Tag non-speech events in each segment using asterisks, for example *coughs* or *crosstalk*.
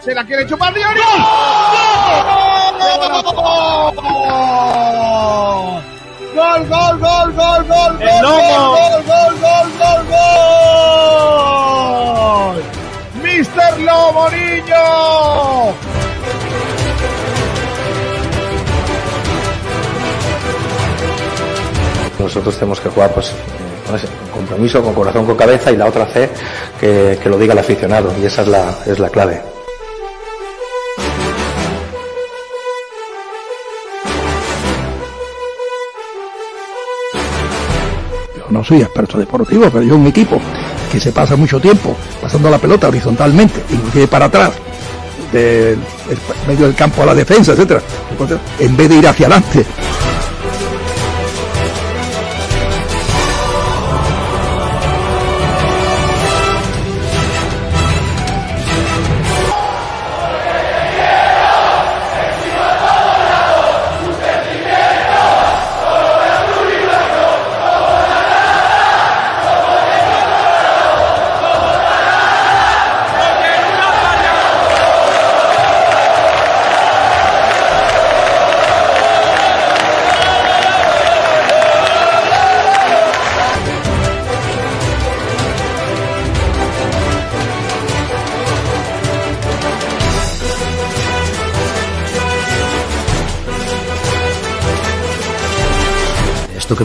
Se la quiere chupar Diori. ¡Oh! ¡Gol, El gol, gol, gol, gol! gol, lomo. ¡Gol, gol, gol, gol, gol! gol. ¡Mister Lobo Niño! Nosotros tenemos que jugar pues eh, con, ese- con compromiso, con corazón, con cabeza y la otra C que, que lo diga el aficionado y esa es la, es la clave. Yo no soy experto deportivo, pero yo un equipo que se pasa mucho tiempo pasando la pelota horizontalmente, inclusive para atrás, del el medio del campo a la defensa, etcétera, entonces, en vez de ir hacia adelante. Esto que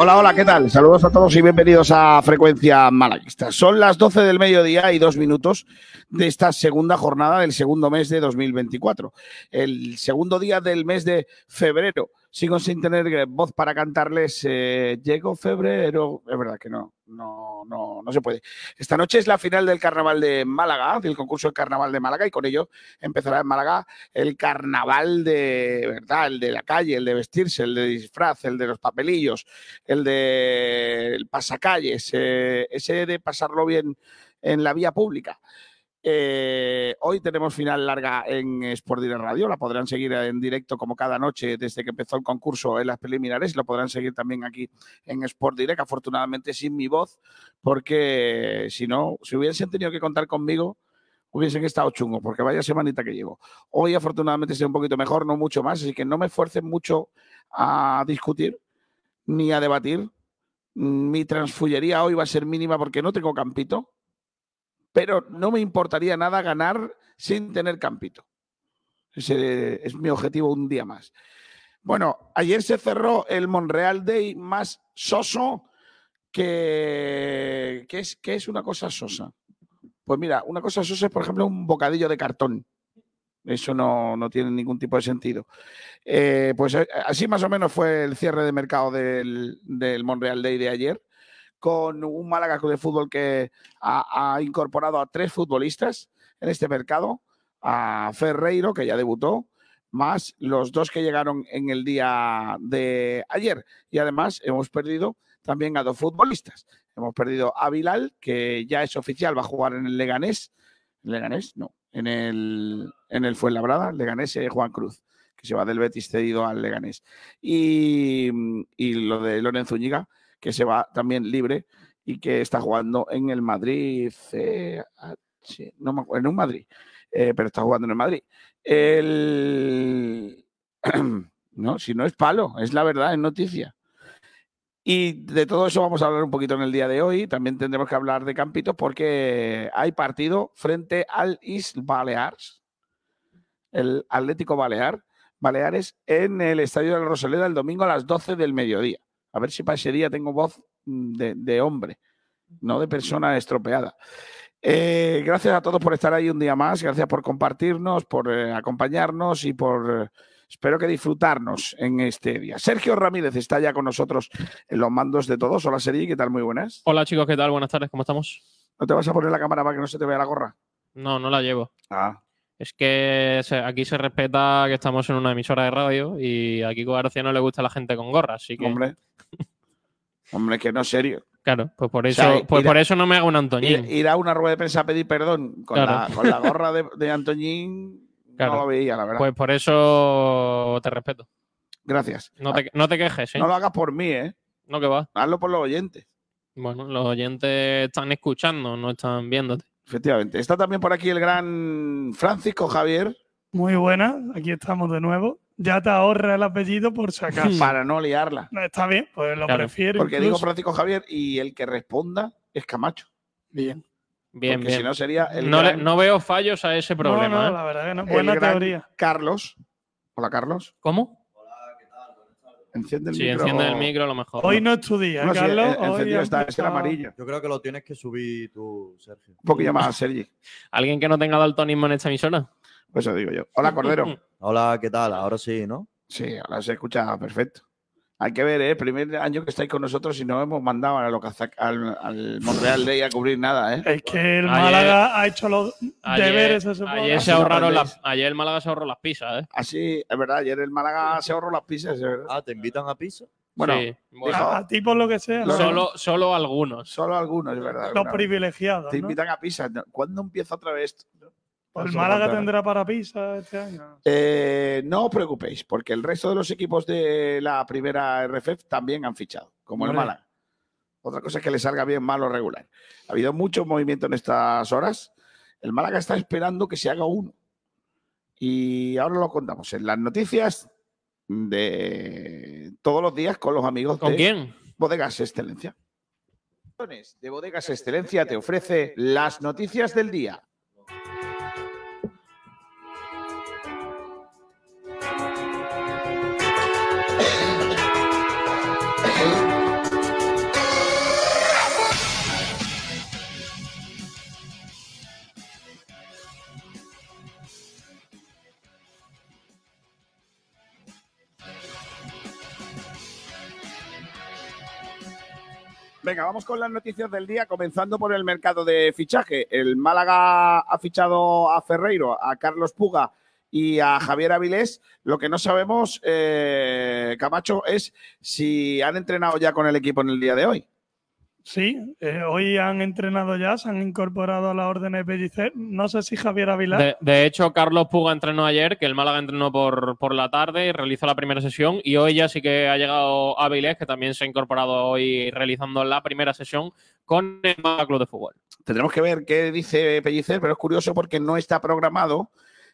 Hola, hola, ¿qué tal? Saludos a todos y bienvenidos a Frecuencia Malaguista. Son las 12 del mediodía y dos minutos de esta segunda jornada del segundo mes de 2024. El segundo día del mes de febrero. Sigo sin tener eh, voz para cantarles eh, Llegó febrero. Es verdad que no, no, no, no se puede. Esta noche es la final del Carnaval de Málaga, del concurso del Carnaval de Málaga, y con ello empezará en Málaga el carnaval de verdad, el de la calle, el de vestirse, el de disfraz, el de los papelillos, el de el pasacalles, eh, ese de pasarlo bien en la vía pública. Eh, hoy tenemos final larga en Sport Direct Radio, la podrán seguir en directo como cada noche desde que empezó el concurso en las preliminares, lo podrán seguir también aquí en Sport Direct, afortunadamente sin mi voz, porque si no, si hubiesen tenido que contar conmigo, hubiesen estado chungos, porque vaya semanita que llevo. Hoy afortunadamente estoy un poquito mejor, no mucho más, así que no me esfuercen mucho a discutir, ni a debatir. Mi transfullería hoy va a ser mínima porque no tengo campito, pero no me importaría nada ganar sin tener campito. Ese es mi objetivo un día más. Bueno, ayer se cerró el Monreal Day más soso que, que es, que es una cosa sosa. Pues mira, una cosa sosa es, por ejemplo, un bocadillo de cartón. Eso no, no tiene ningún tipo de sentido. Eh, pues eh, así más o menos fue el cierre de mercado del, del Monreal Day de ayer, con un Málaga Club de Fútbol que ha, ha incorporado a tres futbolistas en este mercado, a Ferreiro, que ya debutó, más los dos que llegaron en el día de ayer. Y además hemos perdido también a dos futbolistas. Hemos perdido a Bilal, que ya es oficial, va a jugar en el Leganés. Leganés, no, en el, en el Fuenlabrada, Leganés eh, Juan Cruz, que se va del Betis cedido al Leganés. Y, y lo de Lorenzo Zúñiga, que se va también libre y que está jugando en el Madrid, CH, no me acuerdo, en un Madrid, eh, pero está jugando en el Madrid. El- *clears throat* no, si no es palo, es la verdad, es noticia. Y de todo eso vamos a hablar un poquito en el día de hoy. También tendremos que hablar de Campitos porque hay partido frente al Isl Balears, el Atlético Balear, Baleares, en el Estadio de la Rosaleda el domingo a las 12 del mediodía. A ver si para ese día tengo voz mm, de, de hombre, no de persona estropeada. Eh, gracias a todos por estar ahí un día más, gracias por compartirnos, por eh, acompañarnos y por eh, Espero que disfrutarnos en este día. Sergio Ramírez está ya con nosotros en los mandos de todos. Hola, Seri, ¿qué tal? Muy buenas. Hola, chicos, ¿qué tal? Buenas tardes, ¿cómo estamos? ¿No te vas a poner la cámara para que no se te vea la gorra? No, no la llevo. Ah, Es que se- aquí se respeta que estamos en una emisora de radio y a Kiko García no le gusta la gente con gorra, así que. hombre. Hombre, que no es serio. Claro, pues por O eso, sea, pues ir a- por eso no me hago un Ir, Antoñín. ir a una rueda de prensa a pedir perdón con, Claro. la, con la gorra de, de Antoñín. Claro. No lo veía, la verdad. Pues por eso te respeto. Gracias. No te, no te quejes, ¿eh? No lo hagas por mí, ¿eh? No que va. Hazlo por los oyentes. Bueno, los oyentes están escuchando, no están viéndote. Efectivamente. Está también por aquí el gran Mm, Francisco Javier, Muy buena, aquí estamos de nuevo. Ya te ahorra el apellido por si *laughs* acaso. para no liarla. No, Está bien, pues lo Claro. prefiero. Porque digo incluso. Francisco Javier y el que responda es Camacho. Bien. Bien, porque bien. si no sería el No, le- gran no veo fallos a ese problema. No, no, ¿eh? la verdad que no. El Buena gran- teoría. Carlos. Hola, Carlos. ¿Cómo? Enciende el Si micro. enciende el micro, a lo mejor. Hoy no es tu día, ¿eh, No, sí, Carlos. en- Hoy encendido has está, es el estado- amarillo. Yo creo que lo tienes que subir tú, Sergio. Un poquillo más, Sergi. *laughs* ¿Alguien que no tenga daltonismo en esta emisora? Pues eso digo yo. Hola, Cordero. *laughs* Hola, ¿qué tal? Ahora sí, ¿no? Sí, ahora se escucha perfecto. Hay que ver, ¿eh? Primer año que estáis con nosotros y no hemos mandado a la Locazac- al, al Montreal Day a cubrir nada, ¿eh? Es que el Ayer- Málaga ha hecho los deberes a su ayer se Así no ahorraron aprendéis. las, ayer el Málaga se ahorró las pizzas, ¿eh? Así, es verdad, ayer el Málaga se ahorró las pizzas, es verdad. Ah, ¿te invitan a pizza? Bueno, Sí, bueno. dijo- A, a ti por lo que sea. ¿no? Los- solo, solo algunos. solo algunos, es verdad. los algunos. privilegiados. Te ¿no? invitan a pizzas. ¿no? ¿Cuándo empieza otra vez esto? Pues el Málaga tendrá para pizza este año. Eh, no os preocupéis, porque el resto de los equipos de la primera RFF también han fichado, como el Hombre. Málaga. Otra cosa es que le salga bien, mal o regular. Ha habido mucho movimiento en estas horas. El Málaga está esperando que se haga uno. Y ahora lo contamos en las noticias de todos los días con los amigos ¿Con de quién? Bodegas Excelencia. De Bodegas este, Excelencia te ofrece las noticias del día. Venga, vamos con las noticias del día, comenzando por el mercado de fichaje. El Málaga ha fichado a Ferreiro, a Carlos Puga y a Javier Avilés. Lo que no sabemos, eh, Camacho, es si han entrenado ya con el equipo en el día de hoy. Sí, eh, hoy han entrenado ya, se han incorporado a la orden de Pellicer. No sé si Javier Avilar. De, de hecho, Carlos Puga entrenó ayer, que el Málaga entrenó por, por la tarde y realizó la primera sesión. Y hoy ya sí que ha llegado Avilés, que también se ha incorporado hoy realizando la primera sesión con el Málaga Club de Fútbol. Tendremos que ver qué dice Pellicer, pero es curioso porque no está programado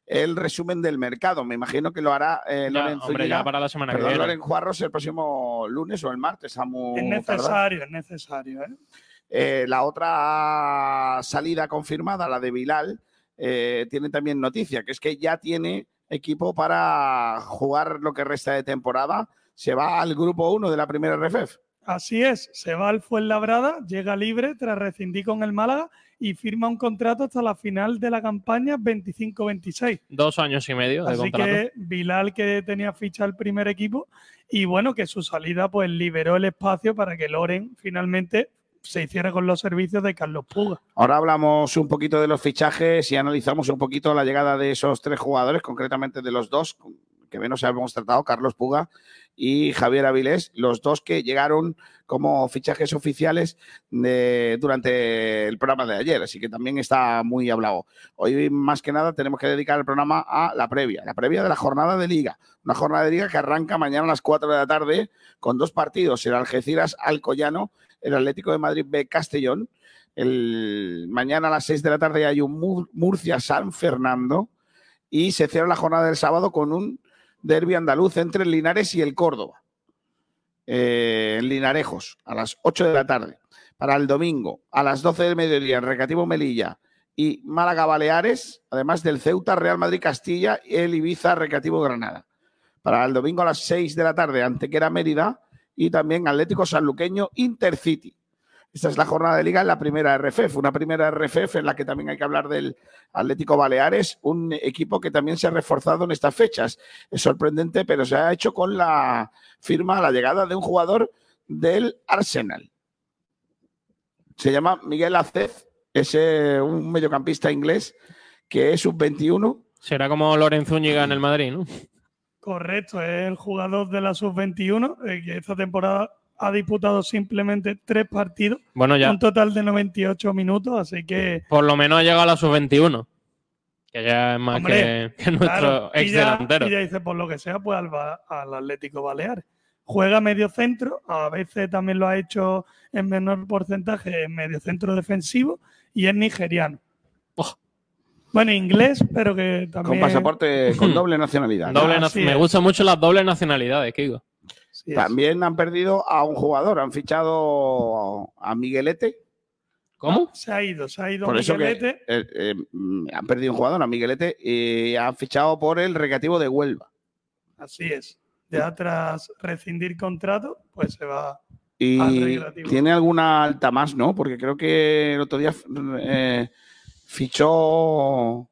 el resumen del mercado. Me imagino que lo hará eh, Ya, Lorenzo hombre, Illa- ya para la semana que perdón, viene. Loren Juarros el próximo lunes o el martes. A muy Es tardar. necesario, es necesario. ¿eh? Eh, la otra salida confirmada, la de Vilal, eh, tiene también noticia, que es que ya tiene equipo para jugar lo que resta de temporada. Se va al grupo 1 de la primera RFF. Así es, se va al Fuenlabrada, llega libre tras rescindir con el Málaga y firma un contrato hasta la final de la campaña 25-26. Dos años y medio de Así contrato. que Vilal que tenía ficha al primer equipo y bueno, que su salida pues liberó el espacio para que Loren finalmente se hiciera con los servicios de Carlos Puga. Ahora hablamos un poquito de los fichajes y analizamos un poquito la llegada de esos tres jugadores, concretamente de los dos que menos habíamos tratado, Carlos Puga y Javier Avilés, los dos que llegaron como fichajes oficiales de- durante el programa de ayer, así que también está muy hablado. Hoy más que nada tenemos que dedicar el programa a la previa, la previa de la jornada de liga, una jornada de liga que arranca mañana a las 4 de la tarde con dos partidos, el Algeciras Alcoyano, el Atlético de Madrid B Castellón el, mañana a las 6 de la tarde hay un Mur- Murcia-San Fernando y se cierra la jornada del sábado con un derby andaluz entre el Linares y el Córdoba. Eh, en Linarejos, a las 8 de la tarde. Para el domingo, a las 12 del mediodía, en Recativo Melilla y Málaga Baleares, además del Ceuta, Real Madrid Castilla y el Ibiza Recativo Granada. Para el domingo a las 6 de la tarde, Antequera Mérida y también Atlético Sanluqueño Intercity. Esta es la jornada de liga en la primera RFF, una primera RFF en la que también hay que hablar del Atlético Baleares, un equipo que también se ha reforzado en estas fechas. Es sorprendente, pero se ha hecho con la firma, la llegada de un jugador del Arsenal. Se llama Miguel Acez, es eh, un mediocampista inglés que es sub-21 Será como Lorenz Zúñiga en el Madrid, ¿no? Correcto, es el jugador de la sub-21, eh, que esta temporada ha disputado simplemente tres partidos, Bueno, ya un total de 98 minutos, así que por lo menos ha llegado a la sub-21. Que ya es más Hombre, que, que nuestro claro, y ex ya- delantero. Y ya dice, por lo que sea, pues al, Ba- al Atlético Baleares. Juega medio centro, a veces también lo ha hecho en menor porcentaje en medio centro defensivo y es nigeriano. Oh. Bueno, inglés, pero que con también. pasaporte *laughs* con doble nacionalidad. ¿no? Doble Así nac- me es. gustan mucho las dobles nacionalidades, Kiko. sí es. También han perdido a un jugador, han fichado a Miguelete. ¿Cómo? Se ha ido, se ha ido Por eso que Miguelete. eh, eh, mm, han perdido un jugador, a Miguelete, y han fichado por el recreativo de Huelva. Así es. Ya tras rescindir contrato, pues se va. Ah, Y Recreativo. tiene alguna alta más, ¿no? Porque creo que el otro día eh, fichó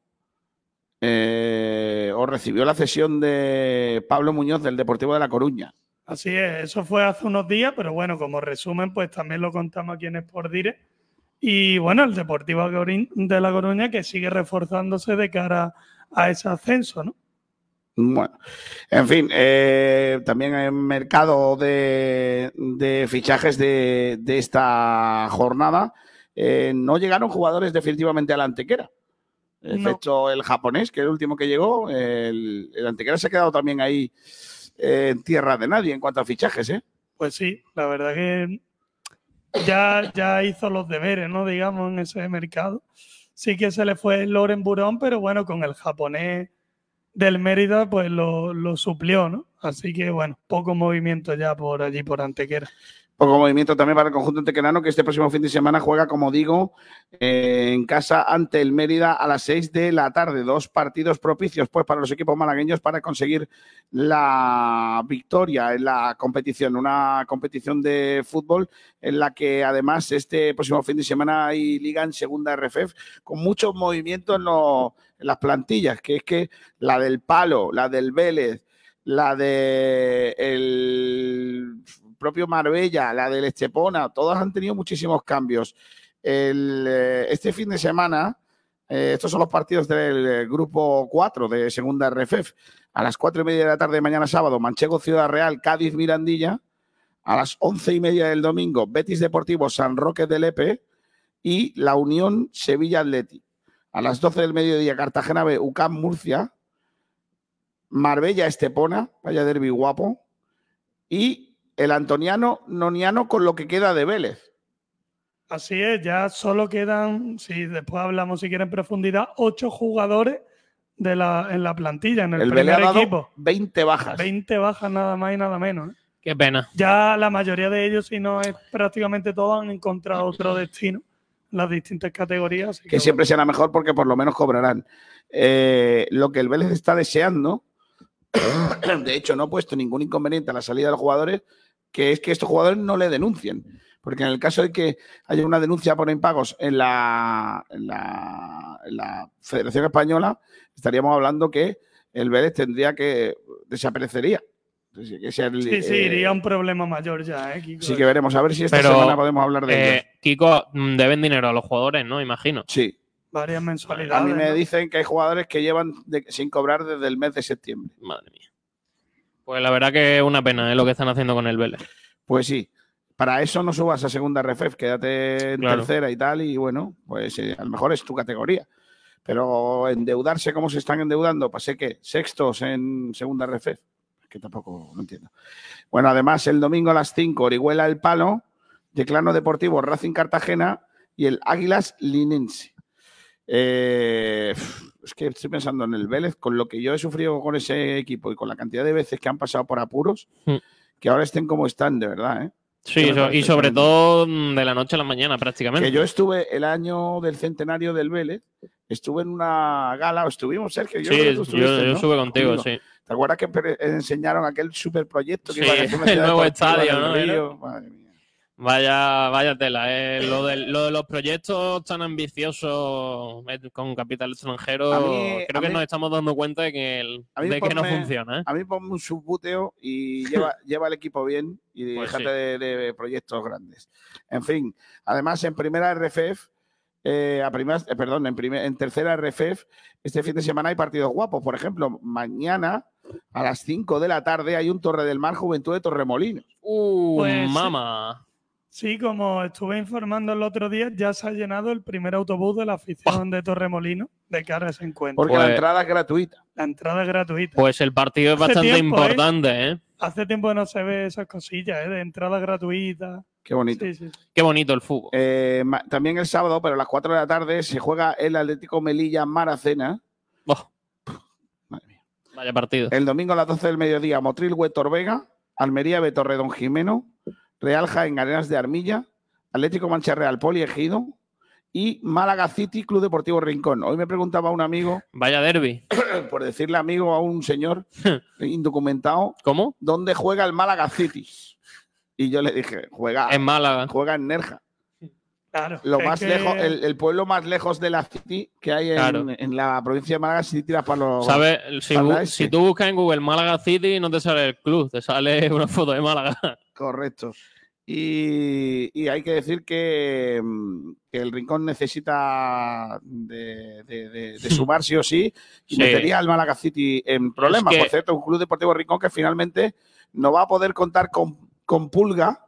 eh, o recibió la cesión de Pablo Muñoz del Deportivo de La Coruña. Así es, eso fue hace unos días, pero bueno, como resumen, pues también lo contamos aquí en Sport Direct. Y bueno, el Deportivo Corin- de La Coruña que sigue reforzándose de cara a ese ascenso, ¿no? Bueno, en fin, eh, también el mercado de, de fichajes de, de esta jornada. eh, no llegaron jugadores definitivamente a la antequera, No. excepto el japonés, que es el último que llegó. El, el antequera se ha quedado también ahí eh, en tierra de nadie en cuanto a fichajes. ¿eh? Pues sí, la verdad que ya, ya hizo los deberes, ¿no? Digamos, en ese mercado. Sí que se le fue Loren Burón, pero bueno, con el japonés del Mérida, pues lo, lo suplió, ¿no? Así que bueno, poco movimiento ya por allí, por Antequera. Poco movimiento también para el conjunto antequerano, que este próximo fin de semana juega, como digo, eh, en casa ante el Mérida a las 6 de la tarde. Dos partidos propicios pues para los equipos malagueños para conseguir la victoria en la competición. Una competición de fútbol en la que además este próximo fin de semana hay liga en segunda RFF con muchos movimientos en, lo- en las plantillas, que es que la del Palo, la del Vélez, la de el propio Marbella, la del Estepona, todas han tenido muchísimos cambios. El, eh, este fin de semana, eh, estos son los partidos del eh, grupo 4 de segunda RFF. A las 4 y media de la tarde de mañana sábado, Manchego Ciudad Real, Cádiz Mirandilla. A las 11 y media del domingo, Betis Deportivo, San Roque del Epe y la Unión Sevilla Atleti. A las 12 del mediodía, Cartagena B, UCAM Murcia, Marbella Estepona, vaya derbi guapo, y el Antoniano Noniano con lo que queda de Vélez. Así es, ya solo quedan, si después hablamos si quieren en profundidad, ocho jugadores de la, en la plantilla, en el, El Vélez primer ha dado equipo. 20 bajas. 20 bajas nada más y nada menos. ¿eh? Qué pena. Ya la mayoría de ellos, si no es prácticamente todos, han encontrado otro destino en las distintas categorías. así que que siempre será mejor porque por lo menos cobrarán. Eh, lo que el Vélez *coughs* está deseando, de hecho no ha puesto ningún inconveniente a la salida de los jugadores, que es que estos jugadores no le denuncien. Porque en el caso de que haya una denuncia por impagos en la, en la- en la Federación Española, estaríamos hablando que el Vélez tendría que desaparecería. Entonces, que sea el- bueno. Sí, sí, eh, iría un problema mayor ya. ¿eh, Kiko? sí que veremos. A ver si esta Pero, semana podemos hablar de ello. Eh, Kiko, mm, deben dinero a los jugadores, ¿no? Imagino. Sí. Varias A mensualidades. mí me ¿no? dicen que hay jugadores que llevan de- sin cobrar desde el mes de septiembre. Madre mía. Pues la verdad que es una pena ¿eh? lo que están haciendo con el Vélez. Pues sí. Para eso no subas a segunda refef, quédate en Claro. tercera y tal, y bueno, pues eh, a lo mejor es tu categoría. Pero endeudarse como se están endeudando, pasé que sextos en segunda refef, que tampoco no entiendo. Bueno, además el domingo a las 5, Orihuela El Palo, Declano Deportivo Racing Cartagena y el Águilas Linense. Eh, es que estoy pensando en el Vélez, con lo que yo he sufrido con ese equipo y con la cantidad de veces que han pasado por apuros, Mm. que ahora estén como están, de verdad. ¿eh? Sí, me so- y parece sobre tremendo. todo mm, de la noche a la mañana prácticamente. Que yo estuve el año del centenario del Vélez, estuve en una gala, o estuvimos, Sergio, yo sí, creo que tú yo, estuviste, yo ¿no? sube contigo, Conmigo. sí. ¿Te acuerdas que pre- enseñaron aquel superproyecto Sí, que *laughs* iba a hacer una el ciudad nuevo deportiva estadio, en el ¿no? Era. Río? Madre mía. Vaya, vaya tela, eh. lo, del- lo de los proyectos tan ambiciosos eh, con capital extranjero, A mí- creo a que mí- nos estamos dando cuenta de que, el- A mí de que no ponme- funciona. ¿eh? A mí ponme un subbuteo *laughs* y lleva, lleva el equipo bien y Pues déjate sí. de, de proyectos grandes. En fin, además en primera RFF, eh, a primas- eh, perdón, en, primer- en tercera RFF, este fin de semana hay partidos guapos. Por ejemplo, mañana a las 5 de la tarde hay un Torre del Mar Juventud de Torremolinos. Uh, Pues- mama. Sí, como estuve informando el otro día, ya se ha llenado el primer autobús de la afición de Torremolino de cara a ese encuentro. Porque Pues- la entrada es gratuita. La entrada es gratuita. Pues el partido es Hace bastante tiempo, ¿eh? importante, ¿eh? Hace tiempo que no se ve esas cosillas, ¿eh? De entrada gratuita. Qué bonito. Sí, sí. sí. Qué bonito el fútbol. Eh, ma- también el sábado, pero a las 4 de la tarde, se juega el Atlético Melilla Maracena. Buah. Madre mía. Oh. Vaya partido. El domingo a las 12 del mediodía, Motril Huetor Vega, Almería Betorredón Jimeno, Real Jaén Arenas de Armilla, Atlético Mancha Real Poli Ejido y Málaga City Club Deportivo Rincón. Hoy me preguntaba un amigo, *coughs* Vaya derby. por decirle amigo a un *laughs* señor indocumentado, ¿Cómo? ¿dónde juega el Málaga City? Y yo le dije, juega, En Málaga. juega en Nerja. Claro. Lo es más que lejos, el, el pueblo más lejos de la City que hay en, Claro. en la provincia de Málaga, si tiras para los... ¿Sabes? Si, habla bu- este. si tú buscas en Google Málaga City, no te sale el club, te sale *laughs* una foto de Málaga. Correcto. Y, y hay que decir que, mm, que el Rincón necesita de, de- de- de sumar sí o sí y Sí. metería al Málaga City en problemas. que- Por cierto, un club deportivo Rincón que finalmente no va a poder contar con, con Pulga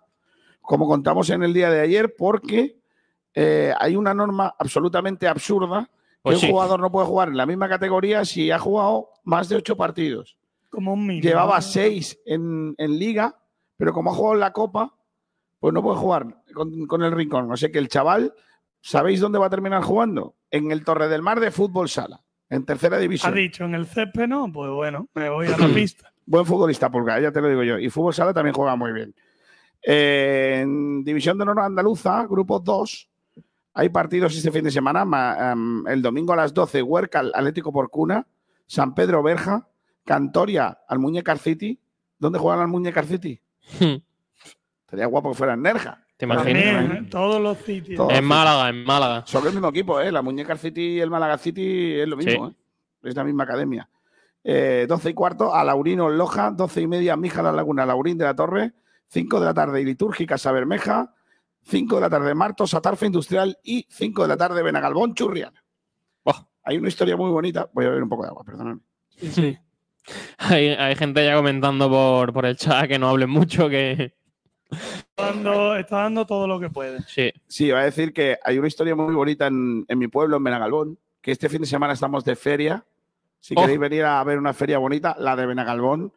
como contamos en el día de ayer porque eh, hay una norma absolutamente absurda Pues que sí. un jugador no puede jugar en la misma categoría si ha jugado más de ocho partidos Como un mínimo. llevaba seis en, en liga, pero como ha jugado en la copa, pues no puede jugar con, con el rincón. O sea que el chaval, ¿sabéis dónde va a terminar jugando? En el Torre del Mar de Fútbol Sala, en tercera Ha división. dicho, en el césped no, pues bueno, me voy *clears throat* a la pista. Buen futbolista, Pulga, ya te lo digo yo. Y Fútbol Sala también juega muy bien. Eh, en División de Honor Andaluza, Grupo 2, hay partidos este fin de semana. ma- em, el domingo a las 12, Huerca, al Atlético Porcuna, San Pedro Berja, Cantoria, al Muñecar City. ¿Dónde juegan al Muñecar City? ¿Te Sería guapo que fuera en Nerja. imaginas? Imagino, También, ¿eh? todos los sitios. Todo. En Málaga, en Málaga. Son el mismo equipo, ¿eh? La Muñeca City y el Málaga City es lo mismo, ¿eh? Es la misma academia. Eh, 12 y cuarto a Laurino Loja, 12 y media Mija La Laguna, Laurín de la Torre, 5 de la tarde Litúrgica Sabermeja, 5 de la tarde Martos, Atarfe Industrial y 5 de la tarde Benagalbón Churriana. Buah. Hay una historia muy bonita. Voy a beber un poco de agua, perdóname. Hay, hay gente ya comentando por, por el chat que no hablen mucho, que Está dando, está dando todo lo que puede. sí. Sí, iba a decir que hay una historia muy bonita en, en mi pueblo, en Benagalbón, que este fin de semana estamos de feria. Si Oh. queréis venir a ver una feria bonita, la de Benagalbón,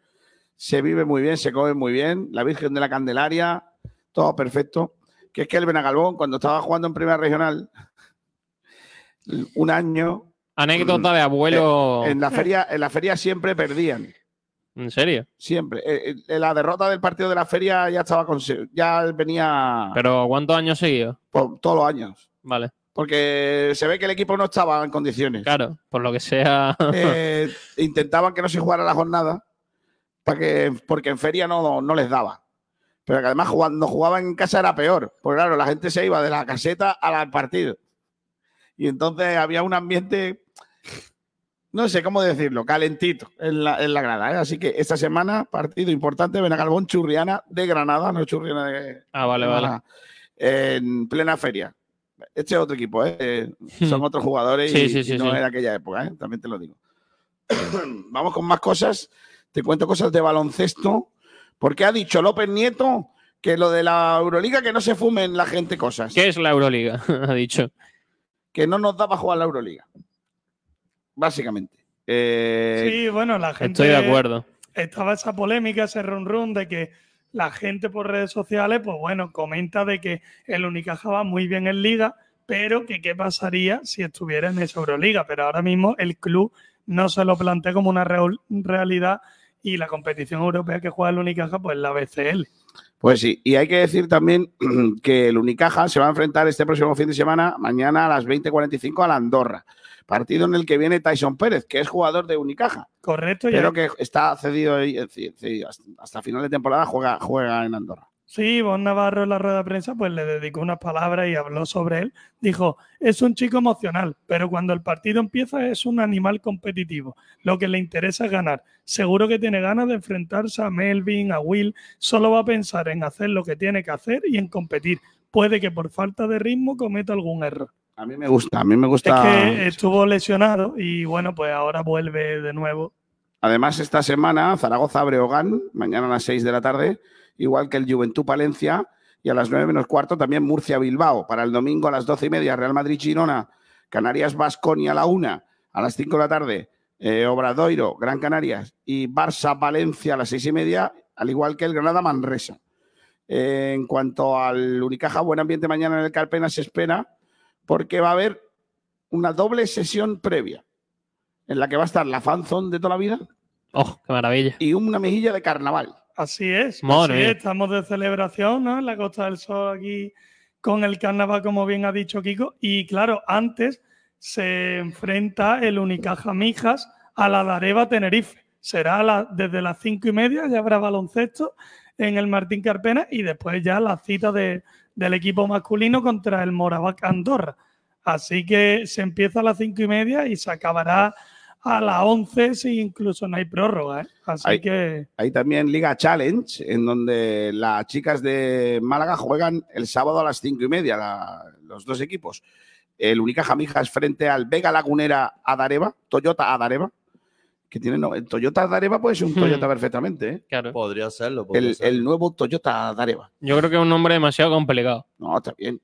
se vive muy bien, se come muy bien, la Virgen de la Candelaria, todo perfecto. Que es que el Benagalbón, cuando estaba jugando en Primera Regional, un año, mm, Anécdota de abuelo. Eh, en la feria, en la feria siempre perdían. ¿En serio? Siempre. Eh, eh, La derrota del partido de la feria ya estaba con, ya venía ¿Pero cuántos años seguidos? por todos los años. Vale, porque se ve que el equipo no estaba en condiciones. claro, por lo que sea. Eh, intentaban que no se jugara la jornada para que, porque en feria no, no les daba. Pero que además cuando jugaban en casa era peor, porque claro, la gente se iba de la caseta al al partido. Y entonces había un ambiente, no sé cómo decirlo, calentito en la, en la grada. ¿eh? Así que esta semana, partido importante, Benagalbón Churriana de Granada, no Churriana Eh, de, Ah, vale, vale. Málaga, En plena feria. Este es otro equipo, ¿eh? Son otros jugadores Hmm. Sí, y, sí, y sí, no sí. era aquella época, ¿eh? También te lo digo. *clears throat* Vamos con más cosas. Te cuento cosas de baloncesto. Porque ha dicho López Nieto que lo de la Euroliga, que no se fumen la gente cosas. ¿Qué es la Euroliga? *laughs* ha dicho. Que no nos da para jugar la Euroliga. Básicamente. Eh, Sí, bueno, la gente. Estoy de acuerdo. estaba esa polémica, ese run run de que la gente por redes sociales, pues bueno, comenta de que el Unicaja va muy bien en liga, pero que qué pasaría si estuviera en esa Euroliga. Pero ahora mismo el club no se lo plantea como una reol- realidad y la competición europea que juega el Unicaja, pues la BCL. Pues sí, y hay que decir también *clears throat* que el Unicaja se va a enfrentar este próximo fin de semana, mañana a las 20.45 a la Andorra. Partido en el que viene Tyson Pérez, que es jugador de Unicaja, Correcto, ya pero que está cedido, y- cedido hasta- hasta final de temporada, juega, juega en Andorra. Sí, Ivonne Navarro en la rueda de prensa pues le dedicó unas palabras y habló sobre él. Dijo, es un chico emocional, pero cuando el partido empieza es un animal competitivo. Lo que le interesa es ganar. Seguro que tiene ganas de enfrentarse a Melvin, a Will. Solo va a pensar en hacer lo que tiene que hacer y en competir. Puede que por falta de ritmo cometa algún error. A mí me gusta, a mí me gusta. Es que eh, estuvo lesionado y bueno, pues ahora vuelve de nuevo. Además, esta semana Zaragoza Breogán, mañana a las 6 de la tarde, igual que el Juventud Palencia, y a las 9 menos cuarto también Murcia Bilbao. Para el domingo a las 12 y media, Real Madrid Girona, Canarias Vasconia a la 1, a las 5 de la tarde, eh, Obradoiro, Gran Canarias y Barça Valencia a las 6 y media, al igual que el Granada Manresa. Eh, en cuanto al Unicaja, buen ambiente mañana en el Carpena se espera, porque va a haber una doble sesión previa en la que va a estar la fanzón de toda la vida ¡Oh, qué maravilla! y una mejilla de carnaval. Así es, Madre así es, mía. estamos de celebración, ¿no? En la Costa del Sol aquí con el carnaval, como bien ha dicho Kiko. Y claro, antes se enfrenta el Unicaja Mijas a la Dareva Tenerife. Será a la- desde las cinco y media, ya habrá baloncesto en el Martín Carpena y después ya la cita de- del equipo masculino contra el Moravac Andorra. Así que se empieza a las cinco y media y se acabará a las once si incluso no hay prórroga. ¿eh? Así Ahí. que... Hay también Liga Challenge, en donde las chicas de Málaga juegan el sábado a las cinco y media, la- los dos equipos. El Unicaja Mijas frente al Vega Lagunera Adareva, Toyota Adareva, que tiene no- el Toyota Adareva puede ser un Hmm. Toyota perfectamente, ¿eh? Claro. Podría serlo. podría el, Pues, serlo. el nuevo Toyota Adareva. Yo creo que es un nombre demasiado complicado. No, está bien.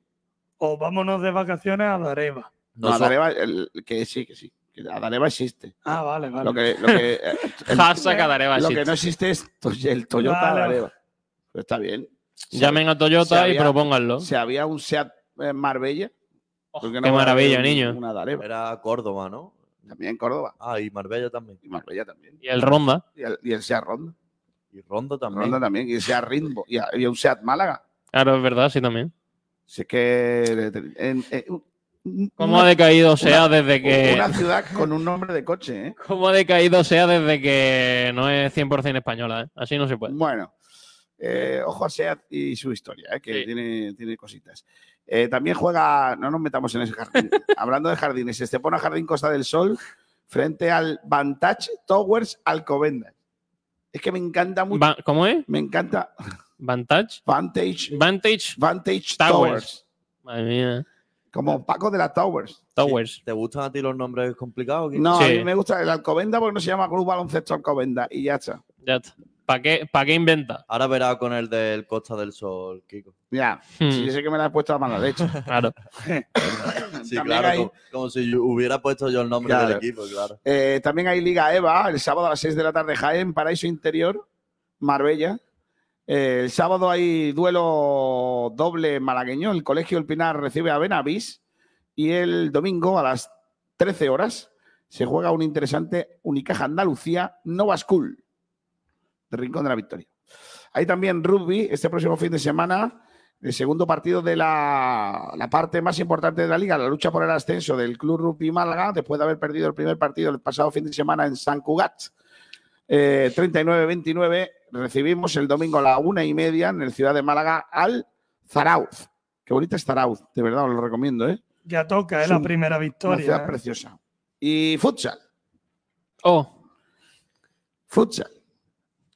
o vámonos de vacaciones a Dareva. No, Noso- Adareva, el- que sí, que sí. que Adareva existe. Ah, vale, vale. Lo que, lo *laughs* que- eh, *laughs* el- Hasa Cadareva, lo sí. que no existe es to- el Toyota Vale. Adareva. Pero está bien. Llamen a Se Toyota y había- propónganlo. Si había un Seat eh, Marbella. Oh, ¿por qué no va a haber maravilla, un- niño. Una Dareva. Era Córdoba, ¿no? También Córdoba. Ah, y Marbella también. Y Marbella también. Y el Ronda. Y el, y el Seat Ronda. Y Rondo también. Ronda también. Y el Seat Ritmo. Y había un Seat Málaga. Claro, es verdad, sí también. Así que. en- en- un- un- ¿Cómo ha una, decaído sea desde que. una ciudad con un nombre de coche, ¿eh? ¿Cómo ha decaído sea desde que no es 100% española? ¿eh? Así no se puede. Bueno. eh, ojo a Seat y su historia, ¿eh? que Sí. tiene, tiene cositas. Eh, también juega, no nos metamos en ese jardín. *laughs* Hablando de jardines, Estepona Jardín Costa del Sol frente al Vantage Towers Alcobendas. Es que me encanta mucho. Va- ¿Cómo es? Me encanta ¿Vantage? Vantage, ¿Vantage? Vantage Towers. Towers. Madre mía. Como Paco de la Towers. Towers. ¿Te gustan a ti los nombres complicados? Kiko? No, a Sí. mí me gusta el Alcobenda porque no se llama Club Baloncesto Alcobenda y ya está. Ya está. ¿Para qué, pa' qué inventa? Ahora verá con el del Costa del Sol, Kiko. Ya, Hmm, sí, yo sé que me la has puesto a mala *laughs* leche. *laughs* Claro. Sí, También claro, hay- como, como si yo hubiera puesto yo el nombre Claro. del equipo, claro. Eh, también hay Liga EVA el sábado a las 6 de la tarde, Jaén, Paraíso Interior, Marbella. Eh, el sábado hay duelo doble malagueño. El Colegio El Pinar recibe a Benavís. Y el domingo a las 13 horas se juega un interesante Unicaja Andalucía Nova School de Rincón de la Victoria. Hay también rugby este próximo fin de semana. El segundo partido de la, la parte más importante de la liga, la lucha por el ascenso del Club Rugby Málaga, después de haber perdido el primer partido el pasado fin de semana en San Cugat. Eh, 39-29, recibimos el domingo a la una y media en el Ciudad de Málaga al Zarauz. Qué bonita es Zarauz, de verdad, os lo recomiendo, ¿eh? Ya toca, es Es la un- primera Una victoria. ciudad ¿eh? preciosa. Y futsal, Oh, futsal.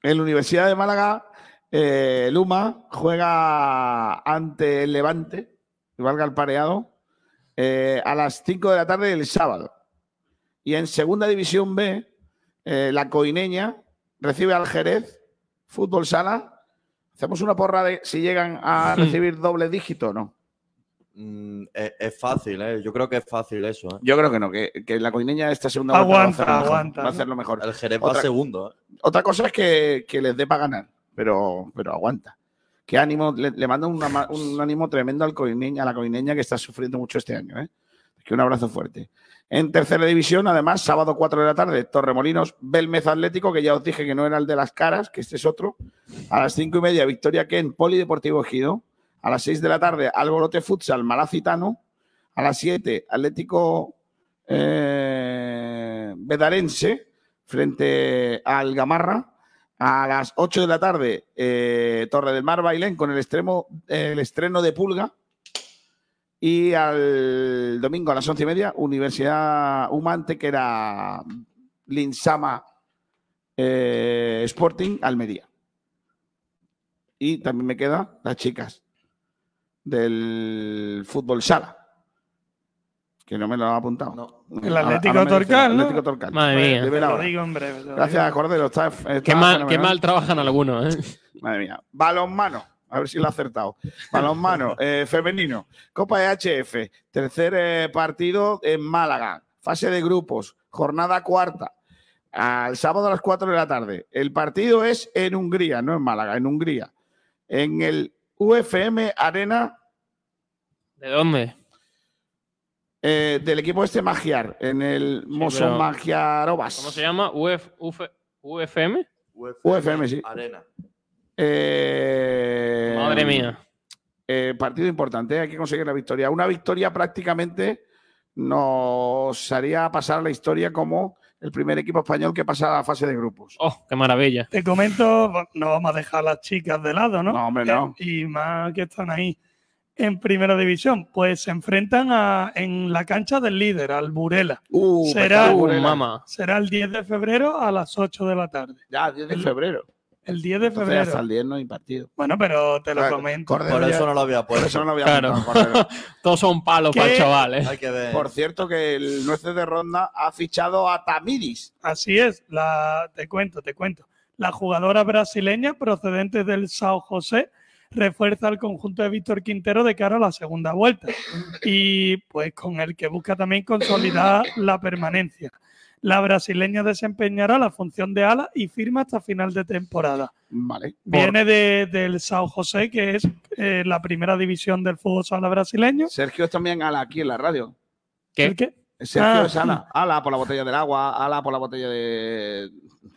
En la Universidad de Málaga, eh, Luma juega ante el Levante, que valga el pareado, eh, a las 5 de la tarde del sábado. Y en Segunda División B, eh, la Coineña recibe al Jerez, fútbol sala. Hacemos una porra de si llegan a Hmm. recibir doble dígito o no. Mm, es, es fácil, ¿eh? Yo creo que es fácil eso, ¿eh? Yo creo que no, que, que la Coineña esta segunda Aguanta, vuelta va a hacerlo mejor, aguanta, va a ¿no? hacerlo mejor. El Jerez Otra- va segundo, ¿eh? Otra cosa es que, que les dé para ganar, pero, pero aguanta. Qué ánimo, le, le mando una ma- un ánimo tremendo al coineña, a la coineña que está sufriendo mucho este año. ¿eh? Que un abrazo fuerte. En tercera división, además, sábado 4 de la tarde, Torremolinos, Belmez Atlético, que ya os dije que no era el de las caras, que este es otro. A las cinco y media, Victoria Ken, Polideportivo Ejido. A las 6 de la tarde, Alborote Futsal, Malacitano. A las 7, Atlético eh, Bedarense frente al Gamarra. A las 8 de la tarde, eh, Torre del Mar Bailén con el, extremo, el estreno de Pulga. Y al domingo a las once y media, Universidad Humante, que era Linsama eh, Sporting Almería. Y también me quedan las chicas del fútbol sala. Que no me lo ha apuntado. No. El Ahora- Atlético ahora me dice, Torcal, ¿no? Atlético Torcal. Madre Pues, mía. te Debe la lo hora. digo en breve. te lo Gracias, digo. Cordero. Está, está Qué mal, qué fenomenal. mal trabajan algunos, ¿eh? Madre mía. Balonmano. A ver si lo he acertado. *laughs* Balonmano, eh, femenino. Copa EHF. Tercer eh, partido en Málaga. Fase de grupos. Jornada cuarta. Al sábado a las 4 de la tarde. El partido es en Hungría, no en Málaga, en Hungría. En el UFM Arena ¿De dónde? eh, del equipo este Magiar. En el Moso pero- Magiarovas. ¿Cómo se llama? Uf, Uf, ¿UFM? UFM, sí. Arena. Eh, Madre mía. eh, partido importante, ¿eh? hay que conseguir la victoria. Una victoria prácticamente nos haría pasar a la historia como el primer equipo español que pasa a la fase de grupos. Oh, qué maravilla. Te comento, va- no vamos a dejar a las chicas de lado, ¿no? No, hombre, no. Eh, Y más que están ahí en primera división, pues se enfrentan a, en la cancha del líder, al Burela. Uh, Será- pecado, Uh, Burela. mamá. Será el 10 de febrero a las 8 de la tarde. Ya, 10 de febrero. El 10 de Entonces, hasta febrero. el 10 no hay partido. Bueno, pero te lo Claro, comento. Cordero Por ya- eso no lo había por puesto. eso no lo había Claro. apuntado, Cordero. Todos son palos ¿Qué? para chavales. Hay que ver. Por cierto, que el Nueces de Ronda ha fichado a Tamiris. *laughs* Así es, la, te cuento, te cuento. La jugadora brasileña procedente del Sao José refuerza el conjunto de Víctor Quintero de cara a la segunda vuelta y pues con el que busca también consolidar la permanencia. La brasileña desempeñará la función de ala y firma hasta final de temporada. Vale. Viene de- del Sao José, que es eh, la primera división del fútbol sala brasileño. Sergio es también ala aquí en la radio. ¿Qué? ¿El qué? Sergio Ah. es ala. Ala por la botella del agua, ala por la botella de, de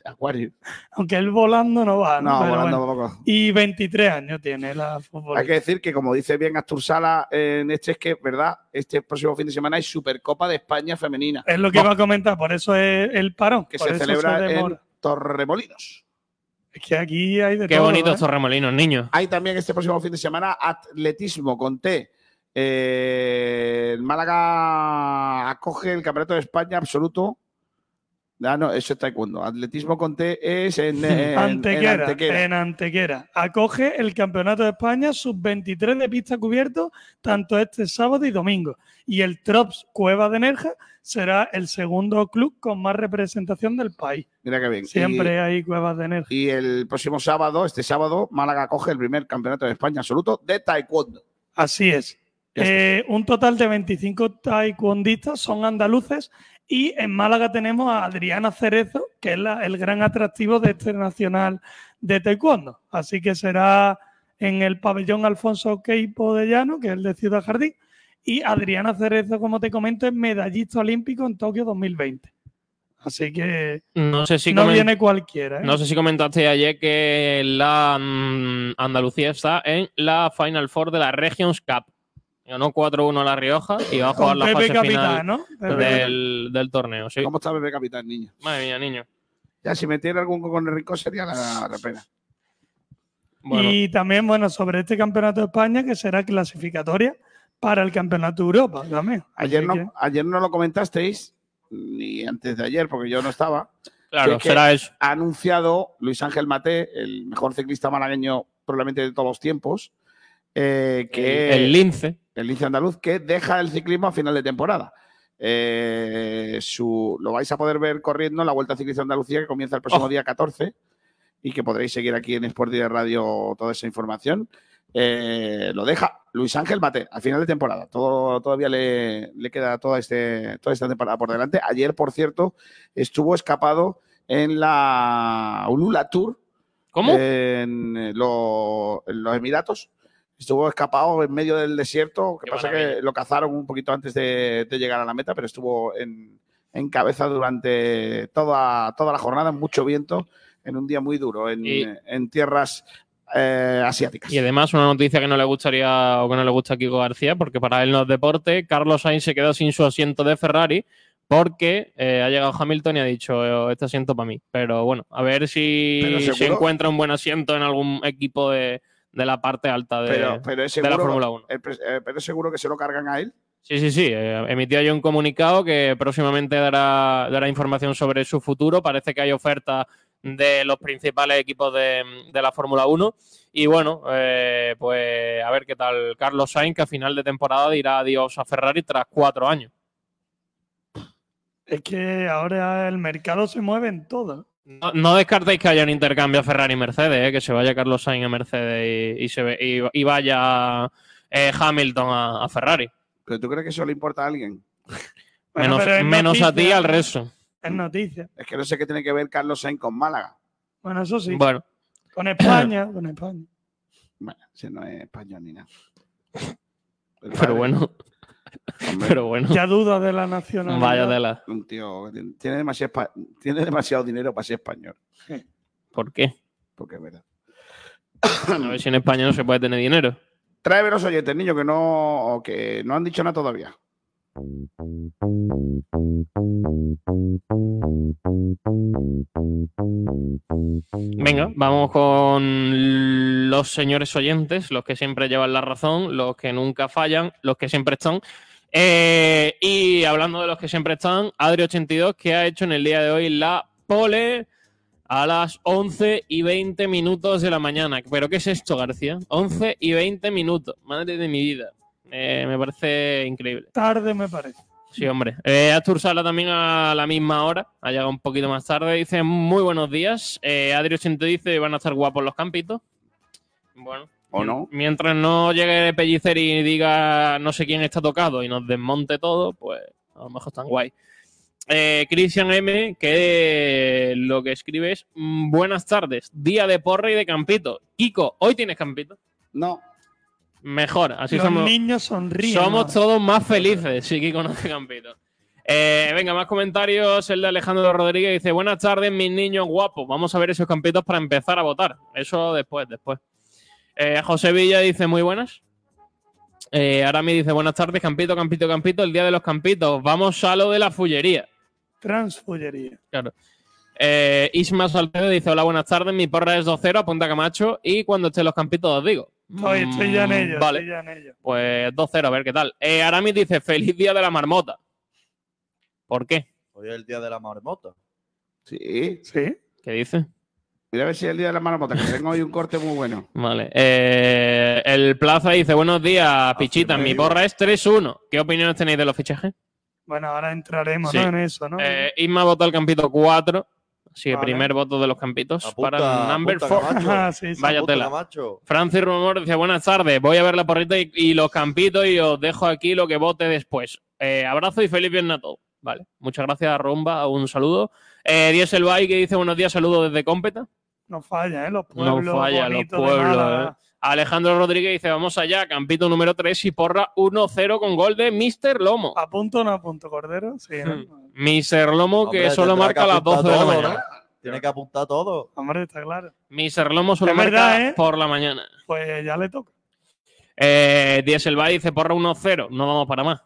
acuario. *laughs* Aunque él volando no va, ¿no? No, Pero volando bueno. poco. Y 23 años tiene la futbolista. Hay que decir que, como dice bien Astur Sala en este, es que, ¿verdad? Este próximo fin de semana hay Supercopa de España femenina, Es lo que iba a comentar, por eso es el parón. que por se eso celebra se demora. en Torremolinos. Es que aquí hay de Qué todo, bonitos ¿eh? Torremolinos, niños. Hay también este próximo fin de semana atletismo con T. Eh, el Málaga acoge el Campeonato de España absoluto. Ah, no, eso es taekwondo. Atletismo con T es en, en- en *laughs* Antequera, en Antequera. Antequera. Acoge el Campeonato de España sub-23 de pista cubierto tanto este sábado y domingo. Y el Trops Cueva de Nerja será el segundo club con más representación del país. Mira qué bien. Siempre hay cuevas de Nerja. Y, y el próximo sábado, este sábado, Málaga acoge el primer Campeonato de España absoluto de taekwondo. Así es. Ya está. Eh, un total de 25 taekwondistas son andaluces y en Málaga tenemos a Adriana Cerezo, que es la- el gran atractivo de este nacional de taekwondo. Así que será en el pabellón Alfonso Queipo de Llano, que es el de Ciudad Jardín. Y Adriana Cerezo, como te comento, es medallista olímpico en Tokio 2020. Así que No sé si no comen- viene cualquiera. ¿eh? No sé si comentaste ayer que la mm, Andalucía está en la Final Four de la Regions Cup. Ganó 4-1 La Rioja y va a jugar Con la Pepe fase Capitán, final ¿no? Pepe del, del torneo. Sí. ¿Cómo está Bebé Capitán, niño? Madre mía, niño. Ya, si metiera algún con el rincón sería la, la pena. Bueno, Y también, bueno, sobre este campeonato de España que será clasificatoria para el campeonato de Europa también. Ayer Así que- no, ayer no lo comentasteis, ni antes de ayer, porque yo no estaba. claro, es que- será eso. Ha anunciado Luis Ángel Maté, el mejor ciclista malagueño probablemente de todos los tiempos, eh, que El, el lince. el Lince Andaluz, que deja el ciclismo a final de temporada. Eh, su- lo vais a poder ver corriendo en la Vuelta Ciclista a Andalucía, que comienza el próximo Ojo. día 14, y que podréis seguir aquí en Sport de Radio toda esa información. Eh, lo deja Luis Ángel Mate a final de temporada. Todo, todavía le, le queda toda, este, toda esta temporada por delante. Ayer, por cierto, estuvo escapado en la Ulula Tour, ¿Cómo? en, eh, lo- en los Emiratos. Estuvo escapado en medio del desierto. Que Qué pasa maravilla. que lo cazaron un poquito antes de, de llegar a la meta, pero estuvo en, en cabeza durante toda, toda la jornada, mucho viento, en un día muy duro, en, Y- en tierras eh, asiáticas. Y además una noticia que no le gustaría o que no le gusta a Kiko García, porque para él no es deporte, Carlos Sainz se queda sin su asiento de Ferrari porque eh, ha llegado Hamilton y ha dicho este asiento para mí. Pero bueno, a ver si Pero se seguro- encuentra un buen asiento en algún equipo de, de la parte alta de, pero, pero es de la seguro- Fórmula 1. el pres- eh, pero es seguro que se lo cargan a él. Sí, sí, sí. eh, emitió ya un comunicado que próximamente dará, dará información sobre su futuro. Parece que hay ofertas de los principales equipos de, de la Fórmula 1. Y bueno, eh, pues a ver qué tal Carlos Sainz, que a final de temporada dirá adiós a Ferrari tras cuatro años. Es que ahora el mercado se mueve en todo. No, no descartéis que haya un intercambio Ferrari-Mercedes, eh, que se vaya Carlos Sainz a Mercedes y, y se ve- y- y vaya eh, Hamilton a, a Ferrari. ¿Pero tú crees que eso le importa a alguien? Bueno, pero menos es menos a ti noticia, al resto. Es noticia. Es que no sé qué tiene que ver Carlos Sainz con Málaga. Bueno, eso sí. Bueno, Con España, con España. Bueno, si no es español ni nada. El padre, pero bueno, hombre, pero bueno. Ya duda de la nacionalidad. Vaya tela. Un tío que tiene- tiene demasiado, espa- tiene demasiado dinero para ser español. ¿Por qué? Porque es verdad. A ver si en España no se puede tener dinero. Trae veros oyentes, niño, que no, o que no han dicho nada todavía. Venga, vamos con los señores oyentes, los que siempre llevan la razón, los que nunca fallan, los que siempre están. Eh, y hablando de los que siempre están, Adri82, que ha hecho en el día de hoy la pole a las 11 y 20 minutos de la mañana. ¿Pero qué es esto, García? 11 y 20 minutos. Madre de mi vida. Eh, me parece increíble. Tarde me parece. Sí, hombre. Eh, Astur Sala también a la misma hora, ha llegado un poquito más tarde. Dice, muy buenos días. Eh, Adri 80 dice, van a estar guapos los campitos. Bueno. ¿O no? Mientras no llegue Pellicer y diga no sé quién está tocado y nos desmonte todo, pues a lo mejor están guay. Eh, Christian M, que lo que escribe es "Mm, buenas tardes, día de porra y de campito. Kiko, hoy tienes campito. No. Mejor, así Los somos. niños sonríen. Somos ahora. todos más felices, sí que conoce Campito. Eh, venga, más comentarios. El de Alejandro Rodríguez dice: Buenas tardes, mis niños guapos. Vamos a ver esos campitos para empezar a votar. Eso después, después. Eh, José Villa dice: Muy buenas. Eh, Arami dice: Buenas tardes, campito, campito, campito. El día de los campitos. Vamos a lo de la fullería. Transfullería. Eh, Isma Salcedo dice: Hola, buenas tardes. Mi porra es 2-0, apunta a Camacho. Y cuando estén los campitos, os digo. Estoy, estoy ya en Mm, ello. Vale. Estoy ya en ello. Pues 2-0, a ver qué tal. Eh, Aramis dice, feliz día de la marmota. ¿Por qué? Hoy es el día de la marmota. Sí. Sí. ¿Qué dice? Mira a ver si es el día de la marmota, que tengo hoy un corte muy bueno. Vale. Eh, el Plaza dice, buenos días, pichitas. Mi medio. porra es 3-1. ¿Qué opiniones tenéis de los fichajes? Bueno, ahora entraremos Sí. ¿no? en eso, ¿no? Eh, Isma votó el campito 4. Así que Vale. primer voto de los campitos Apunta- para number apunta 4. Camacho. *laughs* *laughs* Ah, sí, sí. Vaya Apunta tela. Camacho. Francis Rumor dice, buenas tardes, voy a ver la porrita y, y los campitos y os dejo aquí lo que vote después. Eh, abrazo y feliz viernes a todos. Vale, muchas gracias, Rumba, un saludo. Eh, Diesel Bay que dice, buenos días, saludos desde Cómpeta. No falla, ¿eh? Los pueblos. falla, los bonitos pueblos, ¿eh? De Málaga. Alejandro Rodríguez dice, vamos allá, campito número 3 y porra 1-0 con gol de Mr. Lomo. ¿A punto o no a punto, Cordero? Sí, ¿no? Mr. Lomo que Hombre, solo tendrá que marca a las apuntar 12 de la todo, mañana. ¿no? Tiene que apuntar todo. Hombre, está claro. Mr. Lomo solo Es marca verdad, ¿eh? por la mañana. Pues ya le toca. Eh, Diesel Bay dice porra 1-0, no vamos para más.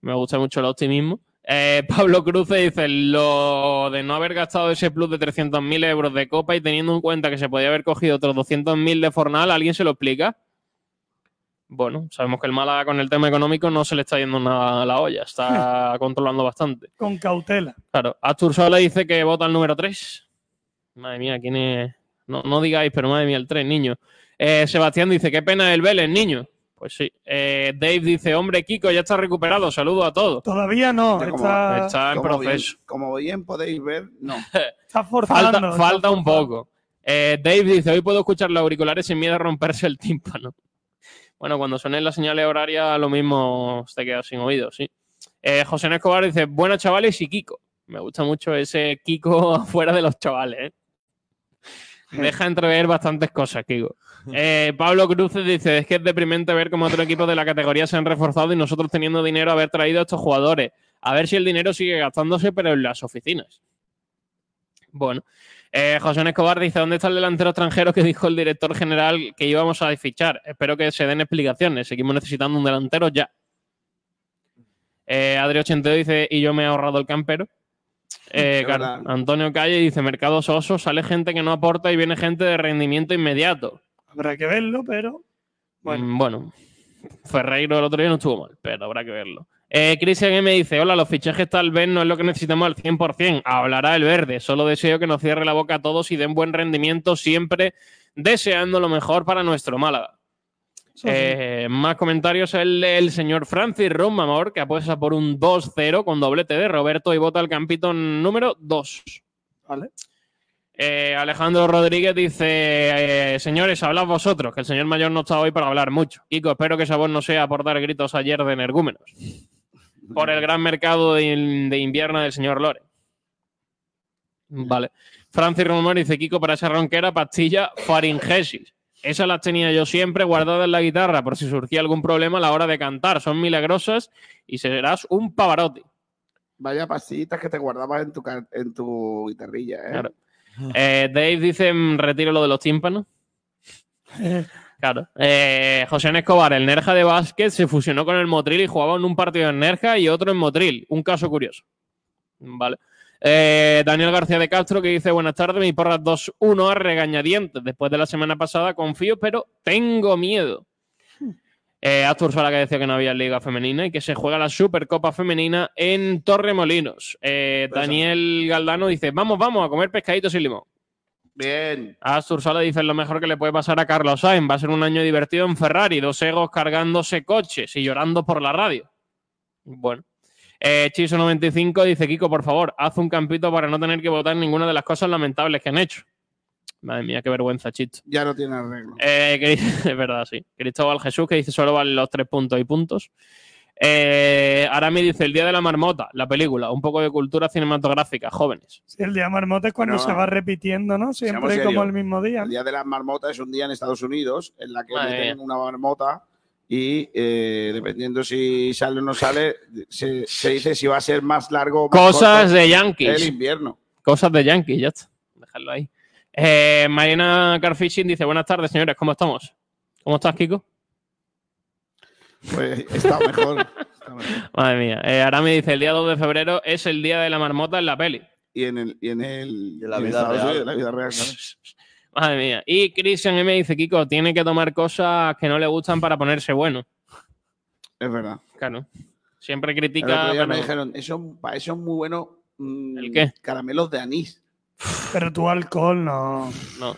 Me gusta mucho el optimismo. Eh, *laughs* Pablo Cruce dice lo de no haber gastado ese plus de 300.000 euros de copa y teniendo en cuenta que se podía haber cogido otros 200.000 de Fornal, ¿alguien se lo explica? Bueno, sabemos que el Málaga con el tema económico no se le está yendo nada a la olla, está controlando bastante. Con cautela. Claro, Astur Sola dice que vota el número 3. Madre mía, ¿quién es? No, no digáis, pero madre mía, el 3, niño. Eh, Sebastián dice, qué pena el Vélez, niño. Pues sí. Eh, Dave dice, hombre, Kiko, ya está recuperado, saludo a todos. Todavía no. Ya Este como- Está, Está en Como bien- proceso. como bien podéis ver, *laughs* no. está forzando. Falta, está falta un forzando. poco. Eh, Dave dice, hoy puedo escuchar los auriculares sin miedo a romperse el tímpano. *laughs* Bueno, cuando sonen las señales horarias, lo mismo te quedas sin oído, sí. Eh, José N. Escobar dice, buenas chavales y Kiko. Me gusta mucho ese Kiko *laughs* afuera de los chavales, ¿eh? Deja entrever bastantes cosas, Kiko. Eh, Pablo Cruces dice, es que es deprimente ver cómo otros equipos de la categoría se han reforzado y nosotros teniendo dinero haber traído a estos jugadores. A ver si el dinero sigue gastándose, pero en las oficinas. Bueno, eh, José N. Escobar dice, ¿dónde está el delantero extranjero que dijo el director general que íbamos a fichar? Espero que se den explicaciones. Seguimos necesitando un delantero ya. Eh, Adri 82 dice, y yo me he ahorrado el campero. Eh, Es Car- verdad. Antonio Calle dice, mercado soso, sale gente que no aporta y viene gente de rendimiento inmediato. Habrá que verlo, pero Bueno. Mm, Bueno, Ferreiro el otro día no estuvo mal, pero habrá que verlo. Eh, Cristian M dice, hola, los fichajes tal vez no es lo que necesitamos al 100%, hablará el verde, solo deseo que nos cierre la boca a todos y den buen rendimiento siempre deseando lo mejor para nuestro Málaga. eso sí. Eh, más comentarios, el, del señor Francis Romamor, que apuesta por un 2-0 con doblete de Roberto y vota al campito número 2. Vale. Eh, Alejandro Rodríguez dice, eh, señores, hablad vosotros, que el señor mayor no está hoy para hablar mucho. Kiko, espero que esa voz no sea por dar gritos ayer de energúmenos. Por el gran mercado de, in- de invierno del señor Lore. Vale. Francis Romero dice, Kiko, para esa ronquera, pastilla faringesis. Esas las tenía yo siempre guardadas en la guitarra por si surgía algún problema a la hora de cantar. Son milagrosas y serás un pavarotti. Vaya pastillitas que te guardabas en tu, car- en tu guitarrilla, ¿eh? Claro. Eh, Dave dice, mm, retiro lo de los tímpanos. Claro. Eh, José N. Escobar, el Nerja de básquet, se fusionó con el Motril y jugaba en un partido en Nerja y otro en Motril. Un caso curioso. Vale. Eh, Daniel García de Castro que dice, buenas tardes, mis porras 2-1 a regañadientes. Después de la semana pasada confío, pero tengo miedo. Eh, Astur Sala que decía que no había liga femenina y que se juega la Supercopa Femenina en Torremolinos. Eh, Pues, Daniel Galdano dice, vamos, vamos a comer pescadito sin limón. Bien. Astur Sala dice lo mejor que le puede pasar a Carlos Sainz. Va a ser un año divertido en Ferrari. Dos egos cargándose coches y llorando por la radio. Bueno. Eh, Chiso95 dice, Kiko, por favor, haz un campito para no tener que votar ninguna de las cosas lamentables que han hecho. Madre mía, qué vergüenza, Chicho. Ya no tiene arreglo. Eh, Cris- *laughs* es verdad, sí. Cristóbal Jesús que dice solo valen los tres puntos y puntos. Eh, Arami dice el día de la marmota, la película, un poco de cultura cinematográfica, jóvenes. Sí, el día marmota es cuando No. se va repitiendo, ¿no? Seamos Siempre como serios. el mismo día. El Día de las Marmotas es un día en Estados Unidos en la que Madre le tienen una marmota y eh, dependiendo si sale o no sale, se, se dice si va a ser más largo o más Cosas corto de el Yankees. invierno. Cosas de Yankees, ya está. Dejarlo ahí. Eh, Marina Carfishing dice: Buenas tardes, señores, ¿cómo estamos? ¿Cómo estás, Kiko? Pues está mejor. está mejor. *laughs* Madre mía. Eh, Arami dice: El día 2 de febrero es el día de la marmota en la peli. Y en el. Y en el De la y en vida Estados real. Unidos, la vida real. claro. Madre mía. Y Christian M dice: Kiko, tiene que tomar cosas que no le gustan para ponerse bueno. Es verdad. Claro. *laughs* Siempre El otro critica. día me pero- dijeron, eso, para eso es muy bueno. mm, ¿El qué? Caramelos de anís. Pero tu alcohol no. no.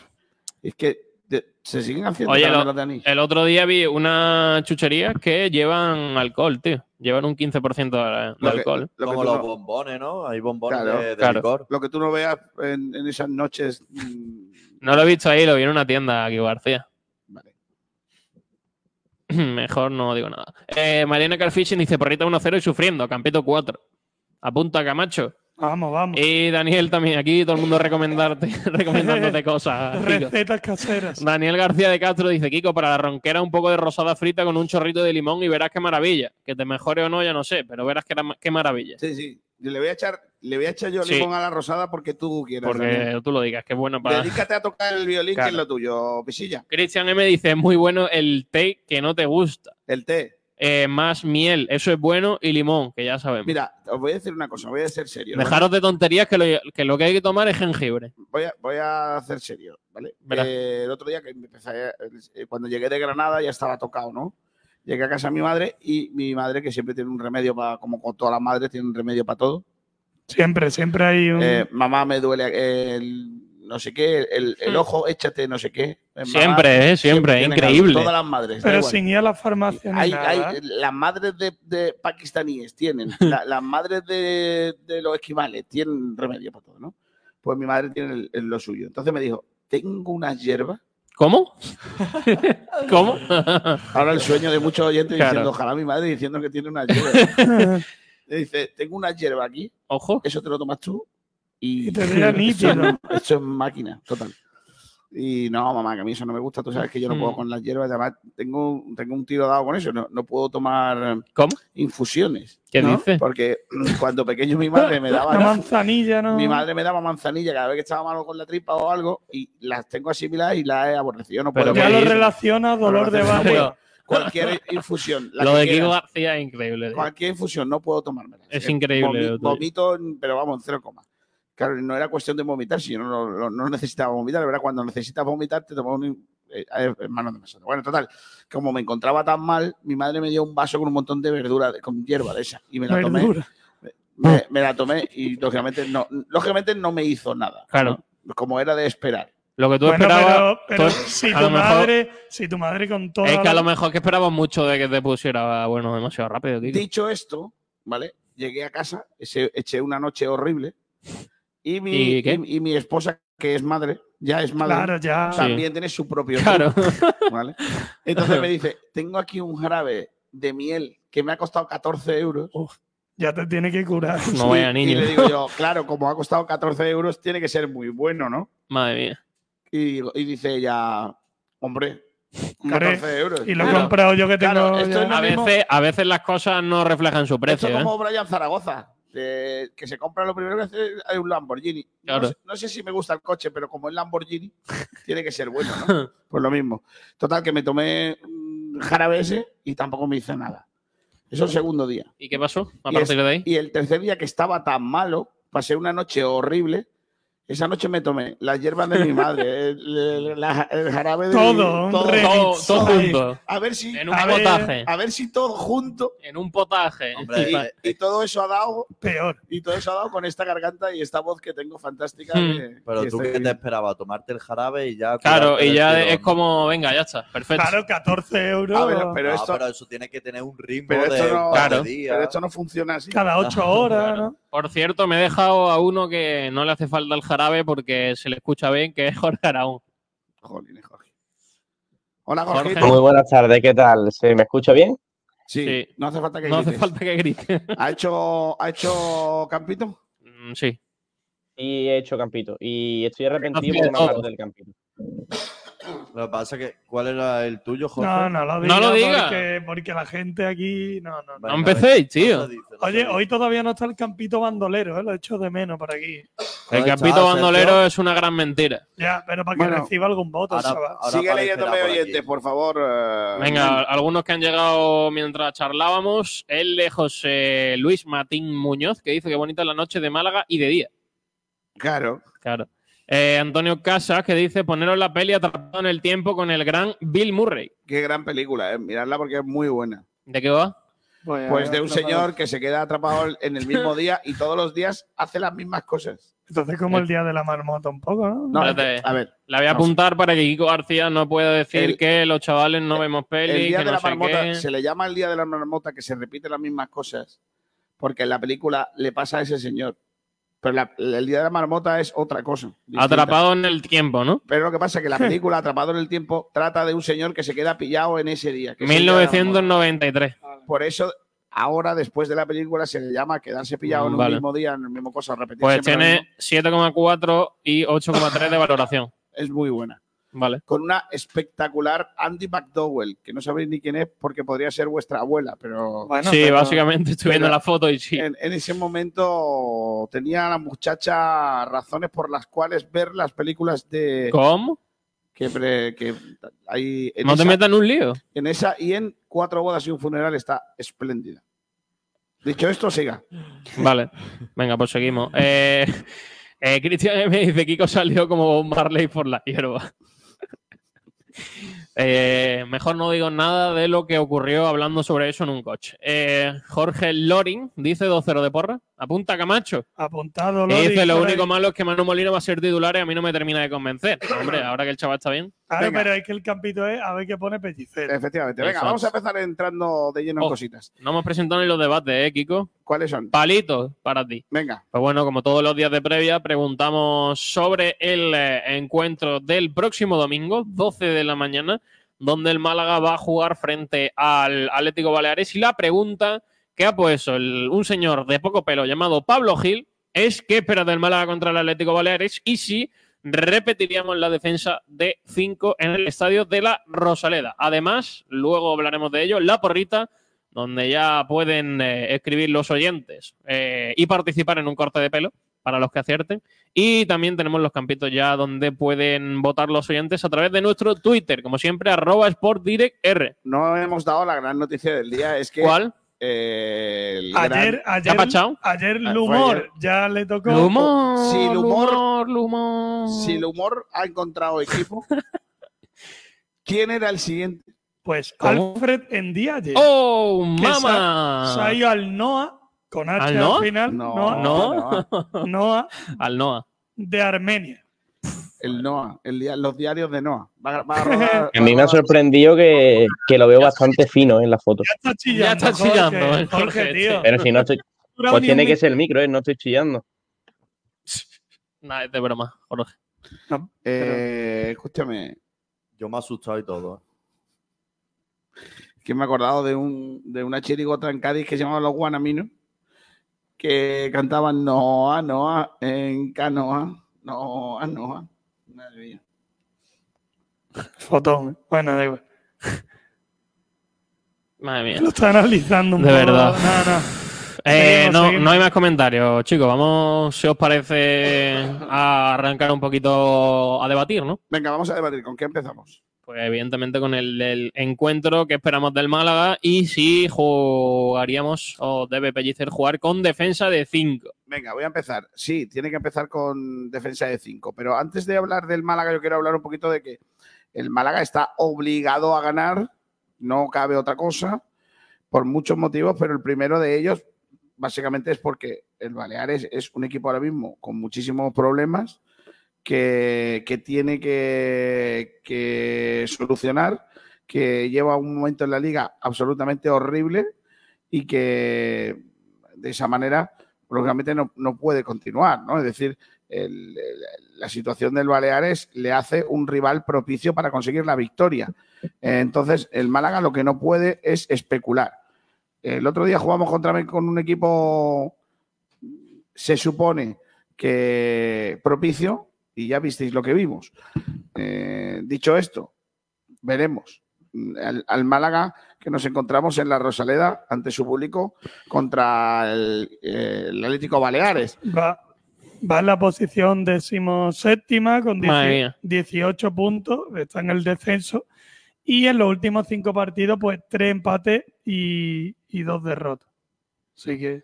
Es que de- se siguen haciendo Oye, lo- caramelos de anís. El otro día vi una chuchería que llevan alcohol, tío. Llevan un 15% de- de Lo que- alcohol. lo que Como tú los no- bombones, ¿no? Hay bombones Claro, de, de claro. licor. lo que tú no veas en, en esas noches. mm, No lo he visto ahí, lo vi en una tienda aquí, García. vale. *clears throat* Mejor no digo nada. Eh, Mariana Carfishing dice porrita 1-0 y sufriendo, Campito 4. Apunta Camacho. Vamos, vamos. Y Daniel también, aquí todo el mundo recomendarte, *laughs* *laughs* recomendándote cosas. Kiko. Recetas caseras. Daniel García de Castro dice, Kiko, para la ronquera un poco de rosada frita con un chorrito de limón y verás qué maravilla. Que te mejore o no, ya no sé, pero verás que era ma- qué maravilla. Sí, sí. Yo Le voy a echar, le voy a echar yo Sí. limón a la rosada porque tú quieras. Daniel. Porque tú lo digas, que es bueno para... Dedícate a tocar el violín, Claro. que es lo tuyo, pisilla. Cristian M dice, es muy bueno el té que no te gusta. El té. Eh, más miel, eso es bueno, y limón, que ya sabemos. Mira, os voy a decir una cosa, voy a ser serio. ¿vale? Dejaros de tonterías que lo, que lo que hay que tomar es jengibre. Voy a, voy a hacer serio, ¿vale? Verás. Eh, el otro día que empecé, a- eh, cuando llegué de Granada ya estaba tocado, ¿no? Llegué a casa de mi madre y mi madre, que siempre tiene un remedio para, como con todas las madres, tiene un remedio para todo. Siempre, siempre hay un. Eh, mamá, me duele el no sé qué, el, el Hmm. ojo, échate no sé qué. Mamá, Siempre, eh, siempre, tienen algo, increíble. Todas las madres. da pero igual. sin ir a la farmacia ni Hay- eh, nada. ¿eh? hay- las madres de, de pakistaníes tienen, la- las madres de, de los esquimales tienen remedio para todo, ¿no? Pues mi madre tiene el- el- lo suyo. Entonces me dijo, tengo unas hierbas. ¿Cómo? *laughs* ¿Cómo? *laughs* Ahora el sueño de muchos oyentes Claro. diciendo, ojalá mi madre diciendo que tiene unas hierbas. *laughs* Le dice, tengo unas hierbas aquí, Ojo. eso te lo tomas tú y, Y te *laughs* veía esto, es- nítido. esto es máquina, total. Y no, mamá, que a mí eso no me gusta. Tú sabes que yo no Mm. puedo con las hierbas. Además, tengo, tengo un tiro dado con eso. No, no puedo tomar ¿Cómo? infusiones. ¿Qué ¿No? dice? Porque *clears throat* cuando pequeño mi madre me *laughs* daba Una manzanilla, ¿no? mi madre me daba manzanilla cada vez que estaba malo con la tripa o algo y las tengo asimiladas y las he aborrecido. No Pero puedo ¿qué ya lo dice? relaciona a dolor de relaciona, barrio. Pero, cualquier infusión. la Lo que de Kiko quieras. García es increíble. tío. Cualquier infusión, no puedo tomármela. Es que increíble, vomi- lo tuyo. Vomito, en- pero vamos, en cero coma. Claro, no era cuestión de vomitar, si yo no, no- no necesitaba vomitar, la verdad, cuando necesitas vomitar te tomas un in- eh, eh, hermano de mesón. Bueno, total, como me encontraba tan mal, mi madre me dio un vaso con un montón de verdura, de- con hierba de esa, y me la tomé. Verdura. Me, me la tomé y lógicamente no, lógicamente no me hizo nada. Claro. ¿no? Como era de esperar. Lo que tú Bueno, esperabas. pero, pero tú- si a lo tu mejor- madre, si tu madre con toda Es que a la- lo mejor que esperabas mucho de que te pusiera, bueno, demasiado rápido, Kiko. Dicho esto, ¿vale? Llegué a casa, ese- eché una noche horrible y mi, ¿Y qué? y- y mi esposa, que es madre, ya es madre, Claro, ya. Sí. también tiene su propio Claro. truco, *laughs* ¿vale? Entonces me dice, tengo aquí un jarabe de miel que me ha costado 14 euros. Ya te tiene que curar. No vaya y, y niño. le *laughs* digo yo, claro, como ha costado 14 euros, tiene que ser muy bueno, ¿no? Madre mía. Y, y dice ella, hombre, Claro, 14 euros. Y lo he Claro. comprado yo que tengo. Claro, esto ya- es lo A mismo- veces, a veces las cosas no reflejan su precio. Esto ¿eh? como Brian Zaragoza, eh, que se compra lo primero que hace es un Lamborghini. No Claro. sé- No, sé, si me gusta el coche, pero como es Lamborghini, tiene que ser bueno, *laughs* ¿no? Pues lo mismo. Total, que me tomé mm, jarabe ese y tampoco me hizo nada. Eso el segundo día. ¿Y qué pasó a Y partir es- de ahí? Y el tercer día que estaba tan malo, pasé una noche horrible. Esa noche me tomé las hierbas de mi madre, el, el- la- el jarabe de mi- Todo, un re- Todo, remix, todo ¿sabes? junto. A ver si, En un A ver, potaje. a ver si todo junto En un potaje. Hombre, Y- y todo eso ha dado Peor. y todo eso ha dado con esta garganta y esta voz que tengo fantástica. Hmm. que- Pero que tú estoy- que te esperaba tomarte el jarabe y ya. Claro, curarte y del ya tirón, es ¿no? como, venga, ya está, perfecto. Claro, 14 euros. Ah, bueno, No, pero esto, pero eso tiene que tener un ritmo pero esto de no- un par de Claro. días. pero esto no funciona así. Cada 8 horas, ¿no? Por cierto, me he dejado a uno que no le hace falta el jarabe porque se le escucha bien, que es Jorge Araúz. Jolín, Jorge. Hola, Jorge. Jorge. Muy buenas tardes, ¿qué tal? ¿Se me escucha bien? Sí, Sí. no hace falta que No hace grites. falta que grite. ¿Ha hecho, ¿Ha hecho Campito? Mm, sí. Y he hecho campito. Y estoy Hace arrepentido porque me todo. han dado del campito. Lo que pasa es que, ¿cuál era el tuyo, Jorge? No, no lo diga. No lo diga. Porque, porque la gente aquí. No, no, no. No empecéis, tío. se dice, no se Oye, dice. hoy todavía no está el campito bandolero, ¿eh? lo echo de menos por aquí. El Joder, capito chaval, bandolero Sergio, es una gran mentira. Ya, pero para que Bueno. reciba algún voto, Ahora- chaval. ahora Sigue aparecerá leyéndome por aquí. oyentes, por favor. eh, Venga, algunos que han llegado mientras charlábamos. El de José Luis Matín Muñoz, que dice que bonita es la noche de Málaga y de día. Claro. Claro. Eh, Antonio Casas, que dice poneros la peli atrapado en el tiempo con el gran Bill Murray. Qué gran película, eh. miradla porque es muy buena. ¿De qué va? Pues de un señor que se queda atrapado en el mismo día y todos los días hace las mismas cosas. Entonces, como el día de la marmota, un poco, ¿no? No, Eh. eh. Espérate. a ver, La voy a No sé. apuntar para que Kiko García no pueda decir El- que los chavales no el- vemos peli, el día que de no la sé marmota qué. se le llama el día de la marmota que se repiten las mismas cosas porque en la película le pasa a ese señor pero la- el día de la marmota es otra cosa distinta. Atrapado en el tiempo, ¿no? pero lo que pasa *laughs* es que la película atrapado en el tiempo trata de un señor que se queda pillado en ese día que es el día de la marmota. 1993. por eso ahora después de la película se le llama quedarse pillado en un Mm, Vale. mismo día en el mismo cosa repetir Pues siempre lo mismo. tiene 7,4 y 8,3 de valoración. es muy buena Vale. con una espectacular Andy McDowell que no sabéis ni quién es porque podría ser vuestra abuela pero sí, básicamente estoy viendo pero- la foto y sí. En, en ese momento tenía la muchacha razones por las cuales ver las películas de ¿Cómo? que, pre- que hay Eh, en, No esa, te metas en un lío. en esa y en Cuatro bodas y un funeral está espléndida. Dicho esto, siga. Vale. Venga, pues seguimos. Eh, eh, Cristian M dice Kiko salió como un Marley por la hierba. *laughs* Eh, mejor no digo nada de lo que ocurrió hablando sobre eso en un coche. Eh, Jorge Lorin dice 2-0 de porra. Apunta Camacho. Apuntado, Y Lodi, dice, lo por ahí. único malo es que Manu Molina va a ser titular y a mí no me termina de convencer. Hombre, ahora que el chaval está bien. Claro, Venga. pero es que el campito es a ver qué pone Pellicero. Efectivamente. Venga, Exacto. vamos a empezar entrando de lleno en Oh. cositas. No hemos presentado ni los debates, ¿eh, Kiko? ¿Cuáles son? Palitos para ti. Venga. Pues bueno, como todos los días de previa, preguntamos sobre el eh, encuentro del próximo domingo, 12 de la mañana, donde el Málaga va a jugar frente al Atlético Baleares. Y la pregunta que ha puesto el- un señor de poco pelo llamado Pablo Gil es qué espera del Málaga contra el Atlético Baleares y si repetiríamos la defensa de 5 en el estadio de la Rosaleda. Además, luego hablaremos de ello, la porrita, donde ya pueden eh, escribir los oyentes eh, y participar en un corte de pelo para los que acierten. Y también tenemos los campitos ya donde pueden votar los oyentes a través de nuestro Twitter, como siempre, arroba SportDirectR. No hemos dado la gran noticia del día, es que. ¿Cuál? eh, el Ayer, ¿Ya ayer, pachao? ayer Ah, Lumor fue ayer. ya le tocó. Lumor, Sí, Lumor. Lumor, Lumor. gran- si el humor ha encontrado *laughs* equipo. ¿Quién era el siguiente? Pues ¿Cómo? Alfred en día ayer. ¡Oh, Que se ha- mamá! Se ha ido al Noah con H ¿Al al, Noah? final. Noah, No. *laughs* Noah Al Noah. de Armenia. El Noah, el dia- los diarios de Noah. Va *laughs* a- va a robar- A mí me ha sorprendido que, que lo veo bastante fino en la foto. Ya está chillando. Ya está Jorge, chillando, Jorge, eh, Jorge, tío. sí. Pero si no estoy. Dura Pues ni tiene un que ser el micro, ¿eh? No estoy chillando. Nah, es de broma, Jorge. Eh, escúchame, Yo me he asustado y todo. ¿eh? que me he acordado de, un, de una chirigota en Cádiz que se llamaba Los Guanaminos, que cantaban Noa, Noa, en Canoa, Noa, Noa. Madre mía. Fotón. eh. Bueno, da igual. *laughs* Madre mía. Lo está analizando un De poco. verdad. No, no. Eh, Seguimos, no, seguimos. no hay más comentarios, chicos. Vamos, si os parece, a arrancar un poquito a debatir, ¿no? Venga, vamos a debatir. ¿Con qué empezamos? Pues evidentemente con el, el encuentro que esperamos del Málaga y si jugaríamos o debe Pellicer jugar con defensa de 5. Venga, voy a empezar. Sí, tiene que empezar con defensa de 5. Pero antes de hablar del Málaga, yo quiero hablar un poquito de que el Málaga está obligado a ganar. No cabe otra cosa, por muchos motivos, pero el primero de ellos básicamente es porque el Baleares es un equipo ahora mismo con muchísimos problemas que, que tiene que, que solucionar, que lleva un momento en la liga absolutamente horrible y que de esa manera lógicamente no, no puede continuar, ¿no? Es decir, el- el- la situación del Baleares le hace un rival propicio para conseguir la victoria. Eh, Entonces, el Málaga lo que no puede es especular. El otro día jugamos contra Mel- con un equipo, se supone que propicio, y ya visteis lo que vimos. Eh, dicho esto, veremos. Al, al Málaga que nos encontramos en la Rosaleda ante su público contra el, eh, el Atlético Baleares. Va, va en la posición séptima con dieci- Madre mía. 18 puntos, está en el descenso. Y en los últimos cinco partidos, pues tres empates y, y dos derrotas. Así que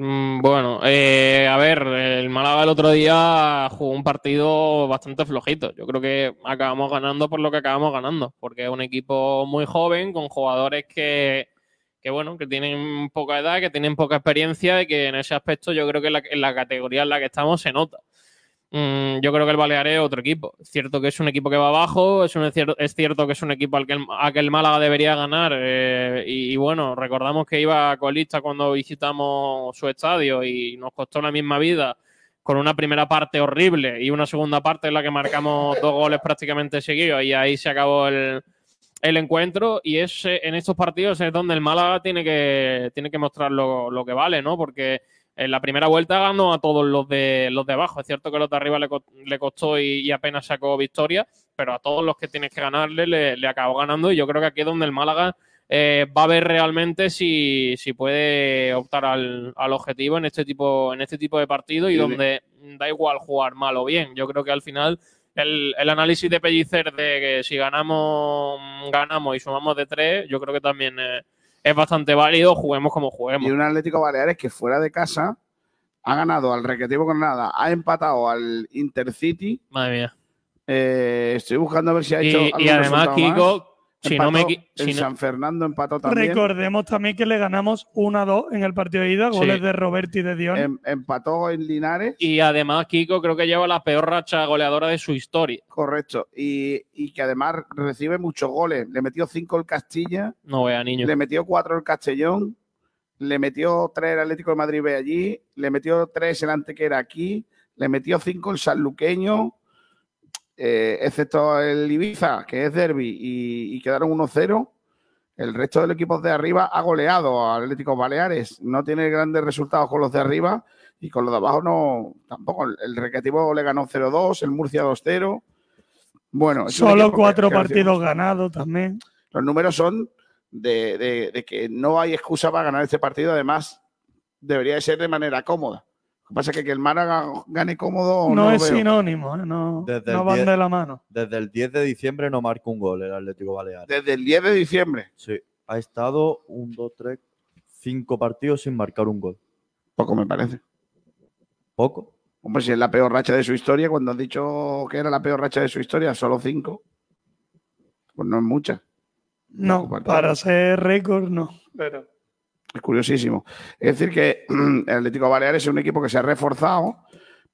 Mm, Bueno, eh, a ver, el Málaga el otro día jugó un partido bastante flojito. Yo creo que acabamos ganando por lo que acabamos ganando, porque es un equipo muy joven, con jugadores que, que bueno, que tienen poca edad, que tienen poca experiencia y que en ese aspecto yo creo que la- en la categoría en la que estamos se nota. Mm, yo creo que el Baleares es otro equipo. Es cierto que es un equipo que va abajo, es, un, es, cierto, es cierto que es un equipo al que el, a que el Málaga debería ganar. eh, y, y bueno, recordamos que iba colista cuando visitamos su estadio y nos costó la misma vida con una primera parte horrible y una segunda parte en la que marcamos dos goles prácticamente seguidos y ahí se acabó el, el encuentro y es eh, en estos partidos es donde el Málaga tiene que, tiene que mostrar lo, lo que vale, ¿no? Porque en la primera vuelta ganó a todos los de los de abajo. Es cierto que los de arriba le, co- le costó y, y apenas sacó victoria, pero a todos los que tienes que ganarle le, le acabó ganando. Y yo creo que aquí es donde el Málaga eh, va a ver realmente si, si puede optar al, al objetivo en este tipo, en este tipo de partido y Sí, donde da igual jugar mal o bien. Yo creo que al final el, el análisis de Pellicer de que si ganamos, ganamos y sumamos de tres, yo creo que también eh, es bastante válido, juguemos como Y juguemos. un Atlético Baleares que fuera de casa ha ganado al Recreativo Granada, ha empatado al Intercity. Madre mía. Eh, estoy buscando a ver si ha Y, hecho. y algún además, resultado más. Kiko, si no me Empató equi- en si no- San Fernando empató también. recordemos también que le ganamos 1-2 en el partido de ida, Sí. goles de Roberti y de Dion. em- empató en Linares. y además, Kiko creo que lleva la peor racha goleadora de su historia. Correcto. Y, y que además recibe muchos goles. Le metió cinco el Castilla, No vea, niño. le metió cuatro el Castellón, le metió tres el Atlético de Madrid B allí, le metió tres el Antequera aquí, le metió cinco el Sanluqueño, eh, excepto el Ibiza, que es derby, y, y quedaron 1-0. El resto de los equipos de arriba ha goleado a Atlético Baleares. No tiene grandes resultados con los de arriba y con los de abajo no tampoco. El- El Recreativo le ganó 0-2, el Murcia 2-0. Bueno, es un Solo equipo que- cuatro que no tiene- partidos ganados también. los números son de, de- de que no hay excusa para ganar este partido. Además, debería de ser de manera cómoda. Lo que pasa es que que el Málaga gane cómodo. No, No, es veo. sinónimo, ¿eh? no, Desde no el van diez- de la mano. Desde el 10 de diciembre no marca un gol el Atlético Baleares. Desde el 10 de diciembre. Sí, ha estado un, dos, tres, cinco partidos sin marcar un gol. Poco me parece. Poco. Hombre, si es la peor racha de su historia, cuando has dicho que era la peor racha de su historia, solo cinco. Pues no es mucha. No, Poco partido. para ser récord, no. Pero Es curiosísimo. Es decir, que *clears throat* el Atlético Baleares es un equipo que se ha reforzado,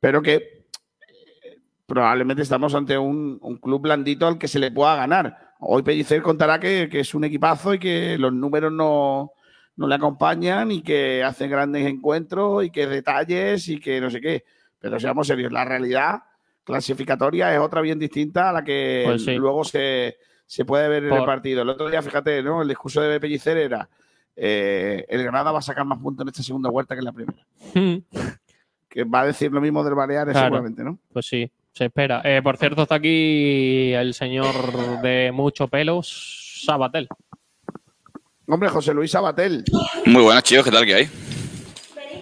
pero que eh, probablemente estamos ante un, un club blandito al que se le pueda ganar. Hoy Pellicer contará que, que es un equipazo y que los números no, no le acompañan y que hacen grandes encuentros y que detalles y que no sé qué. Pero seamos serios, la realidad clasificatoria es otra bien distinta a la que Pues sí. luego se, se puede ver en el Por- partido. El otro día, fíjate, ¿no? el discurso de Pellicer era eh, el Granada va a sacar más puntos en esta segunda vuelta que en la primera. Hmm. Que va a decir lo mismo del Baleares Claro. seguramente, ¿no? Pues sí, se espera. Eh, por cierto, está aquí el señor de mucho pelo, Sabatel. Hombre, José Luis Abatel, Muy buenas, chicos, ¿qué tal que hay?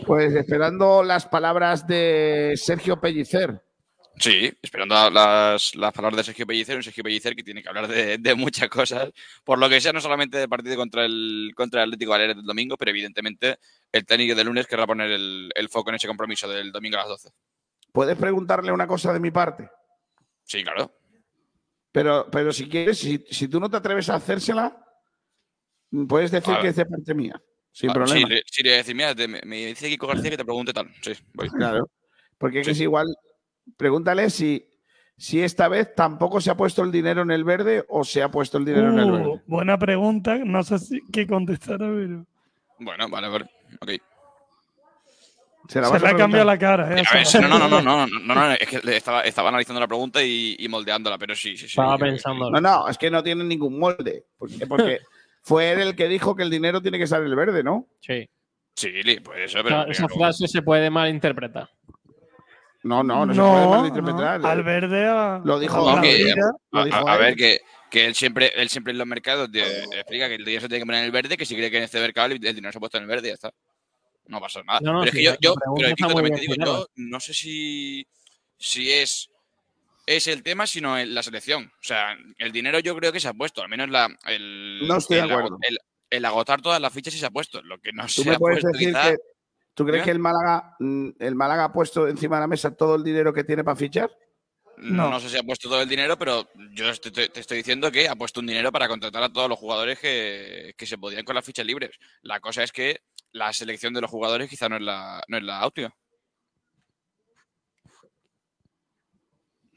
pues esperando las palabras de Sergio Pellicer. Sí, esperando a las, las palabras de Sergio Pellicer, un Sergio Pellicer que tiene que hablar de, de muchas cosas, por lo que sea, no solamente del partido contra el, contra el Atlético Baleares del domingo, pero evidentemente el técnico de lunes querrá poner el, el foco en ese compromiso del domingo a las 12. Puedes preguntarle una cosa de mi parte, Sí, claro. pero, pero si quieres, si, si tú no te atreves a hacérsela, puedes decir Vale. que es de parte mía, sin Ah, problema. Sí, le, sí, le voy a decir, mira, te- me, me dice Kiko García que te pregunte tal. Sí, voy. Claro. Porque es que Sí. es igual. Pregúntale si, si esta vez tampoco se ha puesto el dinero en el verde o se ha puesto el dinero en el Uh, verde. buena pregunta, no sé si, qué contestar, pero Bueno, vale, vale. Ok. Se se vas a le ha cambiado preguntar. la cara. ¿eh? A ver, no, no, no, no, no, no, no, no, es que le estaba, estaba analizando la pregunta y, y moldeándola, pero sí, sí, sí. Estaba yo creo que- pensando. No, no, es que no tiene ningún molde. *laughs* Porque, porque fue él el que dijo que el dinero tiene que estar en el verde, ¿no? Sí. Sí, Li, pues eso, pero. Esa, esa pero- frase se puede malinterpretar. No, no, no, se puede malinterpretar. no. Al verde a- Lo dijo a la Aunque- eh, liga, Lo A, dijo a- a él. ver, que, que él siempre él siempre en los mercados te- explica que el dinero se tiene que poner en el verde, que si cree que en este mercado el dinero se ha puesto en el verde, ya está. No pasa nada. No, no, pero sí, es que yo, la- yo- la pregunta pero es que está muy bien también te digo, cuidada. yo no sé si, si es, es el tema, sino el- la selección. O sea, el dinero yo creo que se ha puesto, al menos la, el, No estoy de el ago- acuerdo. el- el agotar todas las fichas sí se ha puesto. Lo que no Tú se me ha puedes puesto decir quizá- que. ¿Tú crees Dime. que el Málaga, mm, el Málaga ha puesto encima de la mesa todo el dinero que tiene para fichar? No. No. sé si ha puesto todo el dinero, pero yo te, te- te estoy diciendo que ha puesto un dinero para contratar a todos los jugadores que, que se podían con las fichas libres. La cosa es que la selección de los jugadores quizá no es la, no es la óptima.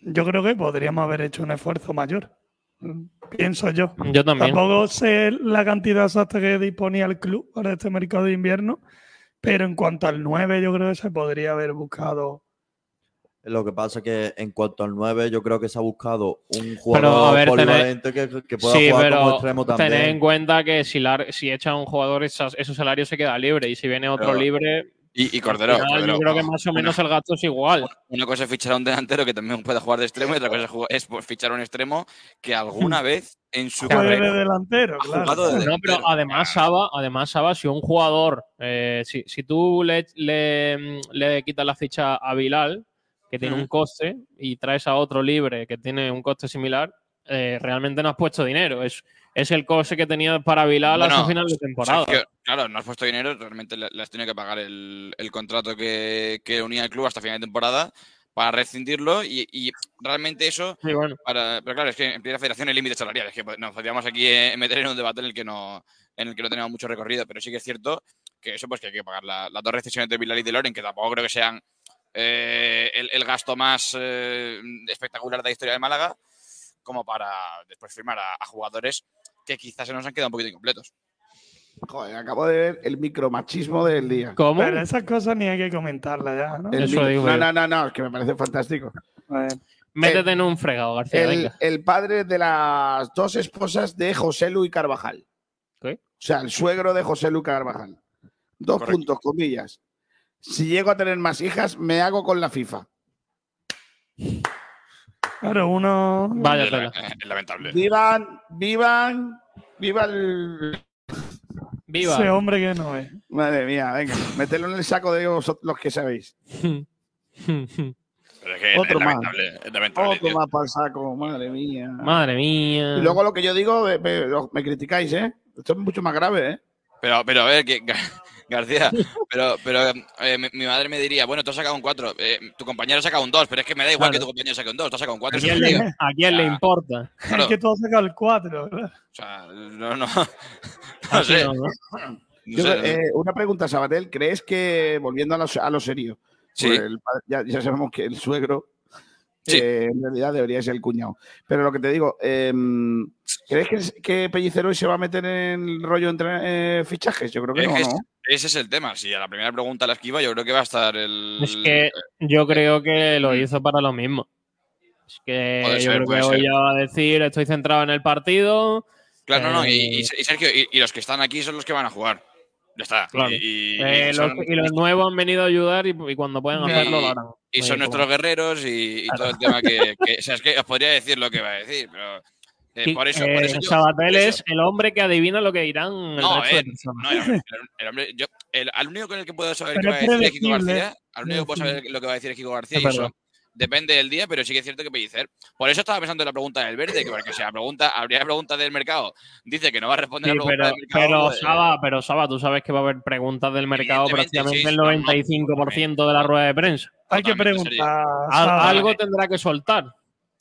Yo creo que podríamos haber hecho un esfuerzo mayor. Pienso yo. Yo también. Tampoco sé la cantidad exacta que disponía el club para este mercado de invierno, pero en cuanto al 9, yo creo que se podría haber buscado. Lo que pasa que en cuanto al 9, yo creo que se ha buscado un a jugador ver, tened- polivalente que, que pueda Sí, jugar como pero extremo tened también. en cuenta que si, lar- si echa un jugador, esas- ese salario se queda libre. Y si viene otro Pero- libre, Y, y al Cordero, final Cordero, yo creo que no. más o menos el gasto es igual. Una cosa es fichar a un delantero que también pueda jugar de extremo y otra cosa es jugar- es pues, fichar a un extremo que *laughs* alguna vez en su Juegue de carrera delantero, eh, ha claro. jugado de No, delantero. pero además, Saba, además, Saba, si un jugador, eh, si, si tú le, le, le quitas la ficha a Bilal, que tiene Mm. un Ujú. coste, y traes a otro libre que tiene un coste similar, eh, realmente no has puesto dinero. Es, es el coste que tenía para Bilal a Bueno, su final de temporada. Sergio, claro, no has puesto dinero, realmente le, le has tenido que pagar el, el contrato que, que unía al club hasta final de temporada para rescindirlo y, y realmente eso, Sí, bueno, para, pero claro, es que en primera federación hay límites salariales, que pues, nos podríamos aquí eh, meter en un debate en el que no, en el que no tenemos mucho recorrido, pero sí que es cierto que eso pues que hay que pagar la- las dos recesiones de Villar y de Loren, que tampoco creo que sean eh, el, el gasto más eh, espectacular de la historia de Málaga, como para después firmar a, a jugadores que quizás se nos han quedado un poquito incompletos. Joder, acabo de ver el micromachismo del día. ¿Cómo? Pero esas cosas ni hay que comentarlas ya, ¿no? El Eso mic- digo no, yo. no, no, no, es que me parece fantástico. Eh, Métete en un fregado, García. el, venga. el padre de las dos esposas de José Luis Carvajal. ¿Qué? O sea, el suegro de José Luis Carvajal. Dos Correcto. puntos, comillas. Si llego a tener más hijas, me hago con la FIFA. Claro, uno. Vaya Es tela. la- es eh, lamentable. Vivan, vivan, viva el. Viva. *laughs* Ese hombre que no es. Madre mía, venga, metedlo en el saco de vosotros los que sabéis. Pero es que Otro es más. lamentable. Es lamentable, Otro tío. más para el saco, madre mía. Madre mía. Y luego lo que yo digo, eh, me, lo- me criticáis, ¿eh? Esto es mucho más grave, ¿eh? Pero, pero a ver, que, Gar- *laughs* García, pero, pero eh, mi, mi madre me diría, bueno, tú has sacado un 4, tu compañero ha sacado un 2, pero es que me da igual Claro. que tu compañero saque un 2, tú has sacado un 4. ¿A quién le, a quién le Ah. Ya. importa? *laughs* Claro, Es que tú has sacado el 4. o sea, no, no, *laughs* no Así sé. no, ¿no? no Yo sé. creo- eh, una pregunta, Sabatel. ¿Crees que, volviendo a lo, a lo serio, Sí. pues el pa- ya, ya sabemos que el suegro Sí. eh, en realidad debería ser el cuñado. Pero lo que te digo, em, ¿crees que, que Pellicero hoy se va a meter en el rollo entre eh, fichajes? Yo creo que Es no, que ¿no? Ese es el tema. Si a la primera pregunta la esquiva, yo creo que va a estar el. eh, Es que yo creo que lo hizo para lo mismo. Es que mm. Puede yo ser, creo puede que hoy ser. ya va a decir, estoy centrado en el partido. Claro, no, no. Y, y- eh, y Sergio, y, y los que están aquí son los que van a jugar. Ya está. Claro. Y, y- eh, y los- son, Mm, y los nuevos han venido a ayudar y, y cuando pueden Y- hacerlo lo harán. y son Eh, nuestros guerreros y, y todo el tema que, que- O sea, es que os podría decir lo que va a decir, pero. eh, Sí, por eso. eh, por eso yo- Sabatel por eso- es el hombre que adivina lo que dirán el No, resto de eh, personas. No, el, hombre- el- el hombre, yo, el, al único con el que puedo saber qué Pero va a es decir es Kiko predecible, García, al único que puedo saber lo que va a decir es Kiko García, Es y eso verdad. depende del día, pero sí que es cierto que Pellicer. Por eso estaba pensando en la pregunta del verde, que porque si la pregunta, habría pregunta del mercado, dice que no va a responder *laughs* Sí, la pregunta pero, del mercado. pero, eh, Saba, pero Saba, tú sabes que va a haber preguntas del mercado Evidentemente, prácticamente sí, el no, no, 95% de la rueda de prensa. Hay que Totalmente serio. preguntar. Al- Saba. eh. algo tendrá que soltar.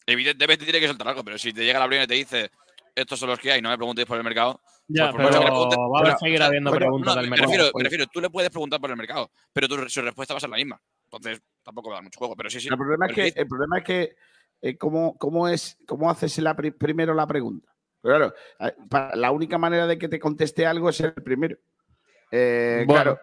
evidentemente tiene que soltar algo, pero si te llega la primera y te dice estos son los que hay, no me preguntéis por el mercado. Ya, Pues por mucho pero que le preguntes, va a pero- seguir o sea, habiendo pero- preguntas no, del me mercado. refiero- me refiero, tú le puedes preguntar por el mercado, pero tu, su respuesta va a ser la misma. Entonces, tampoco va a dar mucho juego, pero sí, sí. El problema es pero sí. que, el problema es que eh, ¿cómo, cómo es, cómo haces la pri- primero la pregunta? Claro, eh, pa- la única manera de que te conteste algo es el primero. Eh, Bueno. Claro,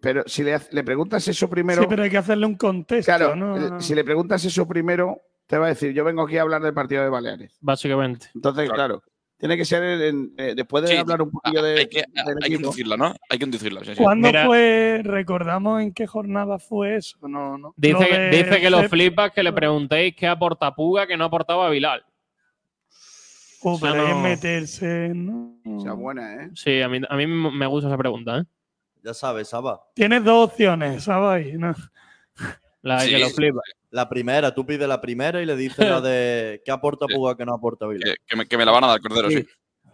pero si le, ha- le preguntas eso primero, Sí, pero hay que hacerle un contexto. claro, ¿no? eh, si le preguntas eso primero, te va a decir, yo vengo aquí a hablar del partido de Baleares. Básicamente. Entonces, claro, tiene que ser en- eh, después de Sí, ah, hablar un poquillo de, hay que, del hay que equipo. inducirla, ¿no? Hay que inducirla. sí, sí. ¿Cuándo Mira- fue? ¿Recordamos en qué jornada fue eso? No, no. Dice, Lo que- de- dice que lo de- flipas que le preguntéis qué aporta Puga que no aportaba Vilal. Uh, pero Ya hay que no- meterse, ¿no? O sea, buena, ¿eh? Sí, a mí, a mí me gusta esa pregunta. ¿eh? Ya sabes, Saba. Tienes dos opciones, ¿sabes? ahí, ¿no? La de Sí, que lo sí. flipas. La primera, tú pides la primera y le dices *laughs* la de qué aporta Sí. Puga, que no aporta Vila. Que, que me, que me la van a dar, Cordero, sí. Sí.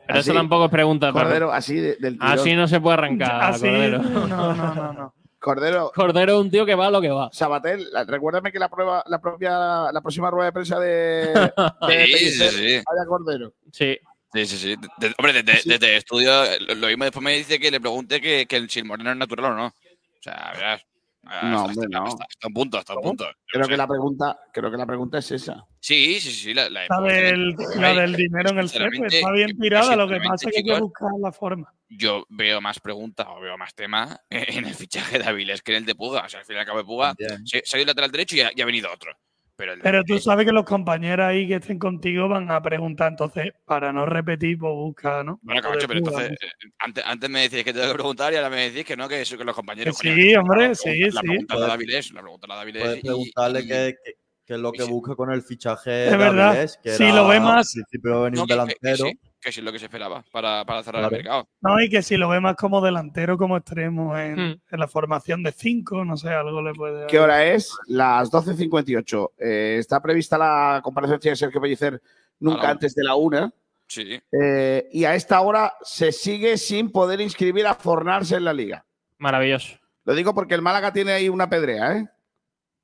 Pero Así, eso tampoco es pregunta. pero- Cordero, así de- del tirón. así Ah, no se puede *laughs* arrancar, Así, Cordero. no, no, no, no. Cordero, Cordero es un tío que va a lo que va. Sabatel, la- recuérdame que la prueba, la propia, la próxima rueda de prensa *laughs* de, de Sí, sí, Pellicer sí. vaya Cordero. Sí, Sí, sí, sí. De- hombre, desde, desde estudio, eh, lo, lo mismo después me dice que le pregunte que, que el si el moreno es natural o no. O sea, verás. Ah, No, hasta- hombre, hasta- no. hasta- hasta un punto, hasta un punto. Yo Creo qué que sé. la pregunta, creo que la pregunta es esa. Sí, sí, sí. La, la- La del, la Ay, del dinero en el CEP sinceramente, está bien tirada, lo que sinceramente, pasa es que hay que chicos, eh, buscar la forma. Yo veo más preguntas o veo más temas en el fichaje de Avilés que en el de Puga. O sea, al final acaba de Puga, También. se, se ha ido el lateral derecho y ha, y ha venido otro. Pero, el de Pero tú Avilés- sabes que los compañeros ahí que estén contigo van a preguntar, entonces, para no repetir, pues busca, ¿no? Lo de Bueno, Camacho, pero Puga, entonces, eh, antes, antes me decís que tengo que preguntar y ahora me decís que no, que, eso- que los compañeros. Que coño, sí, la hombre, pregunta- sí, La sí. pregunta la de Avilés, la pregunta la de Avilés. pues Puedes y- preguntarle y- qué qué- qué es lo que Sí. busca con el fichaje Es de verdad. Avilés, que Si era- lo ve más- Al principio va a venir no, un que- que- que delantero. sí, que sí es lo que se esperaba para, para cerrar el Claro. mercado. No, y que si lo ve más como delantero, como extremo en, Hmm. en la formación de cinco, no sé, algo le Eh, puede. ¿Qué hora es? Las 12.58. Eh, está prevista la comparecencia de Sergio Pellicer A la nunca una. antes de la una. Sí. Eh, y a esta hora se sigue sin poder inscribir a Fornarse en la liga. maravilloso. Lo digo porque el Málaga tiene ahí una pedrea, ¿eh?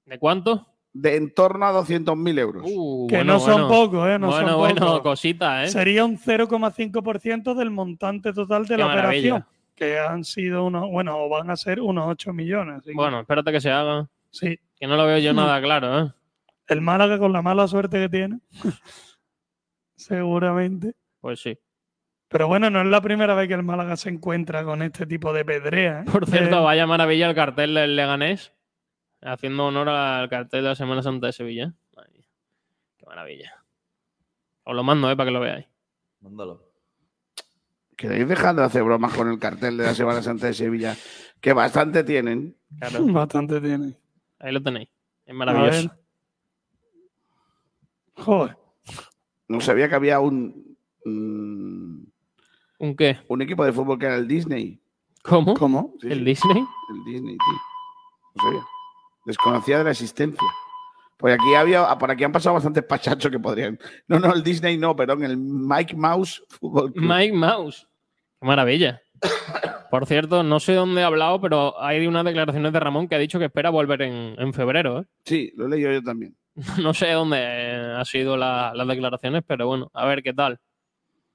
¿De cuánto? De en torno a 200.000 euros. Uh, Que bueno, no son bueno. pocos, ¿eh? No bueno, son bueno, pocos. cositas, ¿eh? Sería un 0,5% del montante total de Qué la maravilla. operación, que han sido unos, bueno, o van a ser unos 8 millones. así que- Bueno, espérate que se haga. sí. Que no lo veo yo Mm. nada claro, ¿eh? El Málaga con la mala suerte que tiene, *laughs* seguramente. Pues sí. Pero bueno, no es la primera vez que el Málaga se encuentra con este tipo de pedrea. ¿eh? Por cierto, Eh, vaya maravilla el cartel del Leganés. Haciendo honor al cartel de la Semana Santa de Sevilla. Madre mía, Qué maravilla. Os lo mando, ¿eh? Para que lo veáis. Mándalo. ¿Queréis dejar de hacer bromas con el cartel de la Semana Santa de Sevilla? Que bastante tienen. *laughs* *laughs* Claro, Bastante tiene. ahí lo tenéis. Es A maravilloso. ver. Joder. No sabía que había un, mm, ¿Un qué? un equipo de fútbol que era el Disney. ¿Cómo? ¿Cómo? Sí, ¿El sí. Disney? El Disney, tío. No sabía. Desconocía de la existencia. Por aquí había, por aquí han pasado bastantes pachachos que podrían. No, no, el Disney no, perdón, el Mike Mouse Fútbol Club. Mike Mouse. Qué maravilla. Por cierto, no sé dónde he hablado, pero hay unas declaraciones de Ramón que ha dicho que espera volver en, en febrero. ¿eh? *laughs* Sí, lo he leído yo también. No sé dónde han sido la- las declaraciones, pero bueno, a ver qué tal.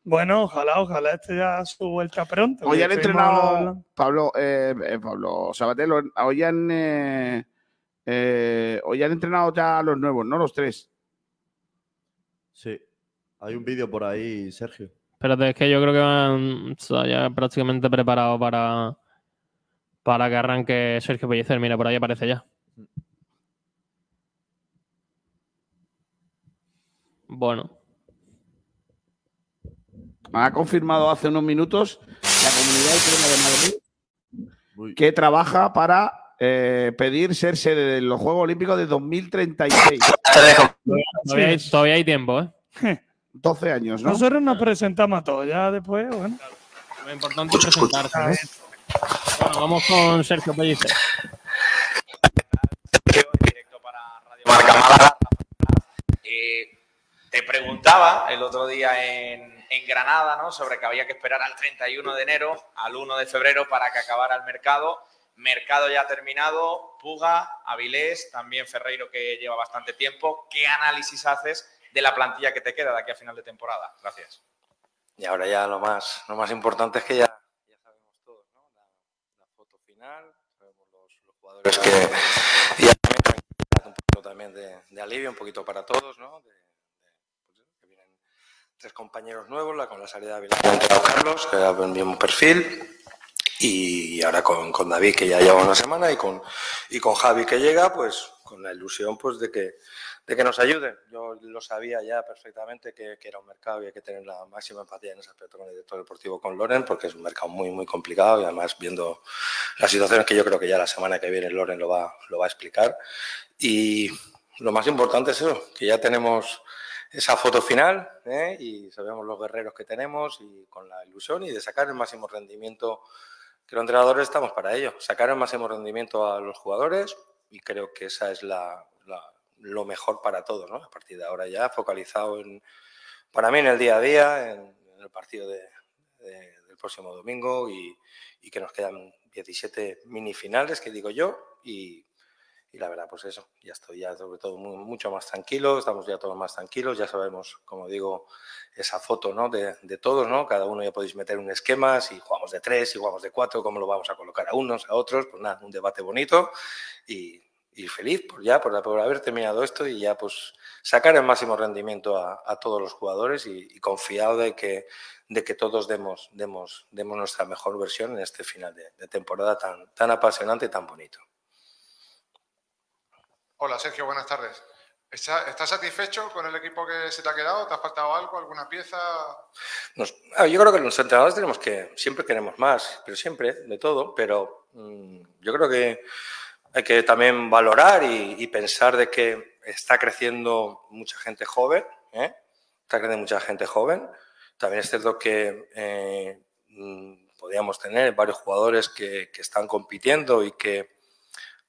Bueno, ojalá, ojalá esté ya a su vuelta pronto. Hoy que han estuvimos entrenado hablando. Pablo, eh, eh, Pablo Sabater, lo- hoy han eh, eh, hoy han entrenado ya a los nuevos, ¿no? Los tres. Sí. Hay un vídeo por ahí, Sergio. Pero es que yo creo que van o sea, ya prácticamente preparados para, para que arranque Sergio Pellicer. Mira, por ahí aparece ya. Bueno, Ha confirmado hace unos minutos la comunidad autónoma de Madrid Uy. que trabaja para eh, pedir ser sede de los Juegos Olímpicos de 2036. todavía, hay, todavía hay tiempo, ¿eh? 12 años, ¿no? Nosotros nos presentamos a todos, ya después, bueno. Lo importante es presentarse. ¿no? Bueno, vamos con Sergio Pellicer. directo para Radio Marca Málaga. Eh, te preguntaba el otro día en, en Granada, ¿no? Sobre que había que esperar al 31 de enero, al 1 de febrero para que acabara el mercado. Mercado ya terminado, Puga, Avilés, también Ferreiro que lleva bastante tiempo. ¿Qué análisis haces de la plantilla que te queda de aquí a final de temporada? Gracias. Y ahora ya lo más, lo más importante es que ya, ya sabemos todos, ¿no? La, la foto final, sabemos los, los jugadores que... Y ya también tranquilidad, un poquito también de, de alivio, un poquito para todos, ¿no? De, de- pues, que vienen tres compañeros nuevos, la, con la salida de Avilés, que ha entrado Carlos, Pues que ha vendido un perfil, y ahora con, con David, que ya lleva una semana, y con, y con Javi, que llega, pues con la ilusión pues de que de que nos ayuden. Yo lo sabía ya perfectamente que, que era un mercado y hay que tener la máxima empatía en ese aspecto con el director deportivo, con Loren, porque es un mercado muy, muy complicado y además viendo las situaciones que yo creo que ya la semana que viene Loren lo va, lo va a explicar. Y lo más importante es eso, que ya tenemos esa foto final ¿eh? y sabemos los guerreros que tenemos y con la ilusión y de sacar el máximo rendimiento que los entrenadores estamos para ello, sacar el máximo rendimiento a los jugadores y creo que esa es la, la- lo mejor para todos, ¿no? A partir de ahora ya focalizado en, para mí en el día a día, en, en el partido de- de- del próximo domingo y, y que nos quedan 17 minifinales, que digo yo, y, y la verdad, pues eso, ya estoy ya sobre todo mu- mucho más tranquilo, estamos ya todos más tranquilos, ya sabemos, como digo, esa foto ¿no? de, de todos, ¿no? Cada uno ya podéis meter un esquema, si jugamos de tres, si jugamos de cuatro, cómo lo vamos a colocar a unos, a otros, pues nada, un debate bonito y, y feliz por ya, por, por haber terminado esto y ya pues sacar el máximo rendimiento a, a todos los jugadores y, y confiado de que, de que todos demos, demos, demos nuestra mejor versión en este final de, de temporada tan, tan apasionante y tan bonito. Hola Sergio, buenas tardes. ¿Está- ¿Estás satisfecho con el equipo que se te ha quedado? ¿Te ha faltado algo, alguna pieza? Nos- ah, yo creo que los entrenadores tenemos que, siempre queremos más, pero siempre, de todo, pero mm, yo creo que hay que también valorar y, y pensar de que está creciendo mucha gente joven, ¿eh? está creciendo mucha gente joven. También es cierto que eh, mm, podíamos tener varios jugadores que, que están compitiendo y que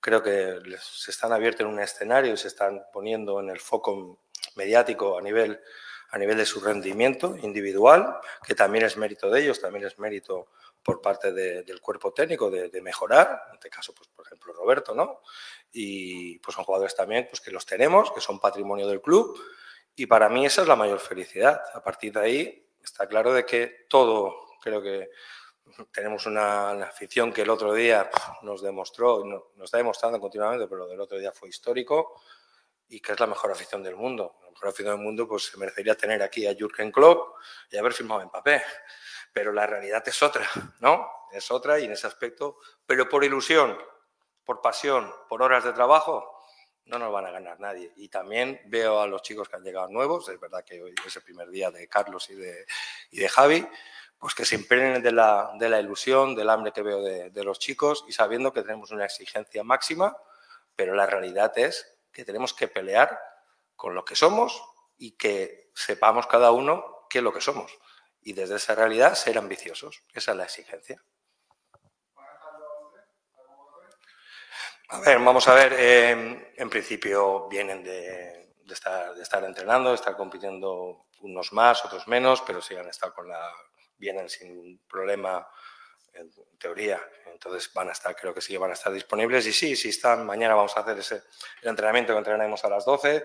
creo que les- se están abiertos en un escenario y se están poniendo en el foco mediático a nivel a nivel de su rendimiento individual, que también es mérito de ellos, también es mérito por parte de- del cuerpo técnico de, de mejorar, en este caso, pues, por ejemplo, Roberto, ¿no? Y pues son jugadores también pues, que los tenemos, que son patrimonio del club, y para mí esa es la mayor felicidad. A partir de ahí está claro de que todo, creo que tenemos una, una afición que el otro día pf, nos demostró, y no- nos está demostrando continuamente, pero lo del otro día fue histórico, y que es la mejor afición del mundo. La mejor afición del mundo pues se merecería tener aquí a Jürgen Klopp y haber firmado en papel. Pero la realidad es otra, ¿no? Es otra y en ese aspecto, pero por ilusión, por pasión, por horas de trabajo, no nos van a ganar nadie. Y también veo a los chicos que han llegado nuevos, es verdad que hoy es el primer día de Carlos y de, y de Javi, pues que se impregnen de la, de la ilusión, del hambre que veo de, de los chicos y sabiendo que tenemos una exigencia máxima, pero la realidad es que tenemos que pelear con lo que somos y que sepamos cada uno qué es lo que somos. Y desde esa realidad ser ambiciosos. Esa es la exigencia. A ver, vamos a ver. eh, en principio vienen de, de estar, de estar entrenando, de estar compitiendo unos más, otros menos, pero sí han estado con la. vienen sin problema, en teoría. Entonces van a estar, creo que sí, van a estar disponibles. Y sí, si están, mañana vamos a hacer ese el entrenamiento que entrenaremos a las 12.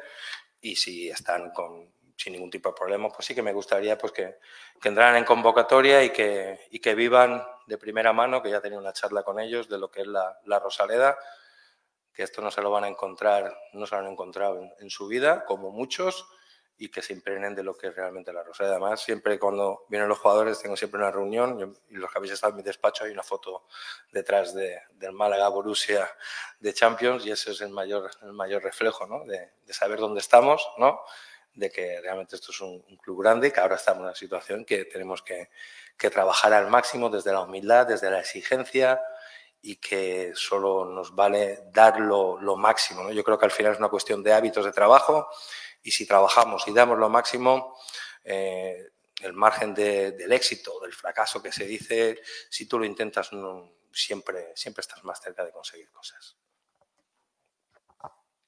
Y si están con sin ningún tipo de problema, pues sí que me gustaría pues que, que entraran en convocatoria y que, y que vivan de primera mano, que ya tenía una charla con ellos de lo que es la, la Rosaleda, que esto no se lo van a encontrar, no se lo han encontrado en, en su vida, como muchos, y que se impregnen de lo que es realmente la Rosaleda. Además, siempre cuando vienen los jugadores tengo siempre una reunión, yo- y los que habéis estado en mi despacho hay una foto detrás de, del Málaga Borussia de Champions, y ese es el mayor, el mayor reflejo, ¿no? De, de saber dónde estamos, ¿no? de que realmente esto es un, un club grande y que ahora estamos en una situación que tenemos que, que trabajar al máximo desde la humildad, desde la exigencia y que solo nos vale dar lo, lo máximo. ¿no? Yo creo que al final es una cuestión de hábitos de trabajo y si trabajamos y damos lo máximo, eh, el margen de- del éxito, del fracaso que se dice, si tú lo intentas, no- siempre, siempre estás más cerca de conseguir cosas.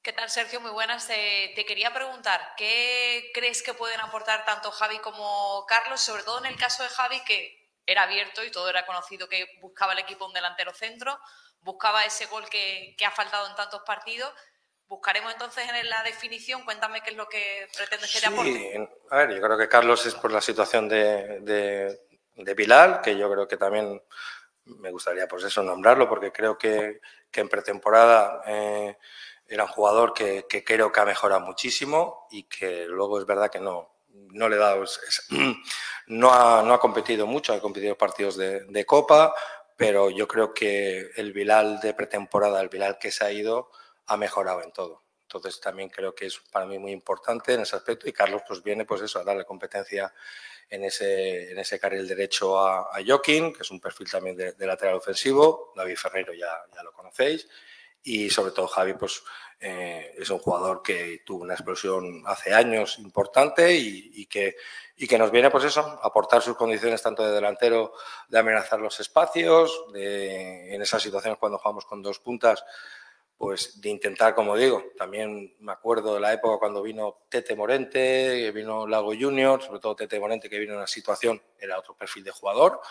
¿Qué tal, Sergio? Muy buenas. Eh, te quería preguntar, ¿qué crees que pueden aportar tanto Javi como Carlos? Sobre todo en el caso de Javi, que era abierto y todo era conocido que buscaba el equipo un delantero centro, buscaba ese gol que, que ha faltado en tantos partidos. Buscaremos entonces en la definición, cuéntame qué es lo que pretendes que te aporte. Sí, a ver, yo creo que Carlos es por la situación de, de, de Pilar, que yo creo que también me gustaría pues eso nombrarlo, porque creo que, que en pretemporada eh, era un jugador que, que creo que ha mejorado muchísimo y que luego es verdad que no, no le he dado, es- es- *clears throat* no, ha, no ha competido mucho, ha competido partidos de, de Copa, pero yo creo que el Bilal de pretemporada, el Bilal que se ha ido, ha mejorado en todo. Entonces también creo que es para mí muy importante en ese aspecto y Carlos pues viene pues eso a darle competencia en ese, en ese carril derecho a, a Joaquín, que es un perfil también de, de lateral ofensivo, David Ferrero ya, ya lo conocéis y sobre todo Javi pues eh, es un jugador que tuvo una explosión hace años importante y, y que, y que nos viene pues eso, a aportar sus condiciones tanto de delantero, de amenazar los espacios, de, en esas situaciones cuando jugamos con dos puntas pues de intentar, como digo, también me acuerdo de la época cuando vino Tete Morente, que vino Lago Junior, sobre todo Tete Morente que vino en una situación, era otro perfil de jugador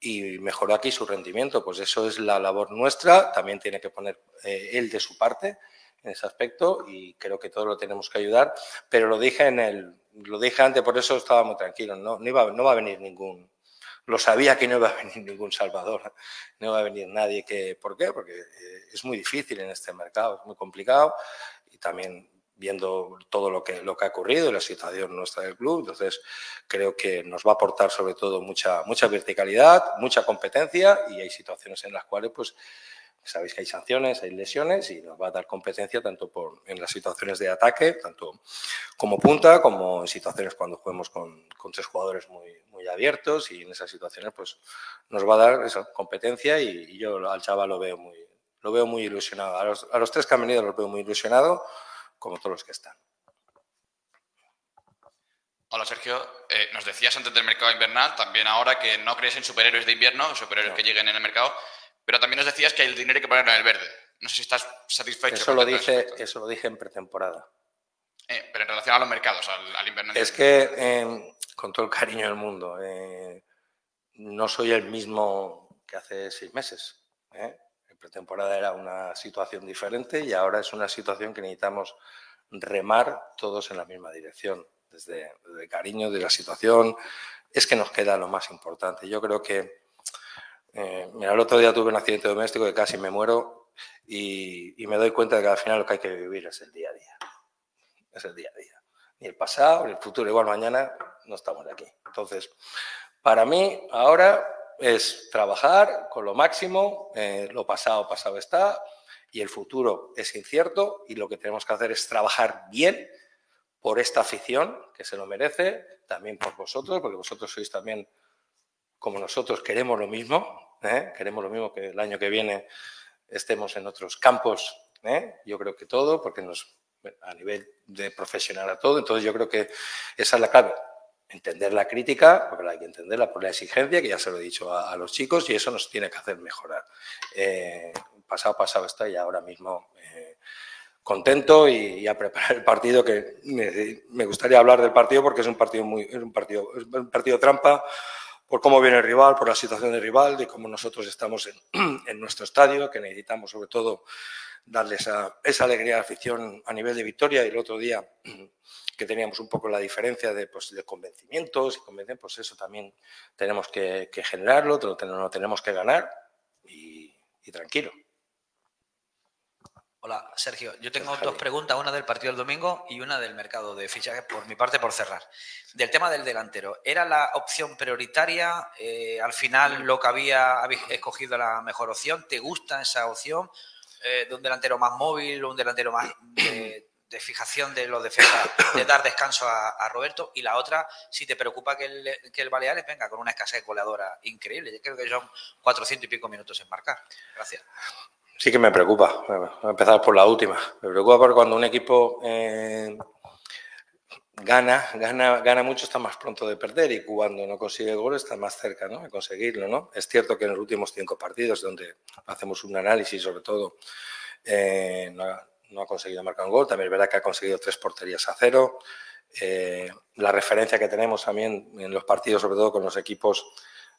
y mejoró aquí su rendimiento, pues eso es la labor nuestra, también tiene que poner eh, él de su parte en ese aspecto y creo que todos lo tenemos que ayudar, pero lo dije en el lo dije antes, por eso estaba muy tranquilo, no, no, iba, no va a venir ningún lo sabía que no iba a venir ningún salvador, no iba a venir nadie que, ¿por qué? Porque eh, es muy difícil en este mercado, es muy complicado y también viendo todo lo que, lo que ha ocurrido y la situación nuestra del club, entonces creo que nos va a aportar sobre todo mucha, mucha verticalidad, mucha competencia y hay situaciones en las cuales pues sabéis que hay sanciones, hay lesiones y nos va a dar competencia tanto por, en las situaciones de ataque, tanto como punta, como en situaciones cuando juguemos con, con tres jugadores muy, muy abiertos y en esas situaciones pues nos va a dar esa competencia y, y yo al chaval lo veo muy, lo veo muy ilusionado. A los, a los tres que han venido los veo muy ilusionado, como todos los que están. Hola Sergio, Eh, nos decías antes del mercado invernal, también ahora que no crees en superhéroes de invierno, superhéroes que lleguen en el mercado, pero también nos decías que hay el dinero hay que ponerlo en el verde. No sé si estás satisfecho. Eso con lo todo dije, eso lo dije en pretemporada. Eh, pero en relación a los mercados, al, al invierno. Es que, eh, con todo el cariño del mundo, eh, no soy el mismo que hace seis meses. ¿eh? En pretemporada era una situación diferente y ahora es una situación que necesitamos remar todos en la misma dirección, desde, desde el cariño de la situación. Es que nos queda lo más importante. Yo creo que, eh, mira, el otro día tuve un accidente doméstico que casi me muero y, y me doy cuenta de que al final lo que hay que vivir es el día a día. Es el día a día ni el pasado, ni el futuro, igual mañana no estamos aquí. Entonces, para mí ahora es trabajar con lo máximo, eh, lo pasado, pasado está, y el futuro es incierto, y lo que tenemos que hacer es trabajar bien por esta afición que se lo merece, también por vosotros, porque vosotros sois también como nosotros, queremos lo mismo, ¿eh? queremos lo mismo que el año que viene estemos en otros campos, ¿eh? yo creo que todo, porque nos, a nivel de profesional a todo, entonces yo creo que esa es la clave, entender la crítica, porque hay que entenderla por la exigencia, que ya se lo he dicho a, a los chicos, y eso nos tiene que hacer mejorar. Eh, pasado, pasado está y ahora mismo eh, contento y, y a preparar el partido que me, me gustaría hablar del partido porque es un partido muy es un partido es un partido trampa por cómo viene el rival, por la situación del rival, de cómo nosotros estamos en, *clears throat* en nuestro estadio, que necesitamos sobre todo darle esa, esa alegría a la afición a nivel de victoria. Y el otro día que teníamos un poco la diferencia de, pues, de convencimientos y convencer, pues eso también tenemos que, que generarlo, lo ten- lo tenemos que ganar y, y tranquilo. Hola, Sergio. Yo tengo dos preguntas, una del partido del domingo y una del mercado de fichajes, por mi parte, por cerrar. Del tema del delantero, ¿era la opción prioritaria? Eh, al final, lo que había, habéis escogido la mejor opción. ¿Te gusta esa opción? Eh, ¿De un delantero más móvil, un delantero más de, de fijación de los defensas, de dar descanso a, a Roberto? Y la otra, si te preocupa que el, que el Baleares venga con una escasez goleadora increíble. Yo creo que son 400 y pico minutos en marcar. Gracias. Sí que me preocupa. Voy a empezar por la última. Me preocupa porque cuando un equipo eh, gana, gana, gana mucho, está más pronto de perder y cuando no consigue gol está más cerca ¿no? de conseguirlo. ¿no? Es cierto que en los últimos cinco partidos, donde hacemos un análisis sobre todo, eh, no, ha- no ha conseguido marcar un gol. También es verdad que ha conseguido tres porterías a cero. Eh, la referencia que tenemos también en los partidos, sobre todo con los equipos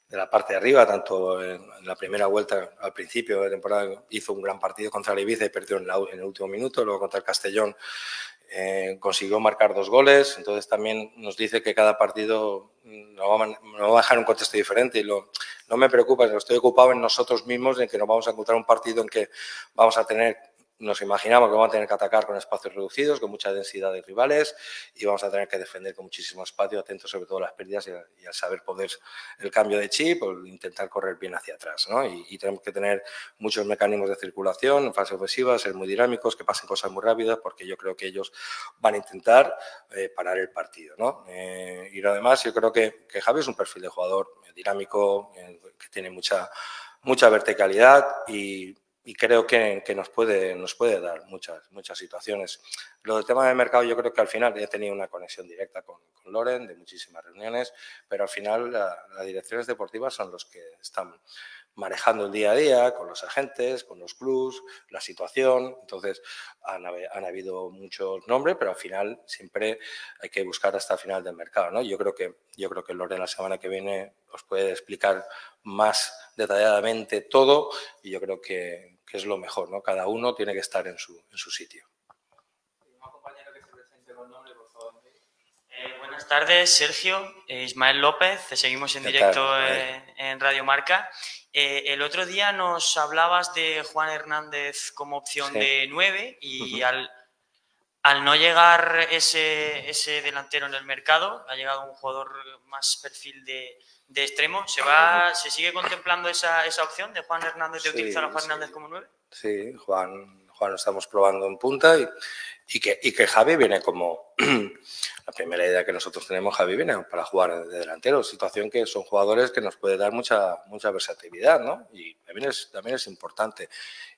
de la parte de arriba, tanto en en la primera vuelta al principio de temporada hizo un gran partido contra el Ibiza y perdió en, la u- en el último minuto, luego contra el Castellón eh, consiguió marcar dos goles, entonces también nos dice que cada partido mm, nos va a man- nos va a dejar un contexto diferente y lo, no me preocupa, estoy ocupado en nosotros mismos, en que nos vamos a encontrar un partido en que vamos a tener nos imaginamos que vamos a tener que atacar con espacios reducidos, con mucha densidad de rivales y vamos a tener que defender con muchísimo espacio, atentos sobre todo a las pérdidas y, a- y al saber poder el cambio de chip o el intentar correr bien hacia atrás. ¿no? Y, y tenemos que tener muchos mecanismos de circulación en fase ofensiva, ser muy dinámicos, que pasen cosas muy rápidas, porque yo creo que ellos van a intentar eh, parar el partido. ¿no? Eh, y además yo creo que, que Javi es un perfil de jugador eh, dinámico, eh, que tiene mucha, mucha verticalidad y y creo que, que nos, puede, nos puede dar muchas, muchas situaciones. Lo del tema del mercado, yo creo que al final he tenido una conexión directa con, con Loren, de muchísimas reuniones, pero al final la- las direcciones deportivas son los que están manejando el día a día, con los agentes, con los clubs, la situación. Entonces, han, habe- han habido muchos nombres, pero al final siempre hay que buscar hasta el final del mercado. ¿no? Yo creo que yo creo que Loren la semana que viene os puede explicar más detalladamente todo y yo creo que, que es lo mejor. ¿no? Cada uno tiene que estar en su, en su sitio. Eh, buenas tardes, Sergio. Eh, Ismael López, te seguimos en ¿Qué directo tal? eh, en Radio Marca. Eh, el otro día nos hablabas de Juan Hernández como opción Sí. de 9 y al, al no llegar ese, ese delantero en el mercado, ha llegado un jugador más perfil de, de extremo. ¿Se, va, ¿Se sigue contemplando esa, esa opción de Juan Hernández, de Sí, utilizar a Juan sí. Hernández como 9? Sí, Juan, Juan lo estamos probando en punta y, y que, y que Javi viene como *clears throat* la primera idea que nosotros tenemos, Javi viene para jugar de delantero, situación que son jugadores que nos puede dar mucha, mucha versatilidad, ¿no? Y también es, también es importante.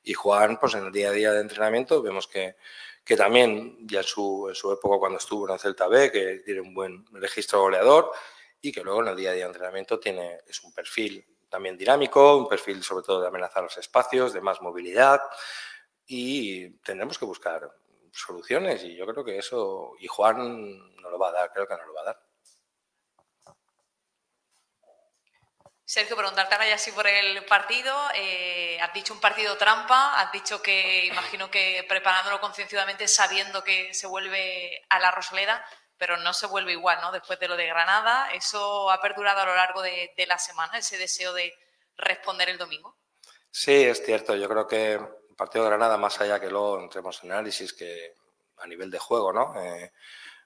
Y Juan, pues en el día a día de entrenamiento vemos que, que también ya en su, en su época cuando estuvo en el Celta B, que tiene un buen registro goleador y que luego en el día a día de entrenamiento tiene, es un perfil también dinámico, un perfil sobre todo de amenazar los espacios, de más movilidad y tendremos que buscar soluciones y yo creo que eso, y Juan no lo va a dar, creo que no lo va a dar. Sergio, preguntarte ahora ya sí por el partido. Eh, has dicho un partido trampa, has dicho que imagino que preparándolo concienciadamente sabiendo que se vuelve a la Rosaleda, pero no se vuelve igual, ¿no? Después de lo de Granada, eso ha perdurado a lo largo de, de la semana, ese deseo de responder el domingo. Sí, es cierto. Yo creo que el partido de Granada, más allá que luego entremos en análisis, que a nivel de juego, ¿no? Eh,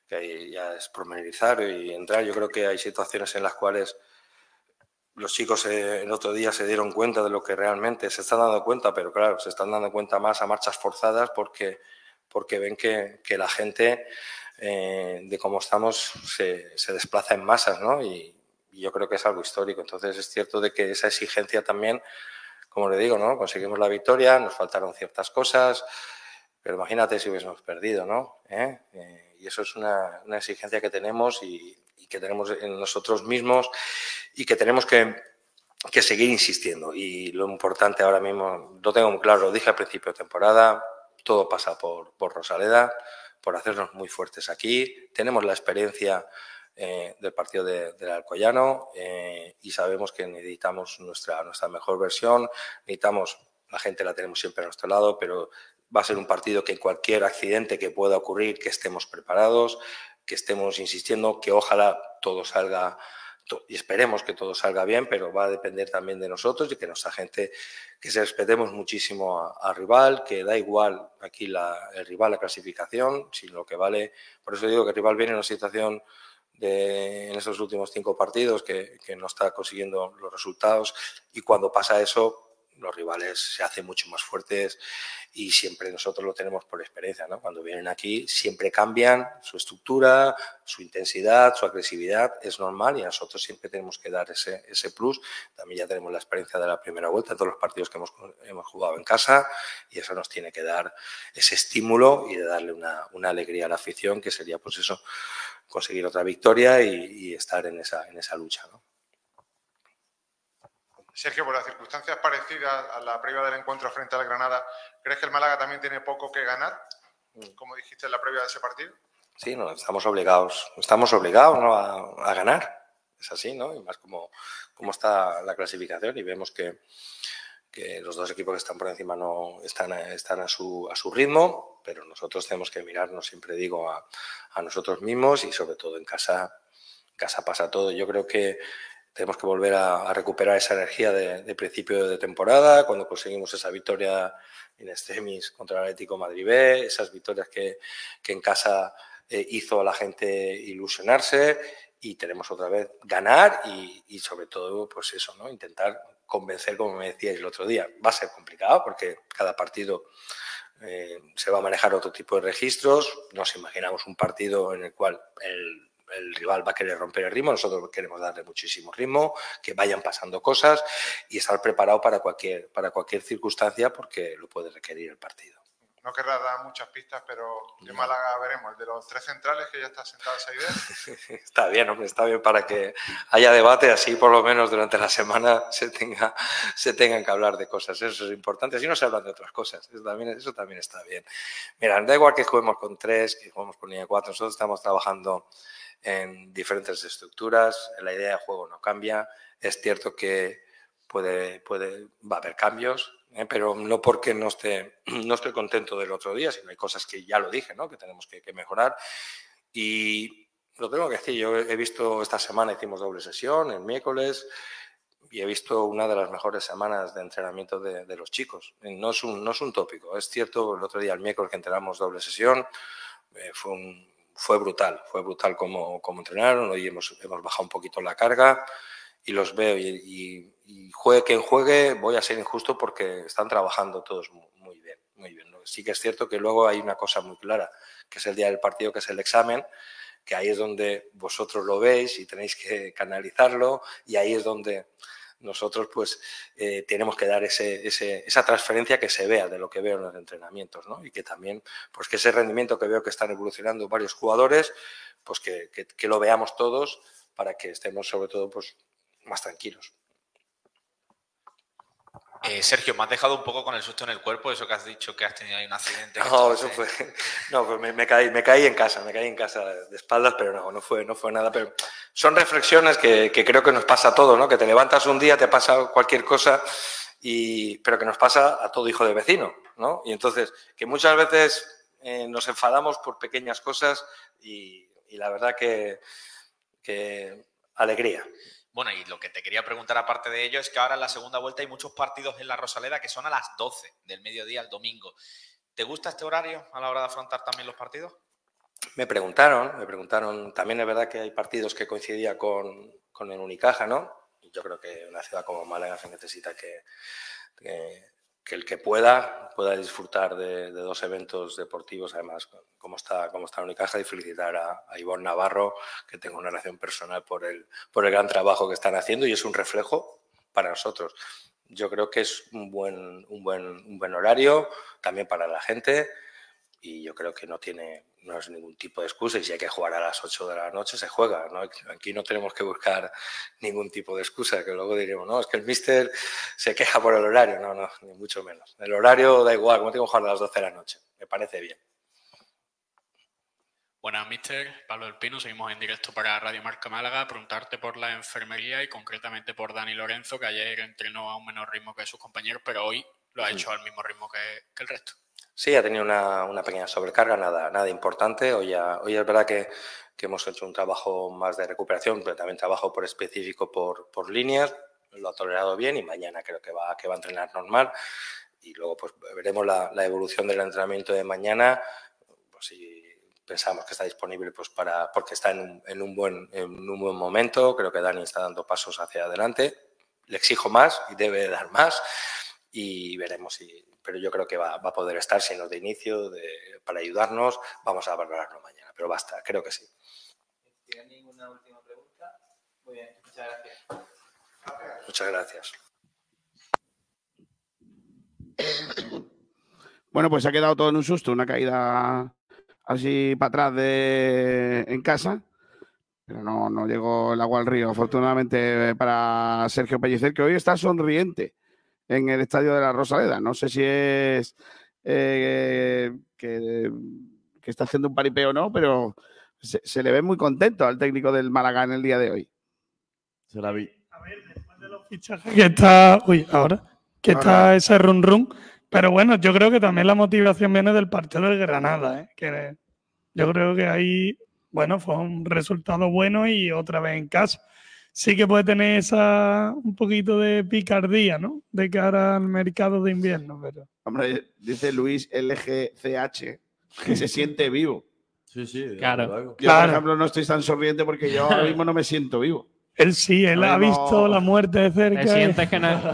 que ahí ya es promenorizar y entrar. Yo creo que hay situaciones en las cuales los chicos eh, el otro día se dieron cuenta de lo que realmente se están dando cuenta, pero claro, se están dando cuenta más a marchas forzadas porque, porque ven que, que la gente eh, de cómo estamos se, se desplaza en masas, ¿no? Y, y yo creo que es algo histórico. Entonces es cierto de que esa exigencia también como le digo, ¿no? Conseguimos la victoria, nos faltaron ciertas cosas, pero imagínate si hubiésemos perdido, ¿no? ¿Eh? Eh, y eso es una, una exigencia que tenemos y, y que tenemos en nosotros mismos y que tenemos que, que seguir insistiendo. Y lo importante ahora mismo, lo tengo muy claro, lo dije al principio de temporada, todo pasa por, por Rosaleda, por hacernos muy fuertes aquí. Tenemos la experiencia eh, del partido de, del Alcoyano eh, y sabemos que necesitamos nuestra, nuestra mejor versión, necesitamos, la gente la tenemos siempre a nuestro lado, pero va a ser un partido que cualquier accidente que pueda ocurrir, que estemos preparados, que estemos insistiendo, que ojalá todo salga y esperemos que todo salga bien, pero va a depender también de nosotros y que nuestra gente, que se respetemos muchísimo al rival, que da igual aquí la, el rival, la clasificación, si lo que vale, por eso digo que el rival viene en una situación de, en estos últimos cinco partidos que, que no está consiguiendo los resultados y cuando pasa eso, los rivales se hacen mucho más fuertes y siempre nosotros lo tenemos por experiencia, ¿no? Cuando vienen aquí siempre cambian su estructura, su intensidad, su agresividad, es normal y nosotros siempre tenemos que dar ese, ese plus. También ya tenemos la experiencia de la primera vuelta, todos los partidos que hemos, hemos jugado en casa y eso nos tiene que dar ese estímulo y de darle una, una alegría a la afición que sería pues eso, conseguir otra victoria y, y estar en esa, en esa lucha, ¿no? Sergio, por las circunstancias parecidas a la previa del encuentro frente al Granada, ¿crees que el Málaga también tiene poco que ganar? Mm. Como dijiste en la previa de ese partido. Sí, no, estamos obligados, estamos obligados ¿no? a, a, ganar. Es así, ¿no? Y más como, como está la clasificación y vemos que, que, los dos equipos que están por encima no están, están a, su, a su ritmo, pero nosotros tenemos que mirarnos, siempre digo, a, a nosotros mismos y sobre todo en casa, en casa pasa todo. Yo creo que tenemos que volver a, a recuperar esa energía de, de, principio de temporada, cuando conseguimos esa victoria en extremis contra el Atlético Madrid B, esas victorias que, que en casa eh, hizo a la gente ilusionarse y tenemos otra vez ganar y, y, sobre todo, pues eso, ¿no? Intentar convencer, como me decíais el otro día. Va a ser complicado porque cada partido eh, se va a manejar otro tipo de registros. Nos imaginamos un partido en el cual el el rival va a querer romper el ritmo, nosotros queremos darle muchísimo ritmo, que vayan pasando cosas y estar preparado para cualquier, para cualquier circunstancia porque lo puede requerir el partido. No querrá dar muchas pistas, pero de Málaga veremos. De los tres centrales que ya está sentada *laughs* esa idea. está bien, hombre, está bien para que haya debate, así por lo menos durante la semana *laughs* se, tenga, se tengan que hablar de cosas. Eso es importante. Si no se hablan de otras cosas, eso también, eso también está bien. Mira, da igual que juguemos con tres, que juguemos con línea cuatro, nosotros estamos trabajando en diferentes estructuras, la idea de juego no cambia, es cierto que puede, puede, va a haber cambios, ¿eh? pero no porque no esté, *clears throat* no estoy contento del otro día, sino hay cosas que ya lo dije, ¿no? que tenemos que, que mejorar. Y lo tengo que decir, yo he visto esta semana, hicimos doble sesión, el miércoles, y he visto una de las mejores semanas de entrenamiento de, de los chicos. No es, un, no es un tópico, es cierto, el otro día, el miércoles que entrenamos doble sesión, eh, fue un, fue brutal, fue brutal como, como entrenaron, hoy hemos, hemos, bajado un poquito la carga y los veo y, y, y, juegue quien juegue, voy a ser injusto porque están trabajando todos muy, muy bien, muy bien. ¿no? Sí que es cierto que luego hay una cosa muy clara, que es el día del partido, que es el examen, que ahí es donde vosotros lo veis y tenéis que canalizarlo y ahí es donde nosotros pues eh, tenemos que dar ese, ese, esa transferencia que se vea de lo que veo en los entrenamientos, ¿no? Y que también, pues que ese rendimiento que veo que están evolucionando varios jugadores, pues que, que, que lo veamos todos para que estemos sobre todo pues más tranquilos. Eh, Sergio, me has dejado un poco con el susto en el cuerpo, eso que has dicho que has tenido ahí un accidente. No, eso fue. *laughs* No, pues me, me, caí, me caí en casa, me caí en casa de espaldas, pero no, no fue, no fue nada. Pero son reflexiones que, que creo que nos pasa a todos, ¿no? Que te levantas un día, te pasa cualquier cosa, y, pero que nos pasa a todo hijo de vecino, ¿no? Y entonces, que muchas veces eh, nos enfadamos por pequeñas cosas y, y la verdad que, que alegría. Bueno, y lo que te quería preguntar aparte de ello es que ahora en la segunda vuelta hay muchos partidos en la Rosaleda que son a las 12 del mediodía al domingo. ¿Te gusta este horario a la hora de afrontar también los partidos? Me preguntaron, me preguntaron, también es verdad que hay partidos que coincidía con, con el Unicaja, ¿no? Yo creo que una ciudad como Málaga se necesita que, que, que el que pueda pueda disfrutar de, de, dos eventos deportivos, además, como está, como está Unicaja, y felicitar a, a Ivonne Navarro, que tengo una relación personal por el, por el gran trabajo que están haciendo y es un reflejo para nosotros. Yo creo que es un buen, un buen, un buen horario también para la gente y yo creo que no tiene, no es ningún tipo de excusa y si hay que jugar a las 8 de la noche se juega. ¿no? Aquí no tenemos que buscar ningún tipo de excusa, que luego diremos, no, es que el mister se queja por el horario. No, no, ni mucho menos. El horario da igual, como tengo que jugar a las 12 de la noche. Me parece bien. Buenas, mister. Pablo del Pino, seguimos en directo para Radio Marca Málaga. Preguntarte por la enfermería y concretamente por Dani Lorenzo, que ayer entrenó a un menor ritmo que sus compañeros, pero hoy lo ha hecho al mismo ritmo que, que el resto. Sí, ha tenido una, una pequeña sobrecarga, nada, nada importante. Hoy, ya- hoy es verdad que, que hemos hecho un trabajo más de recuperación, pero también trabajo por específico por, por líneas. Lo ha tolerado bien y mañana creo que va, que va a entrenar normal. Y luego pues veremos la, la evolución del entrenamiento de mañana. Pues, si pensamos que está disponible pues para porque está en un, en un buen, en un buen momento. Creo que Dani está dando pasos hacia adelante. Le exijo más y debe *laughs* dar más y veremos si pero yo creo que va, va a poder estar si no es de inicio de- para ayudarnos vamos a valorarlo mañana pero basta creo que sí ¿Tienen ninguna última pregunta? Muy bien, muchas gracias. muchas gracias Bueno, pues se ha quedado todo en un susto, una caída así para atrás de en casa. Pero no, no llegó el agua al río, afortunadamente eh, para Sergio Pellicer, que hoy está sonriente en el estadio de la Rosaleda. No sé si es eh, que, que está haciendo un paripeo o no, pero se, se le ve muy contento al técnico del Málaga en el día de hoy. Se la vi. que está, uy, ahora, que Ahora. está ese run run. Pero bueno, yo creo que también la motivación viene del partido del Granada, ¿eh? que yo creo que ahí, bueno, fue un resultado bueno y otra vez en casa. Sí que puede tener esa un poquito de picardía, ¿no? De cara al mercado de invierno, pero Hombre, dice Luis LGCH que se siente vivo. Sí, sí. Claro. Yo, por Claro. ejemplo, no estoy tan sonriente porque yo ahora mismo no me siento vivo. él sí, él Ahora ha mismo- visto la muerte de cerca. Te y- sientes *laughs* que, na-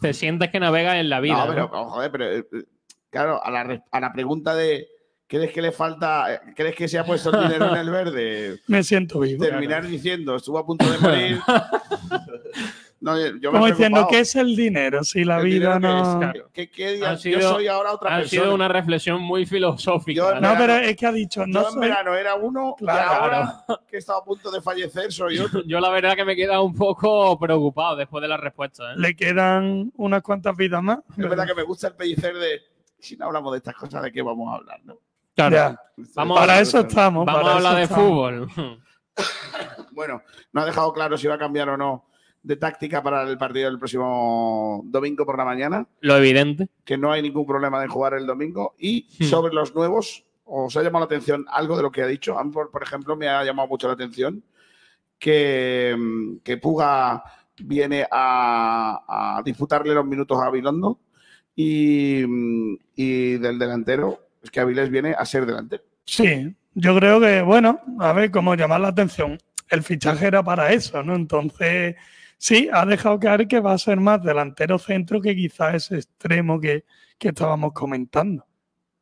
te sientes que navegas en la vida. No, pero, oh, joder, pero eh, eh, claro, a la, re- a la pregunta de ¿crees que le falta, eh, crees que se ha puesto el dinero en *laughs* el verde? Me siento vivo. Terminar diciendo, estuvo a punto *laughs* de morir. No, yo- yo me Como he diciendo, preocupado. ¿qué es el dinero si la vida no...? ¿Qué- qué día- Ha yo soy ahora otra ha persona. sido una reflexión muy filosófica. No, pero es que ha dicho, no Yo en soy- verano era uno y ahora que estaba a punto de fallecer soy otro. Yo la verdad que me he quedado un poco preocupado después de la respuesta. ¿eh? le quedan unas cuantas vidas más. Es verdad que me gusta el pellicer de si no hablamos de estas cosas, ¿de qué vamos a hablar? no? Claro. Ya. Vamos para a- eso estamos. vamos para a eso hablar de estamos. fútbol. Bueno, no ha dejado claro si va a cambiar o no de táctica para el partido del próximo domingo por la mañana. Lo evidente. Que no hay ningún problema de jugar el domingo. Y sobre los nuevos, ¿os ha llamado la atención algo de lo que ha dicho? A mí, por, por ejemplo, me ha llamado mucho la atención que, mm, que Puga viene a, a disputarle los minutos a Abilondo y, mm, y del delantero, es que Avilés viene a ser delantero. Sí, yo creo que, bueno, a ver cómo llamar la atención. El fichaje era para eso, ¿no? Entonces, sí, ha dejado caer que va a ser más delantero centro que quizás ese extremo que, que estábamos comentando,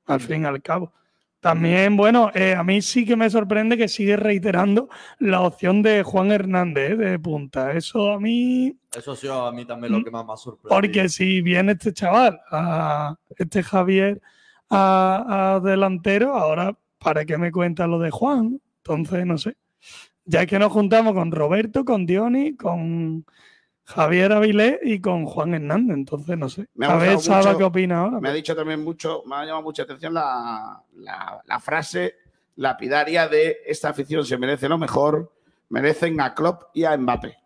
al fin y al cabo. También, bueno, eh, a mí sí que me sorprende que sigue reiterando la opción de Juan Hernández, ¿eh? de punta. Eso a mí Eso ha sido a mí también lo que más me ha Pues sorprendido. Mm. Porque si viene este chaval, a- este Javier, a, a delantero, ahora, ¿para qué me cuenta lo de Juan? Entonces, no sé. Ya que nos juntamos con Roberto, con Diony, con Javier Avilés y con Juan Hernández, entonces no sé. Me ha a ver, gustado Saba, mucho- ¿qué opina ahora? Me ha dicho también mucho, me ha llamado mucha atención la, la- la frase lapidaria de esta afición se merece lo mejor, merecen a Klopp y *laughs* a Mbappé.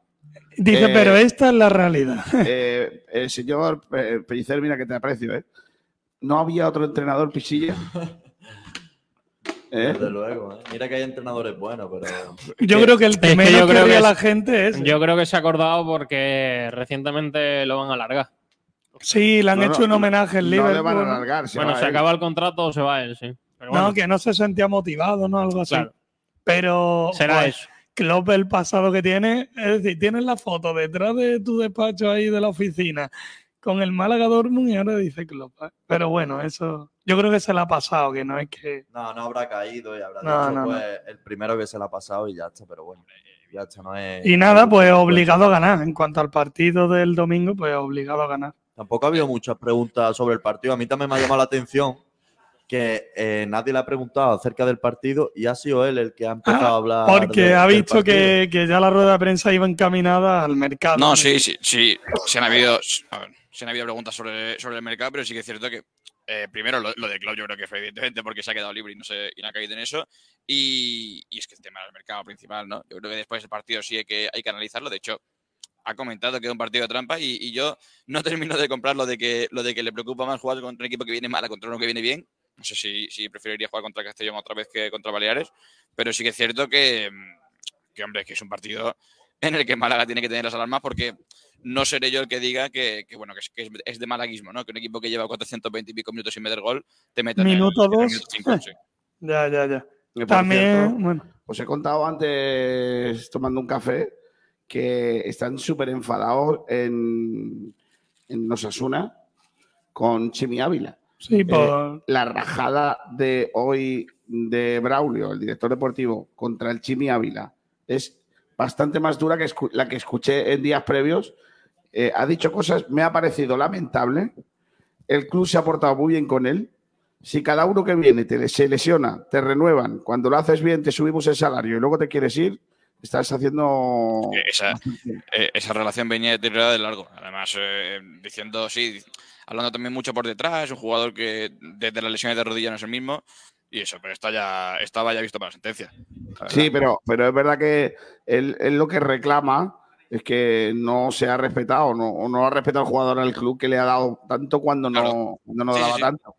Dice, Eh, pero esta es la realidad. *laughs* Eh, eh, señor eh, Pellicer, mira que te aprecio, ¿eh? No había otro entrenador pisilla. ¿Eh? Desde luego, ¿eh? Mira que hay entrenadores buenos, pero. *laughs* Yo creo que el que Es menos yo creo querría que la es- gente es... Yo creo que se ha acordado porque recientemente lo van a alargar. Sí, le han No, hecho no, un homenaje en no le Liverpool. van a ¿no? alargar, se Bueno, va se él. acaba el contrato o se va él, sí. Pero bueno. No, que no se sentía motivado, ¿no? Algo así. Claro. Pero. Será joder, eso. Klopp, el pasado que tiene, es decir, tienes la foto detrás de tu despacho ahí de la oficina con el Málaga Dortmund y ahora dice Klopp. ¿eh? Pero bueno, eso. Yo creo que se la ha pasado, que no es que. No, no habrá caído y habrá No, dicho, no, pues, el primero que se la ha pasado y ya está, pero bueno. Ya está, no Eh, es. Y nada, pues obligado a ganar. En cuanto al partido del domingo, pues obligado a ganar. Tampoco ha habido muchas preguntas sobre el partido. A mí también me ha llamado la atención que eh, nadie le ha preguntado acerca del partido y ha sido él el que ha empezado a hablar. Ah, Porque de- ha del visto partido. que, que ya la rueda de prensa iba encaminada al mercado. No, sí, sí, sí. Se han habido, a ver, se han habido preguntas sobre, sobre el mercado, pero sí que es cierto que eh, primero lo, lo de Klopp yo creo que fue evidentemente porque se ha quedado libre y no, se, y no ha caído en eso. Y, y es que el tema del mercado principal, ¿no? Yo creo que después del partido sí hay que, hay que analizarlo. De hecho, ha comentado que es un partido de trampa y, y yo no *laughs* termino de comprar lo de que lo de que le preocupa más jugar contra un equipo que viene mal a contra uno que viene bien. No sé si, si preferiría jugar contra Castellón otra vez que contra Baleares, pero sí que es cierto que, mm, que hombre, que es un partido *laughs* en el que Málaga tiene que tener las alarmas porque no seré yo el que diga que, que, bueno, que es, que es- es de malaguismo, ¿no? Que un equipo que lleva 420 y pico minutos sin meter gol te meta en el- Minuto en el dos. minuto cinco, sí. *laughs* Ya, ya, ya. Que, por También, cierto, bueno. Os he contado antes, tomando un café, que están súper enfadados en, en Osasuna con Chimi Ávila. Eh, Sí, por- la rajada de hoy de Braulio, el director deportivo, contra el Chimi Ávila es bastante más dura que escu- la que escuché en días previos. Eh, ha dicho cosas, me ha parecido lamentable. El club se ha portado muy bien con él. Si cada uno que viene te, se lesiona, te renuevan, cuando lo haces bien te subimos el salario y luego te quieres ir, estás haciendo... Esa, eh, esa relación venía deteriorada de largo. Además, eh, diciendo, sí, hablando también mucho por detrás, un jugador que desde las lesiones de rodilla no es el mismo. Y eso, pero está ya, estaba ya visto para la sentencia. la Sí, verdad. pero, pero es verdad que él, él lo que reclama es que no se ha respetado, no, o no ha respetado al jugador al club que le ha dado tanto cuando no, cuando no Sí, sí, daba sí. tanto.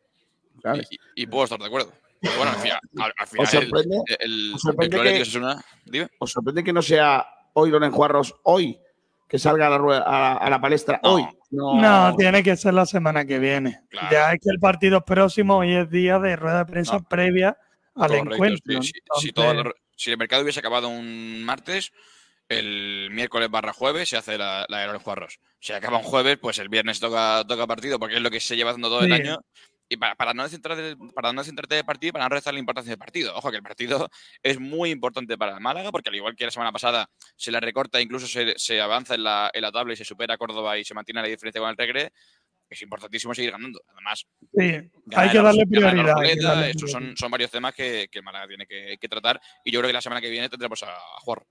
¿sabes? Y puedo estar de acuerdo. Pero bueno, al final, al- al final ¿Os sorprende, el, el, os sorprende el Cloret que, y Osasuna- dime. os sorprende que no sea hoy los enjuarros hoy que salga a la, rueda- a la- a la palestra hoy? No, tiene que ser la semana que viene. Ya es que el partido es próximo y es día de rueda de prensa previa al Correcto, encuentro. sí, sí, sí, todo lo- si el mercado hubiese acabado un martes, el miércoles barra jueves se hace la, la de los juarros. Si acaba un jueves, pues el viernes toca, toca partido, porque es lo que se lleva haciendo todo el Sí. año. Y para, para no centrarte, para no centrarte de partido y para no restar la importancia del partido. Ojo, que el partido *laughs* es muy importante para el Málaga, porque al igual que la semana pasada se le recorta, incluso se, se avanza en la, en la tabla y se supera a Córdoba y se mantiene la diferencia con el Regre, es importantísimo seguir ganando. Además, Sí, ganar hay que a la- darle prioridad. ganar a la hay que Rosaleda, darle esos son, son varios temas que, que el Málaga tiene que, que tratar y yo creo que la semana que viene tendremos a, a Juarro.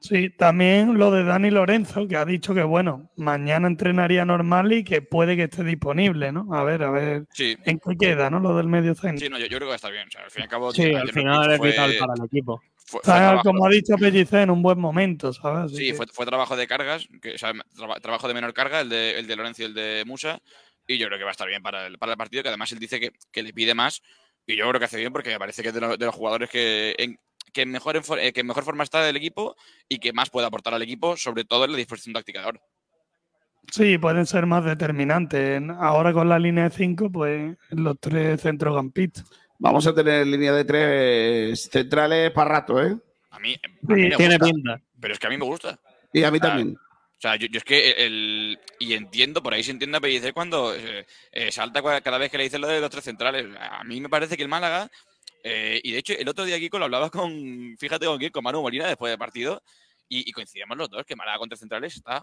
Sí, también lo de Dani Lorenzo, que ha dicho que, bueno, mañana entrenaría normal y que puede que esté disponible, ¿no? A ver, a ver. Sí. ¿En qué queda, no? Lo del medio centro. Sí, no, yo, yo creo que va a estar bien. O sea, al fin y al cabo, Sí, tío, al ayer no- final es fue- vital para el equipo. fue- fue Está, trabajo- como ha dicho Pellicer, en un buen momento, ¿sabes? Así Sí, que- fue, fue trabajo de cargas, que, o sea, traba- trabajo de menor carga, el de, el de Lorenzo y el de Musa, y yo creo que va a estar bien para el, para el partido, que además él dice que, que le pide más, y yo creo que hace bien porque me parece que es de, lo- de los jugadores que en, que, en mejor, en for- eh, que en mejor forma está del equipo y que más puede aportar al equipo, sobre todo en la disposición táctica de ahora. Sí, pueden ser más determinantes. En- Ahora con la línea de 5, pues los tres centrocampistas. Vamos a tener línea de tres centrales para rato, ¿eh? A mí, a mí Sí, me tiene gusta, pinta. Pero es que a mí me gusta. Y a mí O sea, también. O sea, yo, yo es que el. Y entiendo, por ahí se entiende a Pellicer cuando eh, eh, salta cua- cada vez que le dicen lo de los tres centrales. A mí me parece que el Málaga. eh, y de hecho, el otro día, Kiko, lo hablabas con. Fíjate con quién, con Manu Molina después del partido. Y, y coincidíamos los dos que Málaga con tres centrales está.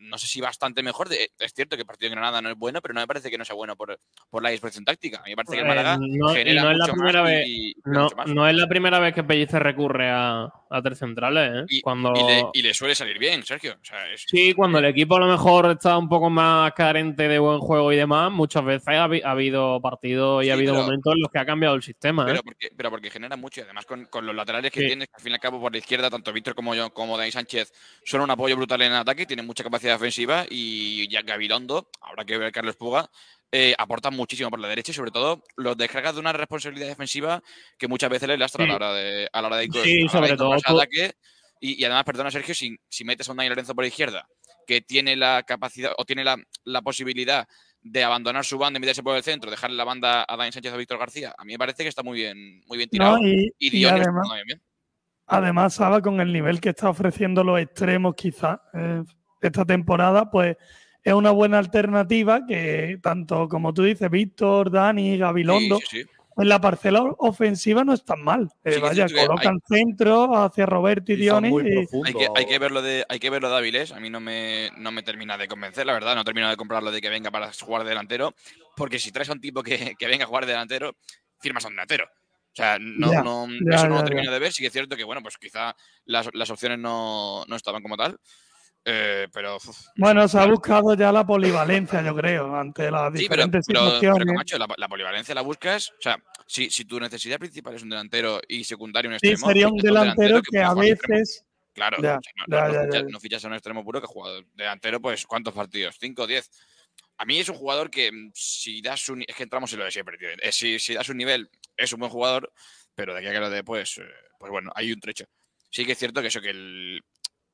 No sé si bastante mejor. De, es cierto que el partido en Granada no es bueno, pero no me parece que no sea bueno por, por la disposición táctica. A mí me parece que el Eh, Málaga no, y genera no es la mucho más primera y- vez, y- no, no es la primera vez que Pellicer recurre a, a tres centrales. ¿eh? cuando, y le, y le suele salir bien, Sergio. O sea, es, sí, cuando el equipo a lo mejor está un poco más carente de buen juego y demás, muchas veces ha, habi- ha habido partidos y ha habido pero- momentos en los que ha cambiado el sistema. ¿eh? Pero porque, pero porque genera mucho y además con, con los laterales que tienes, que al fin y al cabo por la izquierda, tanto Víctor como yo, como Dani Sánchez, son un apoyo brutal en ataque, tienen mucha capacidad ofensiva y ya Gabilondo, habrá que ver Carlos Puga, eh, aportan muchísimo por la derecha y sobre todo los descargas de una responsabilidad defensiva que muchas veces les lastra a la hora de, a la hora de, Sí, a la hora de sobre todo incorporarse al tú- ataque. Y, y además, perdona Sergio, si, si metes a un Dani Lorenzo por la izquierda, que tiene la capacidad o tiene la, la posibilidad de abandonar su banda y meterse por el centro, dejarle la banda a Dani Sánchez o a Víctor García, a mí me parece que está muy bien, muy bien tirado. No, y- y Dion está además- jugando bien. Además, Saba, con el nivel que está ofreciendo los extremos, quizás eh, esta temporada, pues es una buena alternativa que tanto, como tú dices, Víctor, Dani, Gabilondo, Sí, sí, sí. en la parcela ofensiva no es tan mal. Eh, Sí que vaya, es cierto que colocan centro hacia Roberto y Dioni. y- Hay que, hay que verlo de, hay que verlo de Avilés. A mí no me, no me termina de convencer, la verdad. No termino de comprarlo de que venga para jugar de delantero. Porque si traes a un tipo que, que venga a jugar de delantero, firmas a un delantero. O sea, no, Ya, no- ya, eso no ya, lo ya. termino de ver. Sí que es cierto que, bueno, pues quizá las, las opciones no, no estaban como tal. Eh, pero uf, Bueno, se ha buscado ya la polivalencia, yo creo, ante las Sí, pero, diferentes pero- pero, situaciones. Camacho, la, la polivalencia la buscas. O sea, si, si tu necesidad principal es un delantero y secundario un Sí, extremo. pues sería un fichas a delantero que pueda a jugar de extremo. veces. Claro, Ya, o sea, no, ya, no- no ya, ya, fichas, ya. no fichas a un extremo puro que juega delantero, pues ¿cuántos partidos? ¿Cinco o diez? A mí es un jugador que mm, si das un... Es que entramos en lo de siempre, tío. Eh, Si, si das un nivel, es un buen jugador, pero de aquí a que lo dé, pues, eh, pues bueno, hay un trecho. Sí que es cierto que eso, que el...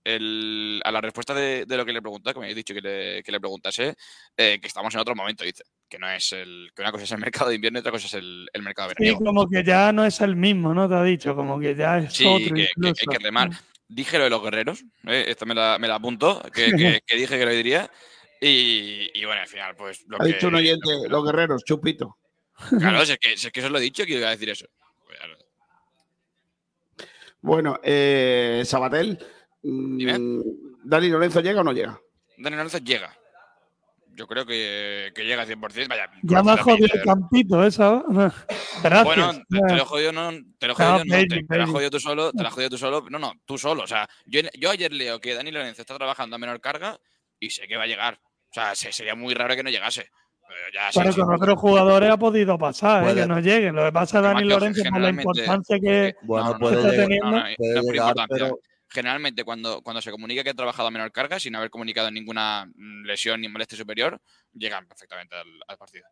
el- a la respuesta de, de lo que le preguntó, que me habéis dicho que le, que le preguntase, eh, que estamos en otro momento, dice. Que no es el... Que una cosa es el mercado de invierno y otra cosa es el, el mercado de Sí, verano. como que ya no es el mismo, ¿no? Te ha dicho, como que ya es Sí, otro. que, que- que hay incluso. que remar. Dije lo de los guerreros, eh, esta me la, me la apunto, *laughs* que, que- que dije que lo diría. Y, y bueno, al final, pues lo Ha que. dicho un oyente, los guerreros, chupito. *laughs* Claro, si es, que, si es que eso lo he dicho, que iba a decir eso. Bueno, eh, Sabatel, mm, ¿Dani Lorenzo llega o no llega? Dani Lorenzo llega. Yo creo que, que llega 100%. Vaya, Ya me ha conocido a jodido el Pellicer. campito, ¿eh? esa. *laughs* Gracias. Bueno, te, te lo he jodido, no, te lo he jodido, Ah, no, te, Pellicer, te lo has Pellicer. jodido tú solo, te lo has jodido tú solo, no, no, tú solo, o sea, yo, yo ayer leo que Dani Lorenzo está trabajando a menor carga y sé que va a llegar, o sea, se- sería muy raro que no llegase, Pero ya sé Pero que- con otros jugadores ha podido pasar, ¿eh? Puede. que no lleguen. Lo que pasa a Dani Camacho, Lorenzo por la generalmente- importancia que, No, no, que está teniendo. no, no, no, puede no es por llegar, importancia. pero- Generalmente, cuando, cuando se comunica que ha trabajado a menor carga, sin haber comunicado ninguna mm, lesión ni molestia superior, llegan perfectamente al, al partido.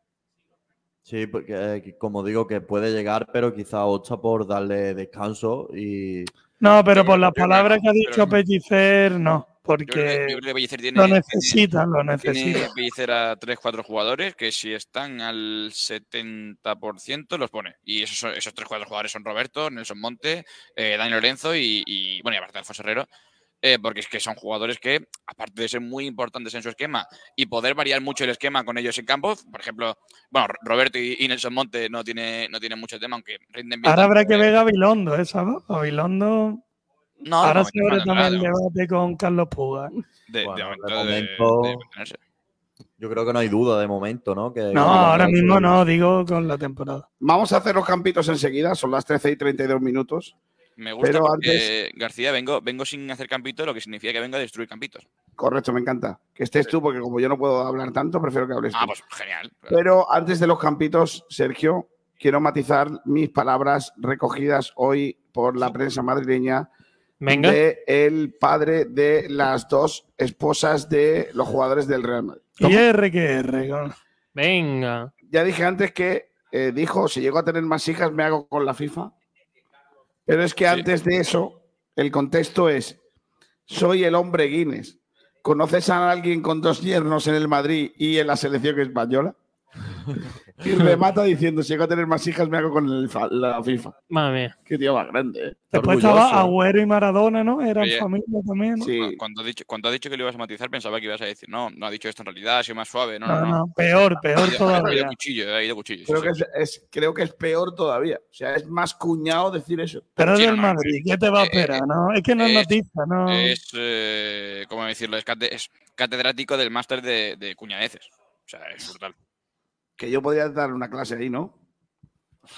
Sí, porque eh, que como digo que puede llegar, pero quizá opta por darle descanso y No, pero por las palabras que ha dicho Pellicer, no. Porque Yo creo que Pellicer tiene, lo necesitan, lo tiene necesitan. Pellicer a 3-4 jugadores que, si están al 70%, los pone. Y esos, son- esos 3-4 jugadores son Roberto, Nelson Monte, eh, Dani Lorenzo y, y, bueno, y aparte Alfonso Herrero. eh, porque es que son jugadores que, aparte de ser muy importantes en su esquema y poder variar mucho el esquema con ellos en campo, por ejemplo, bueno, Ro- Roberto y y Nelson Monte no tiene, no tienen mucho tema, aunque rinden bien. Ahora habrá que ver Gabilondo, ¿eh? ¿sabes? Gabilondo. No, Ahora de se momento abre no, también el de debate con Carlos Puga. De, de momento, de- momento- de mantenerse. yo creo que no hay duda de momento, ¿no? Que, No, ahora mismo no, digo con la temporada. Vamos a hacer los campitos enseguida, son las 13 y 32 minutos. Me gusta Pero porque, García, vengo, vengo sin hacer campitos, lo que significa que vengo a destruir campitos. Correcto, me encanta. Que estés tú, porque como yo no puedo hablar tanto, prefiero que hables Ah, tú. pues genial. Pero antes de los campitos, Sergio, quiero matizar mis palabras recogidas hoy por la prensa madrileña Venga. de el padre de las dos esposas de los jugadores del Real Madrid. Y R que R. con- Venga. Ya dije antes que eh, dijo, si llego a tener más hijas, me hago con la FIFA. Pero es que antes de eso, el contexto es, soy el hombre Guinness. ¿Conoces a alguien con dos yernos en el Madrid y en la selección española? Y remata diciendo, si llego a tener más hijas, me hago con el fa- la FIFA. Madre mía. Qué tío más grande, ¿eh? Después estaba Agüero y Maradona, ¿no? Eran Oye. familia también. ¿no? Cu- Cuando, ha dicho, cuando ha dicho que lo ibas a matizar, pensaba que ibas a decir, no, no ha dicho esto en realidad, ha sido más suave. No, no, No, no. no, peor, Ha peor ido- ha ido todavía. cuchillo, ha ido cuchillo. sí, Creo sí. que es, es- creo que es peor todavía. O sea, es más cuñado decir eso. Pero es del Madrid, ¿qué te va a esperar? No, es que no es eh, noticia, no. Es, eh, ¿cómo decirlo? Es, cate- es catedrático del máster de, de cuñadeces. O sea, es brutal. Que yo podría dar una clase ahí, ¿no?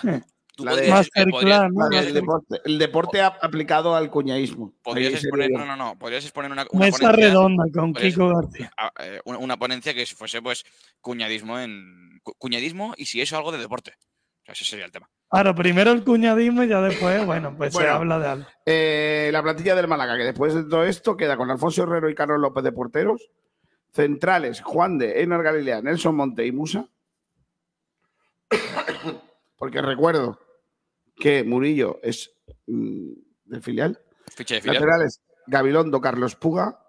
Eh, *laughs* Tú La podrías- de- podrías- la podrías- del deporte, el deporte ap- aplicado al cuñaísmo. podrías Ahí sería exponer, yo. no, no, no, podrías exponer una, una Mesa ponencia- redonda con podrías- Kiko García. a- eh, una, una ponencia que fuese pues cuñadismo en cu- cuñadismo y si eso algo de deporte. O sea, ese sería el tema. Ahora, primero el cuñadismo y ya después, bueno, pues se Bueno. habla de algo. Eh, la plantilla del Málaga, que después de todo esto queda con Alfonso Herrero y Carlos López de porteros, centrales, Juan de, Enar Galilea, Nelson Monte y Musa. *coughs* Porque recuerdo que Murillo es mm, del filial. Ficha de filial. Laterales, Gabilondo, Carlos Puga,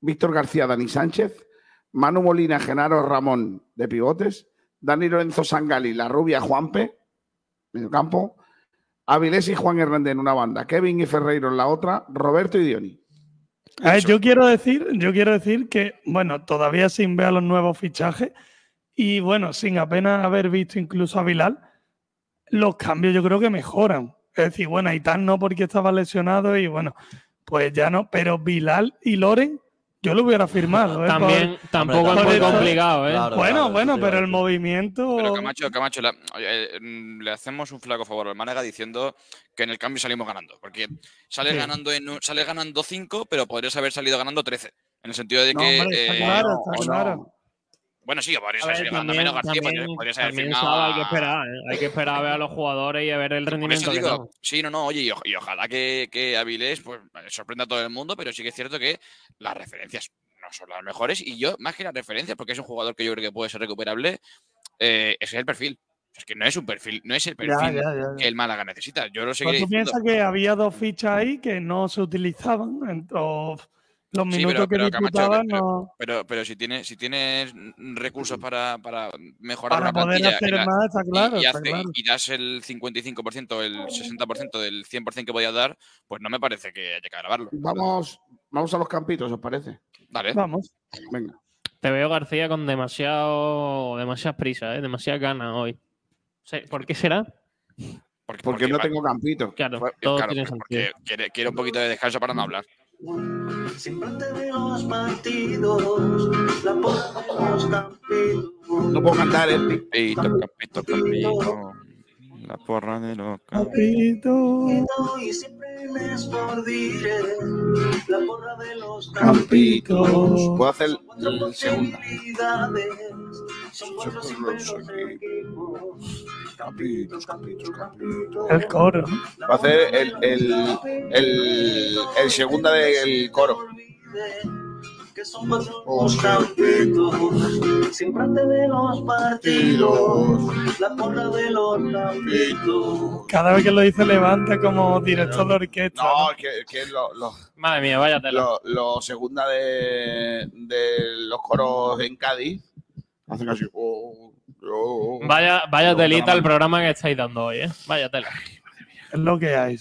Víctor García, Dani Sánchez, Manu Molina, Genaro Ramón de pivotes, Dani Lorenzo Sangali, La Rubia, Juanpe, medio campo, Avilés y Juan Hernández en una banda, Kevin y Ferreiro en la otra, Roberto y Dioni. A ver, yo quiero decir, yo quiero decir que, bueno, todavía sin ver a los nuevos fichajes y bueno, sin apenas haber visto incluso a Vilal, los cambios yo creo que mejoran. Es decir, bueno, Aitán no porque estaba lesionado y bueno, pues ya no, pero Bilal y Loren yo lo hubiera firmado. ¿eh? También, tampoco es muy esto- complicado, ¿eh? Claro, bueno, claro, bueno, sí, pero sí. el movimiento... Pero Camacho, Camacho, la- oye, eh, mm, le hacemos un flaco favor al Málaga diciendo que en el cambio salimos ganando. Porque sales Sí. ganando en un- sales ganando 5, pero podrías haber salido ganando 13. En el sentido de No, que. hombre, está eh, claro, está o no. claro. Bueno, sí, podrías A haber ver, salido ganando también- menos García, pues también- podrías- podrías haber también, firmado Saba, hay que a- esperar, ¿eh? Hay que esperar a ver a los jugadores y a ver el Por rendimiento eso que digo, tengan. sí, no, no, oye, y, o- y ojalá que, que Avilés pues, sorprenda a todo el mundo, pero sí que es cierto que las referencias no son las mejores. Y yo, más que las referencias, porque es un jugador que yo creo que puede ser recuperable, eh, ese es el perfil. Es que no es un perfil, no es el Ya, perfil ya, ya, ya. que el Málaga necesita. Yo lo Pues seguiré tú diciendo. piensas que había dos fichas ahí que no se utilizaban, ent- o los Sí, minutos pero, pero, que Camacho, disputaban pero- no, pero- pero si tienes, si tienes mm, recursos para, para mejorar para una poder plantilla y hacer la- más, está y- claro, y, está hace- claro. y das el 55%, el 60% del 100% que podías dar, pues no me parece que haya que grabarlo. Vamos, vamos a los campitos, ¿os parece? Vale. Vamos. Venga. Te veo, García, con demasiado, demasiadas prisas, ¿eh? demasiadas ganas hoy. Se- ¿Por qué será? Porque, no tengo campitos. Claro, Pues, todo Eh, claro, tiene pero porque quiere, quiere un poquito de descanso Mm. para no hablar. los partidos, la porra de los campitos. No puedo cantar, ¿eh? Campito, campito, campito. La porra de los Y siempre les mordiré, la porra de los Campitos. Puedo hacer el, el segundo. posibilidades. Son cuatro siempre los equipos. Campitos, campitos, campitos. El coro. Voy a hacer el, el, el, el segunda del coro. Que son cuatro los campitos. Siempre antes de los partidos, la porra de los campitos. Cada vez que lo dice levanta como director de orquesta. No, que, que lo, lo- Madre mía, vaya tela. lo, lo segunda de, de los coros en Cádiz. Hacen así. oh, oh, oh. Vaya, vaya Lo telita botan a el programa que estáis dando hoy, ¿eh? Vaya tela. Es lo que hay,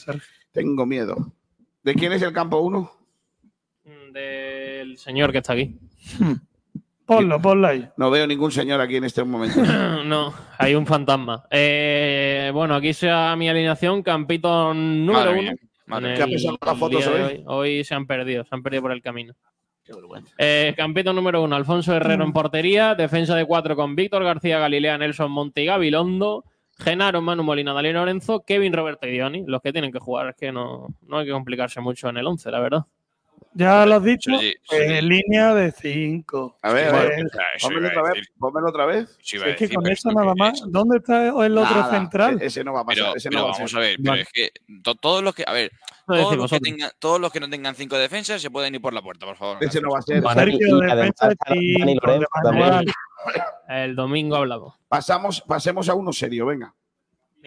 Tengo miedo. ¿De quién es el campo 1? Del señor *clears throat* que está aquí. Ponlo, ponlo ahí. No veo ningún señor aquí en este momento. no, hay un fantasma. Eh, bueno, aquí sea mi alineación, campito número Madre uno. mía, madre En mía. ¿Qué ha pasado con las fotos día de hoy? Hoy se han perdido, se han perdido por el camino. Eh, campito número uno, Alfonso Herrero Mm. en portería, defensa de cuatro con Víctor García Galilea, Nelson Monte y Gabilondo, Genaro, Manu Molina, Dalí Lorenzo, Kevin Roberto y Dioni, los que tienen que jugar, es que no, no hay que complicarse mucho en el once, la verdad. Ya lo has dicho, sí, pues, línea de 5. A ver, a ver. Pónmelo otra vez. Pónmelo otra vez. es que con eso nada más, ¿dónde está el otro Nada, e-, central? Ese no va a pasar. Pero, ese pero no va a vamos ser. a ver, pero es que to- todos los que. A ver, Lo todos los decimos que, otro. tengan, todos los que no tengan cinco defensas se pueden ir por la puerta, por favor. Ese no va a ser. Van a- Sergio, y- y defensa además, y- Dani Lorenzo también. El domingo hablamos. Pasamos, pasemos a uno serio, venga.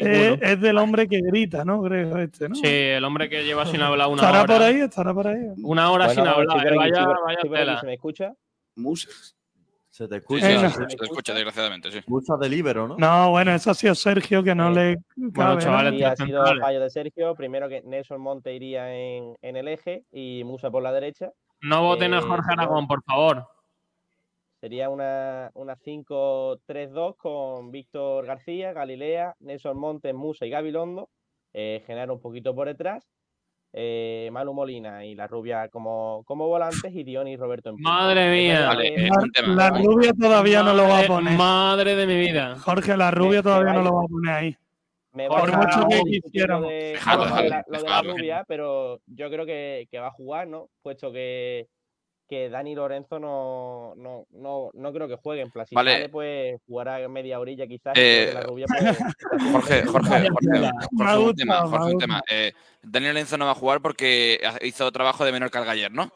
Eh, es del hombre que grita, ¿no? Creo este, ¿no? Sí, el hombre que lleva sin hablar una estará hora. por ahí, estará por ahí. Una hora sin hablar, eh, vaya, vaya estoy por aquí, tela. ¿se me escucha? Musas. Se te escucha. Sí, sí, Venga. sí, se te escucha, desgraciadamente, sí. Muchas de libero, ¿no? Eh, No, bueno, eso ha sido Sergio que no le. Mm, cabe, ¿no? Y ha sido fallo de Sergio. Primero que Nelson Monte iría en, en el eje y Musa por la derecha. No voten a Eh, Jorge no. Aragón, por favor. Sería una, una 5-3-2 con Víctor García, Galilea, Nelson Montes, Musa y Gabilondo. Eh, Genaro un poquito por detrás. eh, Manu Molina y la rubia como, como volantes y Dion y Roberto en punta. Madre mía. Vale, eh, un tema. La rubia todavía no lo va a poner. Madre de mi vida. Jorge, la rubia Este todavía no lo va a poner ahí. Me Por vas a mucho que discutir quisiéramos. Lo de, lo Dejadlo, de la, dejadlo, lo de la dejadlo. rubia, pero yo creo que, que va a jugar, ¿no? Puesto que, que Dani Lorenzo no, no, no, no creo que juegue en plan. Si Vale. sale, pues jugará media orilla quizás. y Eh, creo que la rubia, *laughs* pues, *laughs* Jorge, Jorge, Jorge, Me ha Jorge, gustado, un me ha tema, Jorge, un gustado. tema. Eh, Daniel Enzo no va a jugar porque ha- hizo trabajo de menor carga ayer, ¿no?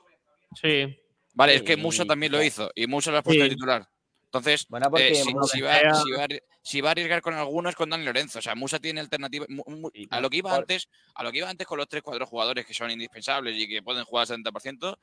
Sí. Vale, es que Musa también lo hizo y Musa lo ha puesto Sí. de titular. Entonces, porque eh, si, Musa si va, sea- si va a arri- si va a arriesgar con alguno es con Dani Lorenzo. O sea, Musa tiene alternativa. mu- mu- a lo que iba antes, a lo que iba antes con los 3-4 jugadores que son indispensables y que pueden jugar al 70%,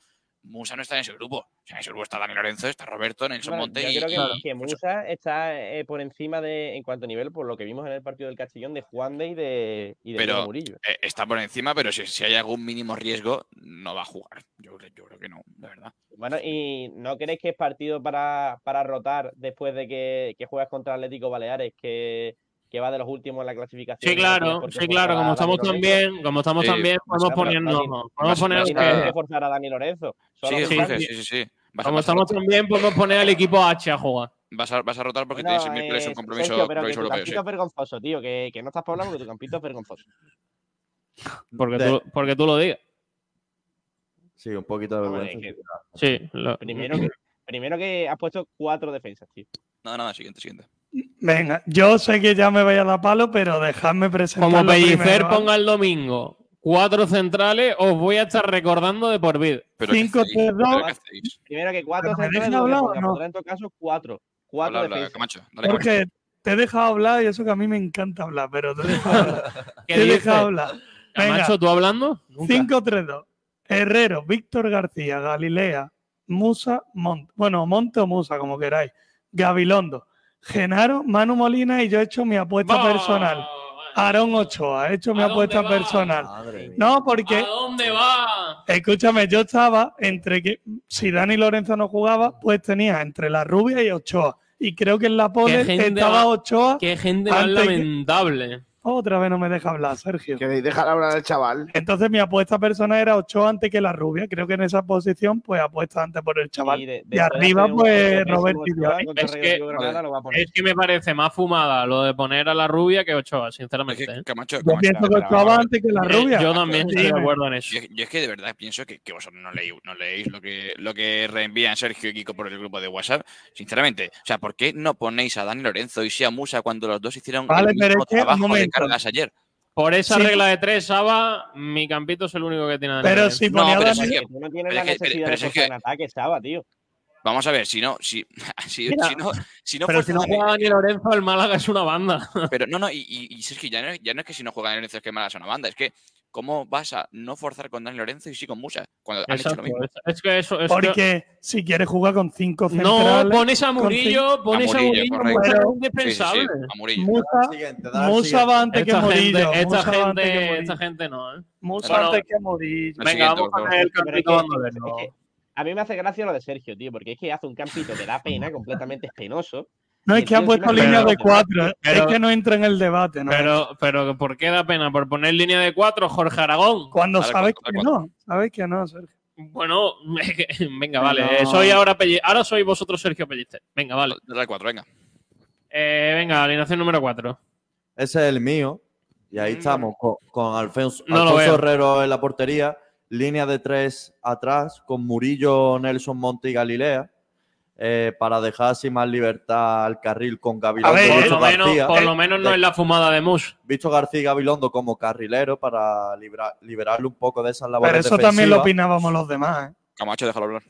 Musa no está en ese grupo. O sea, en ese grupo está Dani Lorenzo, está Roberto, Nelson Bueno, Monte yo y, creo que, y- que Musa está eh, por encima de, en cuanto a nivel, por lo que vimos en el partido del Castellón, de Juan de y de, y de Diego pero Murillo. eh, está por encima, pero si, si hay algún mínimo riesgo, no va a jugar. Yo, cre- yo creo que no, la verdad. Bueno, ¿y no creéis que es partido para, para rotar después de que, que juegas contra Atlético Baleares? Que, que va de los últimos en la clasificación. Sí, claro, sí, claro, como estamos tan bien, como estamos tan bien, podemos ponernos, podemos poner que... que- que forzar a Dani Lorenzo. Solo Sí, que- Jorge, sí, sí, sí. Vas a, Como vas a estamos rotar, tan bien, podemos poner al equipo H a jugar. vas a- vas a rotar porque No, tienes el miércoles eh, un compromiso, Sergio, pero que compromiso tu europeo, sí. campito es vergonzoso, tío, que, que no estás hablando que tu campito es vergonzoso. Porque De- tú, porque tú lo digas. Sí, un poquito de Hombre, vergüenza. Ah, que- Sí, lo- Primero que, primero que has puesto cuatro defensas, tío. Nada, nada, siguiente, siguiente. Venga, yo sé que ya me vais a dar palo, pero dejadme presentar. Como lo Pellicer primero, ¿eh? ¿vale? ponga el domingo cuatro centrales, os voy a estar recordando de por vida. Cinco, tres, dos. Primero que cuatro ¿Pero me centrales, dejan no, hablar o porque no? pondrá en tu caso cuatro. Cuatro Habla, habla, defensas. Camacho, Porque te he dejado hablar y eso que a mí me encanta hablar, pero te he dejado hablar. ¿Qué te he dices? dejado hablar. Venga. Camacho, ¿tú hablando? 5-3-2. Herrero, Víctor García, Galilea, Musa, Monte. Bueno, Monte o Musa, como queráis. Gabilondo, Genaro, Manu Molina y yo he hecho mi apuesta personal. Aarón Ochoa, he hecho mi apuesta personal. No, porque. dónde va? Escúchame, yo estaba entre que si Dani Lorenzo no jugaba, pues tenía entre la rubia y Ochoa. Y creo que en la pole estaba Ochoa. Qué gente más antes que- lamentable. Otra vez no me deja hablar, Sergio. Que deja hablar al chaval. Entonces mi apuesta personal era Ochoa antes que la rubia. Creo que en esa posición, pues apuesta antes por el chaval. Y, arriba, pues Robert Tibiani. Es que, es que me parece más fumada lo de poner a la rubia que Ochoa, sinceramente. ¿eh? Yo pienso que Ochoa antes que la Eh, rubia. Yo también estoy de Dime. acuerdo en eso. Yo, yo es que de verdad pienso que, que vosotros no leéis, no leéis lo que lo que reenvían Sergio y Kiko por el grupo de WhatsApp. Sinceramente, o sea, ¿por qué no ponéis a Dani Lorenzo y sí a Musa cuando los dos hicieron Vale, el pero mismo es que, un trabajo de momento. cargas ayer? Por esa Sí. regla de tres, Saba, mi campito es el único que tiene. Pero si no, ponía pero Dani- sí que- Tú no tienes Pero la es que- pero- necesidad pero de es que- forzar en ataque, estaba, tío. Vamos a ver, si no, si, *laughs* si, Mira, si no, si no pero fuerza si no Dani- juega Dani Lorenzo, el Málaga es una banda. Pero no, no, y, y, y Sergio, ya no, es- ya no es que si no juega Dani Lorenzo es que malas son una banda, es que ¿cómo vas a no forzar con Dani Lorenzo y sí con Musa? Cuando han hecho Exacto, lo mismo. es- es que eso es Porque que- si quieres jugar con cinco No, centrales. pones a con Murillo, cinco- pones a Murillo, Pero- es indispensable. Musa, Musa va antes que Esta gente- Murillo. Esta Musa va antes que gente, Murillo. esta gente no, ¿eh? Musa Bueno, antes que Murillo. Venga, vamos a ver el Pero es campito que- bandolero. es que A mí me hace gracia lo de Sergio, tío, porque es que hace un campito que da pena, completamente es penoso. No, Y es el que ha tío puesto encima- línea de Pero- cuatro. pero- es que no entra en el debate, ¿no? Pero, pero, ¿por qué da pena? ¿Por poner línea de cuatro, Jorge Aragón? Cuando sabes que no, sabes que no, Sergio. Bueno, es que- *laughs* venga, vale. No. eh, Soy ahora Pelli- ahora sois vosotros Sergio Pellicer. Venga, vale. Dale cuatro, venga. Eh, venga, alineación número cuatro. Ese es el mío. Y Mm. ahí estamos, con, con Alfonso, No lo Alfonso veo. Herrero en la portería, línea de tres atrás, con Murillo, Nelson Monte y Galilea, eh, para dejar así más libertad al carril con Gabilondo. ver, Víctor por lo menos- García. por lo menos no es la fumada de Mus. Visto García y Gabilondo como carrilero para libra- liberarle un poco de esas labores Pero eso también lo defensivas. opinábamos los demás. ¿eh? Camacho, déjalo hablar.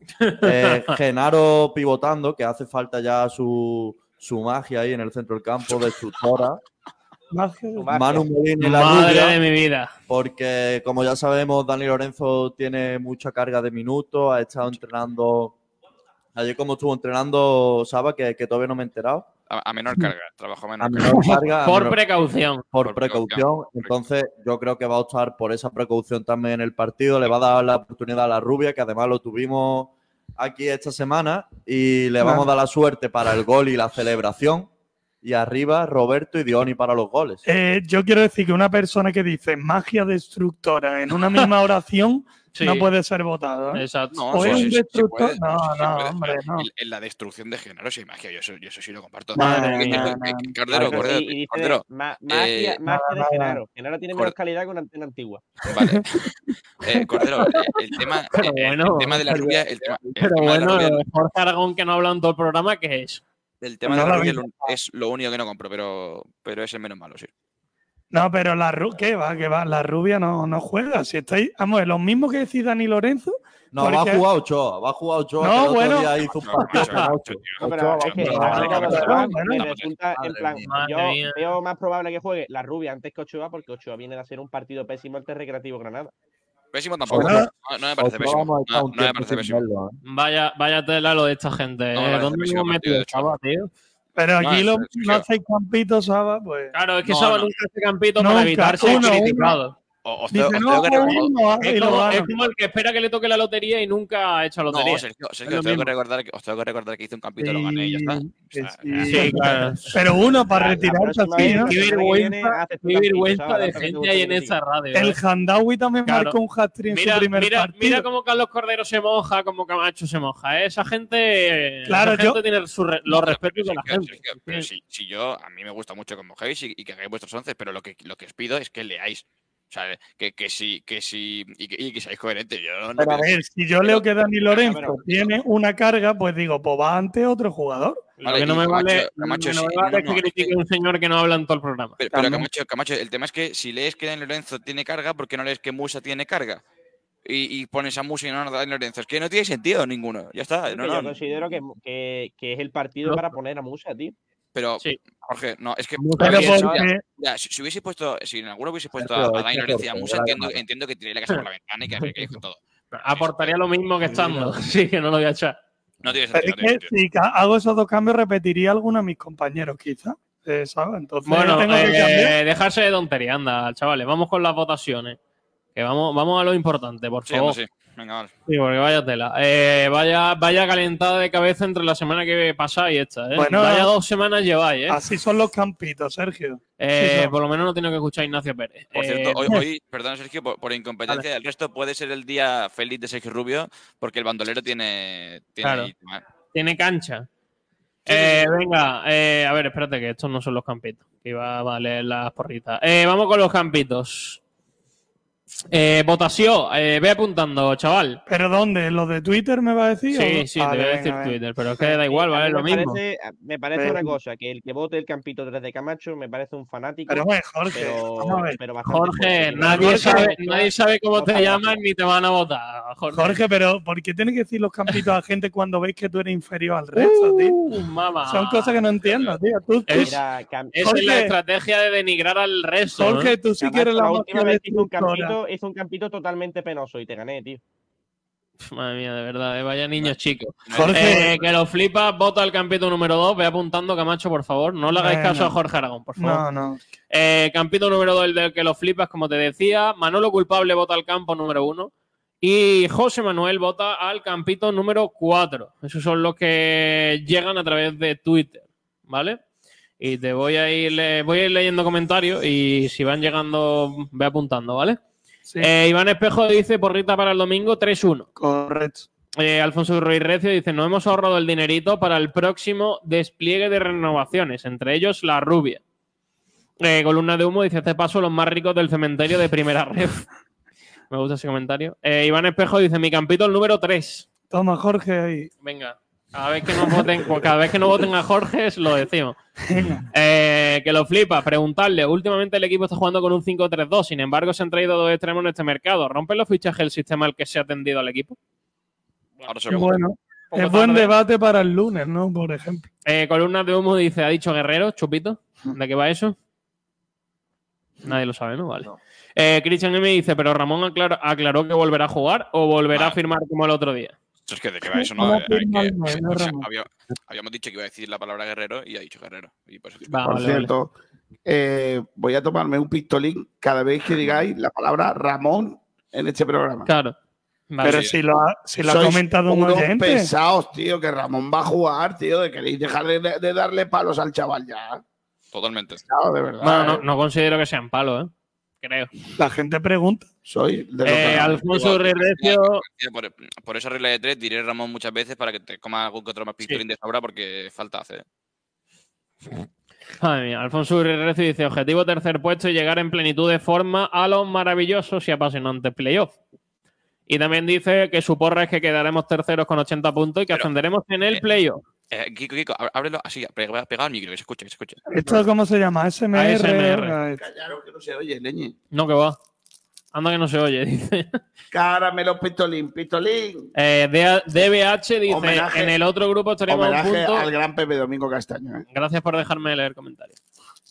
*laughs* Eh, Genaro pivotando, que hace falta ya su, su magia ahí en el centro del campo, destructora. Magia de- Manu Molina y la Madre rubia, de mi vida. Porque, como ya sabemos, Dani Lorenzo tiene mucha carga de minutos, ha estado entrenando. Ayer, como estuvo entrenando, Saba, que, que todavía no me he enterado. A, a Mm. menor carga, trabajo a menor A carga. menor carga, a Por menor- precaución. Por precaución. Entonces, yo creo que va a optar por esa precaución también en el partido. Le va a dar la oportunidad a la rubia, que además lo tuvimos aquí esta semana. Y le vamos a dar la suerte para el gol y la celebración. Y arriba, Roberto y Dioni para los goles. Eh, yo quiero decir que una persona que dice magia destructora en una *laughs* misma oración Sí. no puede ser votada. ¿eh? Exacto. o es un destructor. puede, no, sí no, puede, hombre, pero no. En, en la destrucción de Genaro sí hay magia, yo eso, yo eso sí lo comparto. No, Eh, no, eh, no, eh, no. Cordero, Claro, Cordero, y- y dice Cordero, ma- eh, magia, magia de Genaro. Genaro tiene menos Cor- calidad que una antena antigua. eh, Cordero, eh, el tema, Pero eh, el *laughs* bueno, tema de la pero- rubia, el tema, el Pero tema de la bueno, rubia- Jorge Aragón que no ha hablado en todo el programa, ¿qué es? el tema no de la la rubia vi. es lo- es lo único que no compro, pero, pero es el menos malo, sí. No, pero la rubia, ¿qué va? ¿Qué va? La rubia no, no juega. Si estáis, vamos, lo mismo que decís Dani Lorenzo. No, porque- va a jugar Ochoa, va a jugar Ochoa. No, que el otro bueno. día hizo un partido penoso. No, pero es que No, ahora mismo no, cuando no, va, no, me no, no. resulta, en Madre plan, mía. yo Madre mía. veo más probable que juegue la rubia antes que Ochoa, porque Ochoa viene de hacer un partido pésimo ante Recreativo Granada. Pésimo tampoco. Ojalá- No, no me parece Ojalá pésimo. vamos a estar No, un no me tiempo parece sin pésimo. verlo, Vaya, vaya tela lo de esta gente. No, ¿eh? me parece ¿Dónde pésimo hemos metido partido, el Saba, tío? Pero No, aquí es- lo, es no hacéis campito, Saba, pues. Claro, es que No, Saba no. nunca hace campito para Nunca. evitar ser Uno, uno. criticado. os Dice, os no, que pues, recordar- no, Es como, es como el que espera que le toque la lotería y nunca ha hecho lotería. No, Sergio, Sergio Es lo os, tengo mismo. que recordar, que- os tengo que recordar que hice un campito, lo gané y ya está. Sí, claro. Ah, Pero uno para retirarse próxima así, vez, ¿no? la semana que viene, haces tu qué campito, ¿sabes? Tanto que te gusta el fútbol. El Handawi también Claro. marcó un hat-trick en Mira, su primer mira, partido. mira cómo Carlos Cordero se moja, cómo Camacho se moja. ¿eh? Esa gente, Claro, esa yo- gente tiene su re- los Pero, respetos de la Sergio, gente. Sergio, pero si, si yo, a mí me gusta mucho como mojéis y, y que hagáis vuestros once, pero lo que, lo que os pido es que leáis. O sea, que, que sí, que sí, y que, y que seáis coherentes. Yo no- no Pero a pido- ver, si yo leo que Dani Lorenzo tiene una carga, pues digo, pues va ante otro jugador. Lo que no me vale, Camacho, lo que no me sí, vale no, es que no, critique a un señor que no habla en todo el programa. Pero, pero Camacho, Camacho, el tema es que si lees que Dani Lorenzo tiene carga, ¿por qué no lees que Musa tiene carga? Y, y pones a Musa y no a Dani Lorenzo. Es que no tiene sentido ninguno. Ya está. Creo no, que no, yo considero que, que- que es el partido para poner a Musa, tío. Pero, Jorge, no, es que. Pero Mira, porque- mira, mira, si, si hubiese puesto, si en alguno hubiese puesto Pero a, es a Dani que Lorenzo y a Jorge, Musa, era la entiendo, madre. entiendo que tiré la casa por la ventana y que arregléis con todo. Aportaría lo mismo que estando. Sí, que no lo voy a echar. No tiene Pero sentido. es no tiene que sentido. si ca- hago esos dos cambios, repetiría alguno de mis compañeros, quizá. Eh, ¿sabes? Entonces, Bueno, tengo que eh, cambiar. dejarse de tontería, anda, chavales. Vamos con las votaciones. Que vamos, vamos a lo importante, por Sí, favor. anda, sí. Venga, vale. Sí, porque vaya tela. Eh, vaya, vaya calentada de cabeza entre la semana que pasa y esta. ¿eh? Bueno, vaya dos semanas lleváis. ¿eh? Así son los campitos, Sergio. Eh, Sí, son. por lo menos no tiene que escuchar a Ignacio Pérez. Por Eh, cierto, *laughs* hoy, hoy- perdón Sergio, por, por incompetencia del resto, puede ser el día feliz de Sergio Rubio, porque el bandolero tiene. tiene Claro. ahí tema. Tiene cancha. Eh, venga, eh, a ver, espérate que estos no son los campitos. Que iba a valer las porritas. Eh, vamos con los campitos. Eh, votación, eh, ve apuntando, chaval. ¿Pero dónde? ¿Los de Twitter me va a decir? Sí, sí, te voy a decir Twitter, pero es que da igual, A ¿vale? mí Lo me mismo. Parece, me parece Pero- una cosa, que el que vote el campito 3 de Camacho me parece un fanático. Pero, hombre, Jorge, pero- vamos a ver. pero bastante Jorge, fuerte. nadie Jorge, sabe, eh, tú- nadie sabe cómo te Jorge, llaman ni te van a votar. Jorge, Jorge, pero ¿por qué tienes que decir los campitos a gente cuando veis que tú eres inferior al resto, tío? mamá. Son cosas que no entiendo, tío. Tú- tú- Uh. Es- esa es la Jorge, estrategia de denigrar al resto. Jorge, ¿no? tú sí Camacho, que eres la la última máquina vez que hizo un destructora. campito, hizo un campito totalmente penoso y te gané, tío. Madre mía, de verdad, eh, vaya niños chicos. Jorge- Eh, que lo flipas, vota al campito número 2, ve apuntando Camacho, por favor. No le hagáis Bueno. caso a Jorge Aragón, por favor. No, no. Eh, campito número 2, el del que lo flipas, como te decía. Manolo culpable vota al campo número 1. Y José Manuel vota al campito número 4. Esos son los que llegan a través de Twitter, ¿vale? Y te voy a ir, le- voy a ir leyendo comentarios y si van llegando, ve apuntando, ¿vale? Eh, Iván Espejo dice porrita para el domingo 3-1. Correcto. Alfonso Ruiz Recio dice: No hemos ahorrado el dinerito para el próximo despliegue de renovaciones, entre ellos la rubia. Eh, columna de humo dice: Este paso los más ricos del cementerio de primera red. Me gusta ese comentario. Eh, Iván Espejo dice: Mi campito el número 3. Toma, Jorge, ahí. Venga. Cada vez que no voten, pues, cada vez que no voten a Jorge, se lo decimos. Eh, que lo flipa, preguntarle. Últimamente el equipo está jugando con un 5-3-2. Sin embargo, se han traído dos extremos en este mercado. ¿Rompen los fichajes el sistema al que se ha tendido al equipo? Ahora Qué bueno. Poco Es buen tarde. debate para el lunes, ¿no? Por ejemplo. Eh, columnas de humo dice, ha dicho Guerrero, Chupito. ¿De qué va eso? Nadie lo sabe, ¿no? Vale. Eh, Christian M dice, pero Ramón aclaró, aclaró que volverá a jugar o volverá a firmar como el otro día. Eso es que de qué va eso, ¿no? Vamos Eh, a firmar *laughs* que- el nueve, o sea, Ramón. había- habíamos dicho que iba a decir la palabra guerrero y ha dicho guerrero. Y por eso- Por cierto, eh, voy a tomarme un pistolín cada vez que digáis la palabra Ramón en este programa. Claro. Pero si lo ha, si lo ha Sois comentado un unos oyente. pesados, tío, que Ramón va a jugar, tío, de queréis dejar de, de darle palos al chaval ya. Totalmente. Claro, de verdad. Bueno, no, eh. no considero que sean palos, ¿eh? Creo. La gente pregunta. Soy de los Eh, que- Alfonso Igual, Recio- Por, por esa regla de tres, diré Ramón muchas veces para que te coma algún que otro más pistolín de sobra porque falta hace. Madre mía, Alfonso Urrecio dice, objetivo tercer puesto y llegar en plenitud de forma a los maravillosos y apasionantes playoffs. Y también dice que su porra es que quedaremos terceros con 80 puntos y que ascenderemos en el playoff. Eh, Kiko, Kiko, ab- ábrelo así, pega- pegado al micro, que se escuche, que se escuche. ¿Esto cómo se llama? SMR. ASMR. Callaros que no se oye, leñe. No, que va. Anda que no se oye, *laughs* dice. Cáramelo, pistolín, pistolín. Eh, D- DBH dice, Homenaje- en el otro grupo estaríamos a un Homenaje punto... al gran Pepe Domingo Castaño. ¿eh? Gracias por dejarme leer comentarios.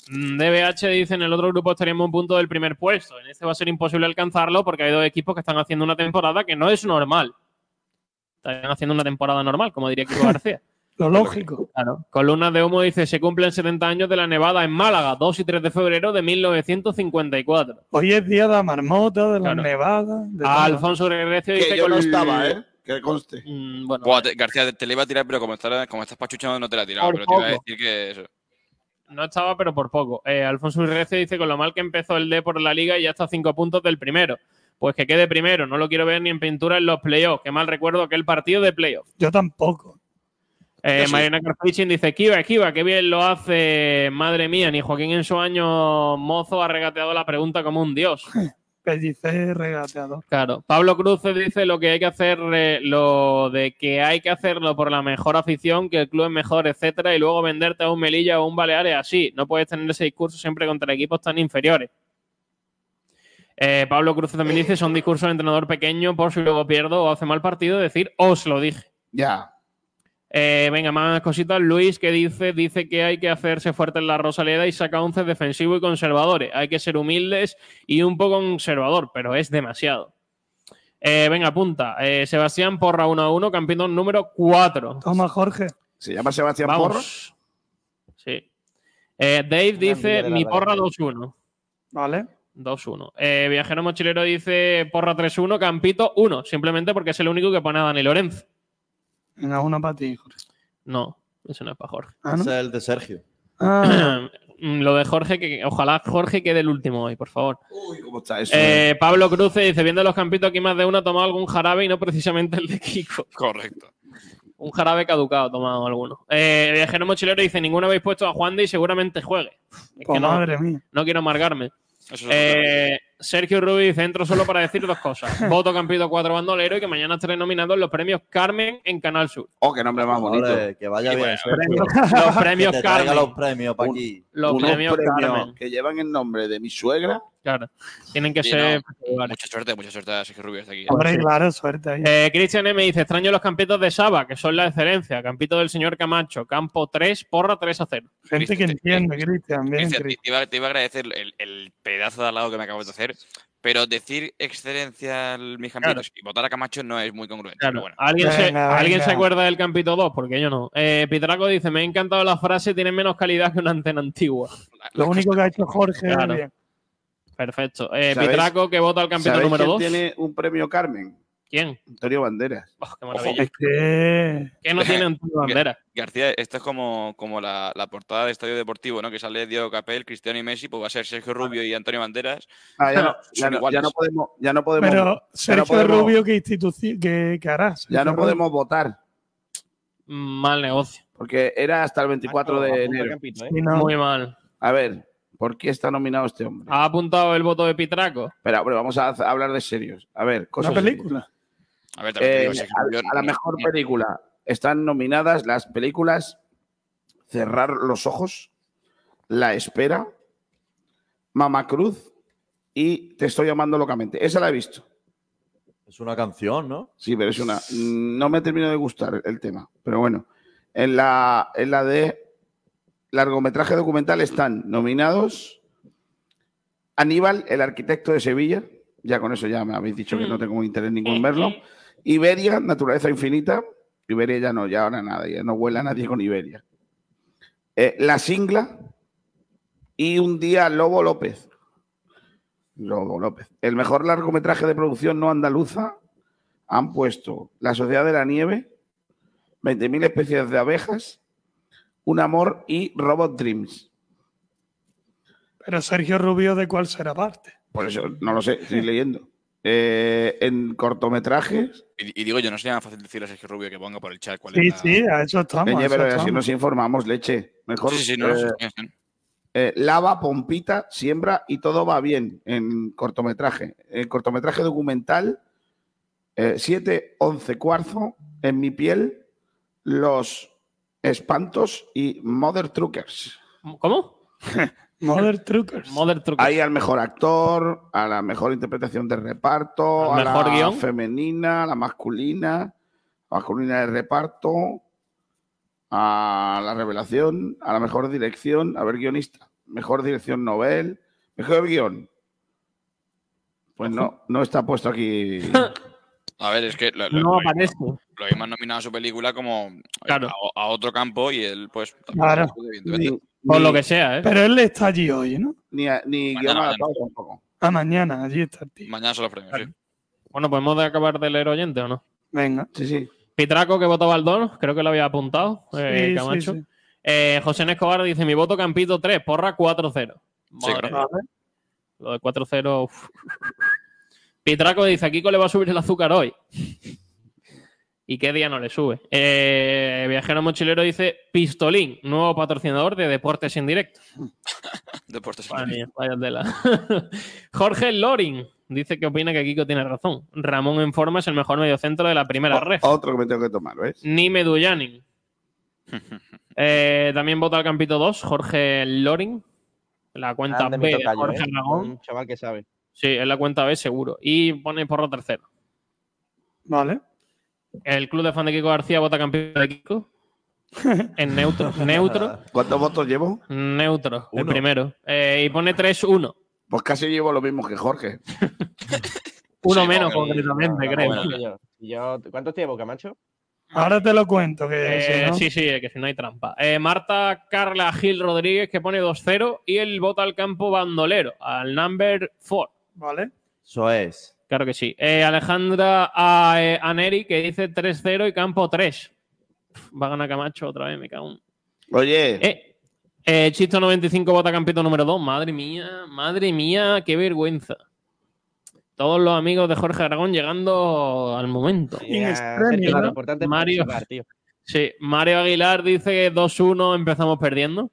Mm, DBH dice, en el otro grupo estaríamos a un punto del primer puesto. En este va a ser imposible alcanzarlo porque hay dos equipos que están haciendo una temporada que no es normal. Están haciendo una temporada normal, como diría Kiko García. Lo lógico. Claro. Columna de humo dice, se cumplen 70 años de la nevada en Málaga, 2 y 3 de febrero de 1954. Hoy es día de la marmota, de la Claro. nevada. de todo. A Ah, Alfonso Regrecio dice yo no col- estaba, ¿eh? Que conste. Buah, te- García, te, te la iba a tirar, pero como, estás- como estás pachuchando no te la he tirado. Por Pero te iba a poco. decir que eso. No estaba, pero por poco. Eh, Alfonso Urrecio dice, con lo mal que empezó el D por la liga y ya está a cinco puntos del primero. Pues que quede primero, no lo quiero ver ni en pintura en los playoffs. Qué mal recuerdo aquel partido de playoffs. Yo tampoco. Eh, Yo sí. Mariana Carfishing dice, esquiva, esquiva, qué bien lo hace, madre mía, ni Joaquín en su año mozo ha regateado la pregunta como un dios. Pellicer regateador. Claro. Pablo Cruces dice lo que hay que hacer, eh, lo de que hay que hacerlo por la mejor afición, que el club es mejor, etcétera, y luego venderte a un Melilla o un Baleares así. No puedes tener ese discurso siempre contra equipos tan inferiores. Eh, Pablo Cruces también dice, son discursos de entrenador pequeño por si luego pierdo o hace mal partido, decir, os lo dije. Ya. Eh, venga, más cositas. Luis, que dice? Dice que hay que hacerse fuerte en la Rosaleda y saca 11 defensivos y conservadores. Hay que ser humildes y un poco conservador, pero es demasiado. Eh, venga, apunta. Eh, Sebastián Porra 1 a 1, campeón número 4. Toma, Jorge. ¿Se llama Sebastián Porra? Sí. Eh, Dave envidia de dice: la Mi radio. porra 2-1. Vale. 2-1. Eh, Viajero Mochilero dice: Porra 3-1, Campito 1. Simplemente porque es el único que pone a Dani Lorenzo. Venga, una para ti, Jorge. Ah, No, eso no es para Jorge. Ese es el de Sergio. *clears throat* Mm, Lo de Jorge, que ojalá Jorge quede el último hoy, por favor. ¿Cómo está eso? Eh, Pablo Cruces dice, viendo los campitos aquí más de uno ha tomado algún jarabe y no precisamente el de *laughs* Kiko. Correcto. Un jarabe caducado ha tomado alguno. Eh, viajero mochilero dice, ninguno habéis puesto a Juan de y seguramente juegue. Es Pues no, madre mía. no quiero amargarme. es Eh, Sergio Rubí dice, entro solo para decir dos *laughs* cosas. Voto Campito 4 Bandolero y que mañana estaré nominado en los premios Carmen en Canal Sur. Oh, qué nombre más bonito. Hombre, que vaya Y bien. bueno, *laughs* Sergio. premios- los premios que te traiga Carmen. los premios para aquí. los Unos premios Carmen. que llevan el nombre de mi suegra. Claro. Tienen que Sí, ser... no. Mucha suerte, mucha suerte a Sergio Rubio hasta aquí. Hombre, claro, suerte ahí. Pues Eh, Cristian M dice: extraño los campitos de Saba, que son la excelencia. Campito del señor Camacho, campo 3, porra 3 a 0. Gente que entiende, Cristian. Bien, Cristian, Cristian. te, te iba, te iba a agradecer el, el pedazo de alado que me acabas de hacer, pero decir excelencia al mis campitos y votar a Camacho no es muy congruente. pero bueno. ¿Alguien, se, Venga, alguien venga. se acuerda del campito 2? Porque yo no. Eh, Pitraco dice: Me ha encantado la frase, tiene menos calidad que una antena antigua. Lo único que ha hecho Jorge es Claro. bien. Perfecto. Eh, ¿Sabéis- Pitraco que vota al campito ¿sabéis número 2. quién tiene un premio Carmen? ¿Quién? Oh, Antonio Banderas. Qué maravilla. Es que... Que no tiene *laughs* Antonio Bandera. García, esto es como, como la, la portada de Estadio Deportivo, ¿no? Que sale Diego Capel, Cristiano y Messi, pues va a ser Sergio Rubio y Antonio Banderas. Ah, ya, no, ya, Son no, iguales. ya no podemos, ya no podemos, Pero ya no Sergio podemos, Rubio, ¿qué institución? ¿Qué, qué harás? ya no podemos votar Mal negocio. porque era hasta el 24 Apunta, de enero. Campito, ¿eh? Sí, no. Muy mal. A ver, ¿por qué está nominado este hombre? Ha apuntado el voto de Pitraco. Espera, hombre, vamos a a hablar de serios. A ver, cosas. ¿Una película? A ver, también te digo, Sergio Rubio Eh, a, la no- mejor no- película están nominadas las películas Cerrar los ojos, La espera, Mamá Cruz y Te estoy llamando locamente. Esa la he visto. Es una canción, ¿no? Sí, pero es una. No me termino de gustar el tema, pero bueno. En la, en la de largometraje documental están nominados Aníbal, el arquitecto de Sevilla. Ya con eso ya me habéis dicho que no tengo interés ningún en verlo. Iberia, naturaleza infinita. Iberia ya no, ya ahora nada, ya no vuela nadie con Iberia. Eh, la singla y un día Lobo López. Lobo López. El mejor largometraje de producción no andaluza han puesto La Sociedad de la Nieve, 20.000 especies de abejas, Un Amor y Robot Dreams. Pero Sergio Rubio, ¿de cuál será parte? Por eso no lo sé, estoy leyendo. Eh, en cortometrajes. Y, y digo yo, no sería más fácil decirle a Sergio Rubio que ponga por el chat cuál Sí, es la- sí, a eso estamos. Leñe, a eso pero así estamos. nos informamos, leche. Mejor. Sí, sí, no, eh, sí, sí. eh, lava, pompita, siembra y todo va bien en cortometraje. En cortometraje documental, eh, 7, 11 cuarzo, en mi piel, los espantos y Mother Truckers. *laughs* ¿Cómo? Mother Truckers. Mother Truckers. Ahí al mejor actor, a la mejor interpretación de reparto, Al a mejor la guión. femenina, a la masculina, masculina de reparto, a la revelación, a la mejor dirección, a ver guionista, mejor dirección novel, mejor guión. Pues no, no está puesto aquí. ¿eh? A ver, es que. lo- *laughs* lo- No aparece. lo habían nominado a su película como eh, Claro. a, a otro campo y él, pues. Claro. evidentemente. Por lo que sea, ¿eh? Pero él está allí hoy, ¿no? Ni, a- ni Mañana, guión mañana. adaptado tampoco. A mañana, allí está. Mañana son los premios. sí. Bueno, ¿podemos de acabar de leer oyente o no? Venga. Sí, sí. Pitraco que votó Baldón, creo que lo había apuntado, eh, sí, Camacho. sí. Eh, José N. Escobar dice: Mi voto Campito 3, porra 4-0. Sí, Madre claro. mía. Lo de 4-0. uf. Pitraco dice: A Kiko le va a subir el azúcar hoy. ¿Y qué día no le sube? Eh, Viajero Mochilero dice: Pistolín, nuevo patrocinador de Deportes en Directo. Deportes Madre mía, vaya tela. *laughs* Jorge Lorin dice que opina que Kiko tiene razón. Ramón en forma es el mejor mediocentro de la Oh. primera red. Otro que me tengo que tomar, ¿ves? Ni Medullanin. Eh, también vota al Campito 2, Jorge Loring. La cuenta Grande, mi B de tocayo, Jorge ¿eh? Aragón. Un chaval que sabe. Sí, es la cuenta B seguro. Y pone porro tercero. Vale. El club de fan de Kiko García vota Campito de *laughs* Kiko. En neutro. *laughs* Neutro. ¿Cuántos votos llevo? Neutro. El Uno. primero. Eh, y pone 3-1. Pues casi llevo lo mismo que Jorge. Uno menos, porque- concretamente, no, creo. bueno, Yo, yo, ¿Cuántos tiempos, Camacho? Ahora te lo cuento. Que Eh, si no- Sí, sí, que si no hay trampa. Eh, Marta Carla Gil Rodríguez que pone 2-0 y el vota al campo bandolero, al number 4. Vale. Eso es. Claro que sí. Eh, Alejandra ah, eh, Aneri que dice 3-0 y campo 3. Pf, Va a ganar Camacho otra vez, me cago en- Oye, Eh, eh, Chisto 95 vota campito número 2. Madre mía, madre mía, qué vergüenza. Todos los amigos de Jorge Aragón llegando al momento. In extremis, ¿no? Lo importante es Mario, participar, tío. sí, Mario Aguilar dice que 2-1 empezamos perdiendo.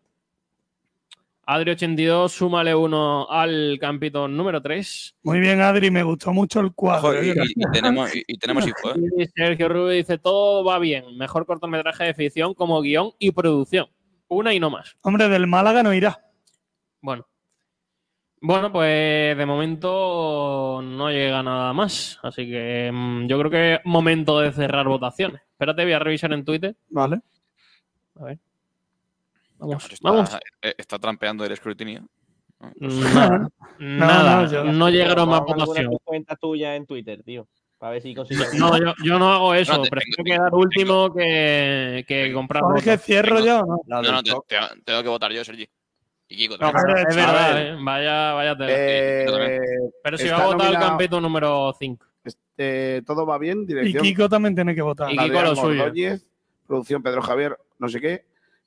Adri82, súmale uno al campito número 3. Muy bien, Adri, me gustó mucho el cuadro. Ojo, y, ¿eh? y- y tenemos, y, y tenemos hijos, ¿eh? Y Sergio Rubio dice: Todo va bien. Mejor cortometraje de ficción como guión y producción. Una y no más. *laughs* Hombre, del Málaga no irá. Bueno. Bueno, pues de momento no llega nada más. Así que mm, yo creo que es momento de cerrar votaciones. Espérate, voy a revisar en Twitter. Vale. A ver. Vamos, Está, vamos. eh, está trampeando el escrutinio. Nada, No, nada. no, yo- no llegaron más Pon alguna votaciones. cuenta tuya en Twitter, tío. Para ver si consigues. No, yo, yo no hago eso. No, te- Prefiero quedar último que, que comprar. Jorge, votos. cierro ya o no. No, no, te- te- tengo, que votar yo, Sergi. Y Kiko No, también. pero es verdad, ver. eh. Vaya, vaya tela. Eh, pero si está va a votar el nominado- campeto número 5. eh, todo va bien, Y dirección. Kiko también tiene que votar. Adrián Ordóñez, producción Pedro Javier, no sé qué.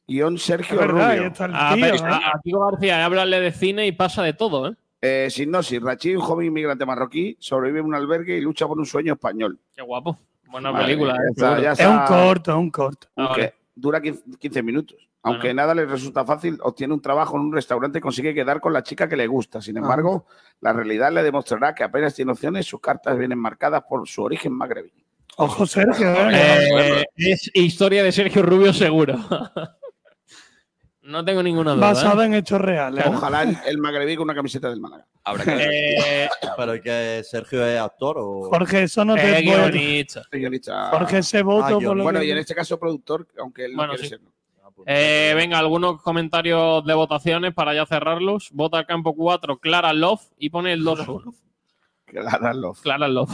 Guión Sergio Es verdad, ahí Rubio. está el ¿eh? Ah, pero a- a Kiko García, hablarle de cine y pasa de todo, ¿eh? Eh, Sinopsis, Rachi, un joven inmigrante marroquí, sobrevive en un albergue y lucha por un sueño español. Qué guapo. Buena Madre película, mía, ¿eh? ya está, Seguro. ya Es un corto, es un corto. Aunque dura 15 15 minutos. Aunque Bueno. nada le resulta fácil, obtiene un trabajo en un restaurante y consigue quedar con la chica que le gusta. Ah. Sin embargo, la realidad le demostrará que apenas tiene opciones, sus cartas vienen marcadas por su origen magrebí. Ojo, Sergio. Eh, ¿eh? es historia de Sergio Rubio *laughs* seguro. no tengo ninguna duda. Basada ¿eh? en hechos reales. Claro. Ojalá el- el magrebí con una camiseta del Málaga. Habrá que ver. Eh, Pero que Sergio es actor o. Jorge, eso no te eh, es bueno. guionista. Guionista. Jorge, ese voto Ah, por lo Bueno, que- y en este caso productor, aunque él no Ah, pues, Bueno, quiere sí. serlo. Eh, venga, algunos comentarios de votaciones para ya cerrarlos. Vota al campo 4, Clara Love y pone el 2-1. *laughs* Clara Love. Clara Love.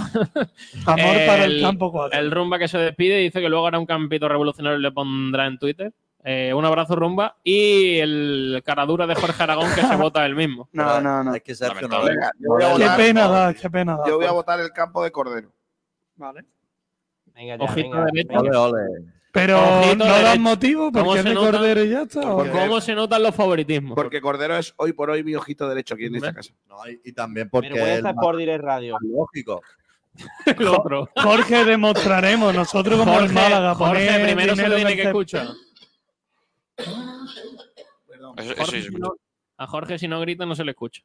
Amor para el el- campo 4. El Rumba que se despide dice que luego hará un campito revolucionario y le pondrá en Twitter. Eh, un abrazo, Rumba. Y el caradura de Jorge Aragón que *laughs* se vota el mismo. No, no, no. Es que Sergio no Lamentable. Venga, yo voy a Qué votar- pena da, qué pena da. Yo voy a votar el campo de Cordero. Vale. Venga, ya, Ojito venga. derecho. Ole, ole. Pero Ojito no derecho. dan motivo ¿Cómo porque se no nota? Cordero y ya está. ¿o Porque- qué? ¿Cómo se notan los favoritismos? Porque Cordero es hoy por hoy mi ojito derecho aquí en esta Hombre. casa. No, y, y también porque. es Vergüenza más por Direct Radio. lógico. El otro. Jorge, demostraremos. Nosotros como el Jorge, Málaga. Jorge poner primero se dinero lo en tiene el que cep- escuchar. Eso, eso Jorge, sí se si escucha. no- a Jorge si no grita no se le escucha.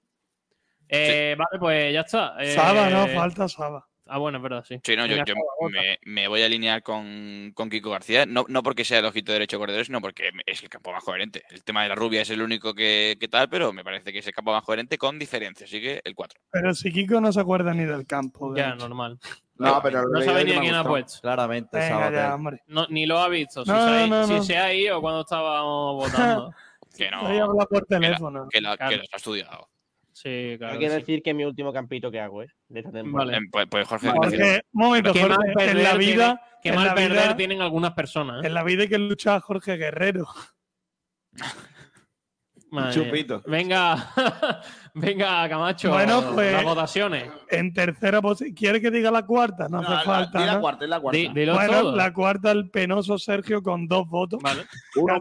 Eh, Vale, pues ya está. Eh, Saba, no, falta Saba. Ah, bueno, es verdad, sí. Sí, no, yo, Venga, yo Saba, vota. me, me voy a alinear con, con Kiko García, no, no porque sea el ojito derecho de Cordero, sino porque es el campo más coherente. El tema de la rubia es el único que, que tal, pero me parece que es el campo más coherente con diferencia, así que el 4. Pero si Kiko no se acuerda ni del campo. de Ya, hecho. normal. No, pero No sabe ni a quién ha puesto. Claramente, Venga Sabater. ya, hombre. No, ni lo ha visto. Si, No, se, ha, no, si no. se ha *laughs* ido cuando estábamos votando. Que no, Voy a hablar por que la- teléfono. que, la, que Claro. los ha estudiado. Sí, claro. no quiero sí. decir que es mi último campito que hago, ¿eh? De esta temporada. Vale. Eh, pues- pues, Jorge, Jorge, un momento, Qué Jorge, mal perder en la vida. tiene- qué en mal la perder vida- tienen algunas personas. ¿eh? En la vida hay que luchar Jorge Guerrero. Madre mía. Venga, *laughs* venga, Camacho. Bueno, pues- Las votaciones. En tercera posición. ¿Quiere que diga la cuarta? No, hace la- falta. di la ¿no? cuarta, di la cuarta. Di- dilo bueno, todo. la cuarta, el penoso Sergio con dos votos. Uno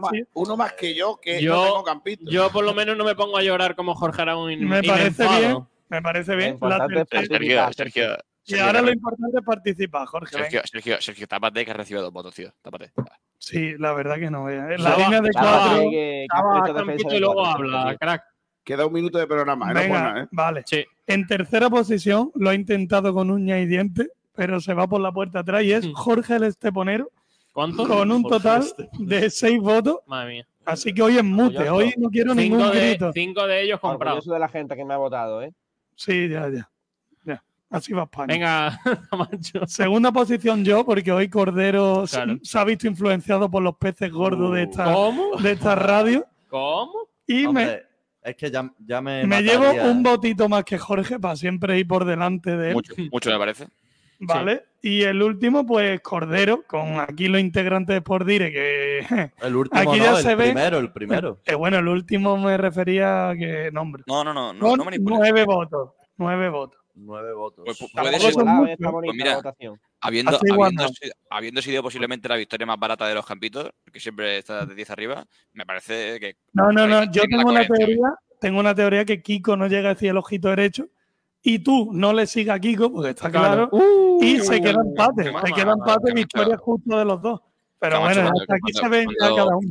Casi. más, uno más que yo, que no tengo Yo, campito. yo por lo menos no me pongo a llorar como Jorge Aragón. y- Me y parece enfado. bien. Me parece bien. La tercera- Sergio, Sergio. Y Sergio, ahora lo Carre- importante es participar, Jorge. venga. Sergio, Sergio, Sergio, tápate que has recibido dos votos, tío. Tápate. Sí, la verdad que no. vea. Chava, La línea de chava, cuatro. que- que Chava, empieza defensa campito y de luego cuatro, habla, sí. crack. Queda un minuto de programa. eh, no Venga, por nada, eh. vale. En tercera posición, lo ha intentado con uña y diente, pero se va por la puerta atrás y es Jorge el Esteponero. ¿Cuánto? Con un Jorge total el de seis votos. Madre mía. Así que hoy es Pues mute. Hoy no quiero Cinco ningún de- grito. Cinco de ellos comprados. Orgulloso de la gente que me ha votado, ¿eh? Sí, ya, ya. Ya. Así va España. Venga, *laughs* Segunda posición yo, porque hoy Cordero se- Claro. se, ha visto influenciado por los peces gordos de, esta, ¿Cómo? de esta radio. ¿Cómo? Y me- Hombre, Es que ya, ya me. me, llevo mataría. un votito más que Jorge para siempre ir por delante de él. *laughs* Mucho, mucho me parece. ¿Vale? Y el último, pues Cordero, con aquí los integrantes por dire que. El último, aquí no, ya el se ve. primero, el primero. *laughs* Eh, bueno, el último me refería a que nombre. No, no, no. Con nueve votos. Nueve votos. Nueve votos. Pues, pu- Tampoco puede son ser- muchos. Está pues bonita mira, la votación. habiendo, Hace igual, habiendo ¿no? sido, habiendo sido posiblemente la victoria más barata de los campitos, que siempre está de 10 arriba, me parece que. No, no, no. Yo tiene la tengo una coherencia. teoría. Tengo una teoría que Kiko no llega hacia el ojito derecho. Y tú no le sigas a Kiko, porque está claro. Claro. y Uh, se queda empate. Camacho, Se queda empate, Camacho. victoria justo de los dos. Pero Camacho, bueno, cuando- hasta aquí cuando- se ven ya cuando- cada uno.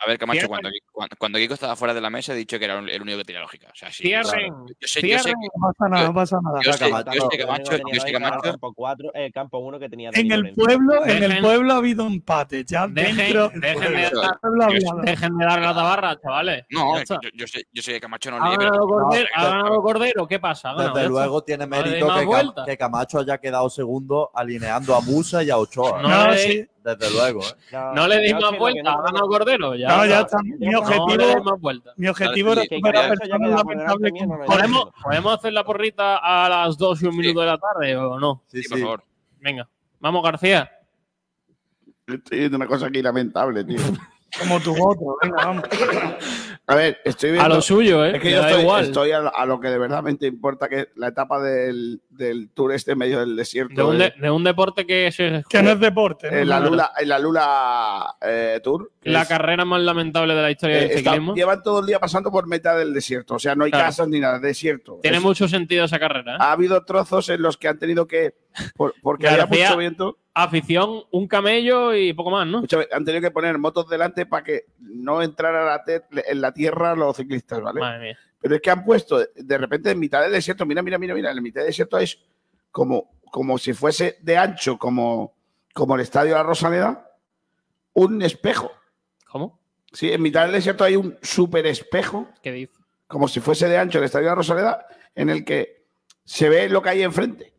A ver, Camacho, Cierren. cuando, cuando, cuando Kiko estaba fuera de la mesa, he dicho que era un- el único que tenía lógica. O sea, sí, Cierren, claro. Yo sé, yo sé que- No pasa nada, yo- no pasa nada. yo sé- yo sé que Camacho- Tenía yo sé que Naica, Camacho- Campo 4, eh, campo 1 que tenía En Danilo el Lorenzo. pueblo, en el Dejen- pueblo ha habido empate. Ya Dejen- dentro. dejen de del dar- pueblo ha yo- hablado. Dejen de dar la tabarra, chavales. No, Ya es está. que yo, yo sé, yo sé que Camacho no Ha lee, pero- ganado Cordero, ha pero- ganado Cordero, ¿qué pasa? Ha ganado, Desde ya luego está. tiene No le dé mérito más que, Cam- vuelta. que Camacho haya quedado segundo alineando a Musa y a Ochoa. No, No, eh. sí. Desde luego. ¿eh? No le deis más vuelta, ha ganado Cordero. Ya No, ya está. está. Mi No le deis objetivo, más vuelta. mi objetivo Vale, era sí, sí, superar que personas lamentables como Jorge. ¿Podemos, ¿Podemos hacer la porrita a las 2 y un minuto de la tarde o no? Sí, por favor. Venga, vamos García. Estoy viendo una cosa aquí lamentable, tío. Como tu voto, venga, vamos. A ver, estoy viendo. A lo suyo, ¿eh? Es que Le yo da estoy, igual. estoy a, a lo que de verdad me importa, que es la etapa del, del tour este en medio del desierto. De un, eh. de- de un deporte que se Que no es deporte. Eh, en Eh, la Lula, en la Lula eh, Tour. que la es- carrera más lamentable de la historia eh, del está- ciclismo. llevan todo el día pasando por mitad del desierto. O sea, no hay Claro. casas ni nada, desierto. Tiene Es- mucho sentido esa carrera. ¿eh? Ha habido trozos en los que han tenido que. por- porque había García, mucho viento. Afición, un camello y poco más, ¿no? Escúchame, han tenido que poner motos delante para que no entrara la te- en la tierra los ciclistas, ¿vale? Madre mía. Pero es que han puesto de repente en mitad del desierto, mira, mira, mira, mira, en mitad del desierto es como, como si fuese de ancho, como, como el estadio de la Rosaleda, un espejo. ¿Cómo? Sí, en mitad del desierto hay un super espejo, ¿Qué dice? como si fuese de ancho el estadio de la Rosaleda, en el que se ve lo que hay enfrente.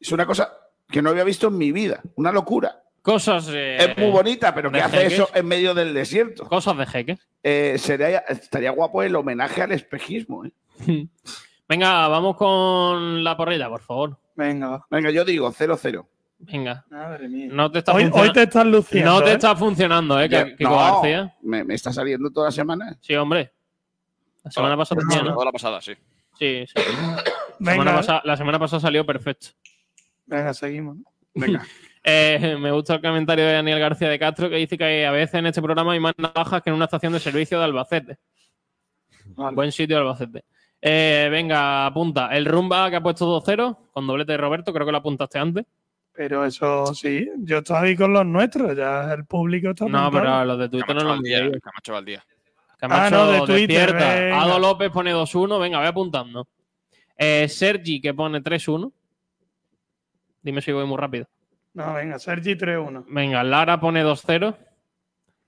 Es una cosa que no había visto en mi vida, una locura. Cosas. eh, Es muy bonita, pero ¿qué de hace jeques. eso en medio del desierto? Cosas de jeque. Eh, sería, estaría guapo el homenaje al espejismo. ¿eh? Venga, vamos con la porrita, por favor. Venga, Venga, yo digo 0-0. Venga. Madre mía. No te está Hoy- funcionando. hoy te estás luciendo, No te ¿eh? está funcionando, ¿eh? Ya- Kiko no, García. Me, me está saliendo toda la semana. Sí, hombre. La semana pasada también, ¿no? Toda la pasada, sí. Sí, sí. Venga. Semana pasa- la semana pasada salió perfecto. Venga, seguimos. ¿no? Eh, me gusta el comentario de Daniel García de Castro que dice que a veces en este programa hay más navajas que en una estación de servicio de Albacete. Buen sitio Albacete. Eh, venga, apunta. El Rumba que ha puesto 2-0 con doblete de Roberto, creo que lo apuntaste antes. Pero eso sí, yo estaba ahí con los nuestros, ya el público está. No, apuntado. pero los de Twitter Camacho no los Valdía, leí. Camacho Valdía. Camacho, Ah, no, de Twitter, despierta. venga. Ado López pone 2-1, venga, ve apuntando. Eh, Sergi que pone 3-1. Dime si voy muy rápido. No, venga, Sergi 3-1. Venga, Lara pone 2-0.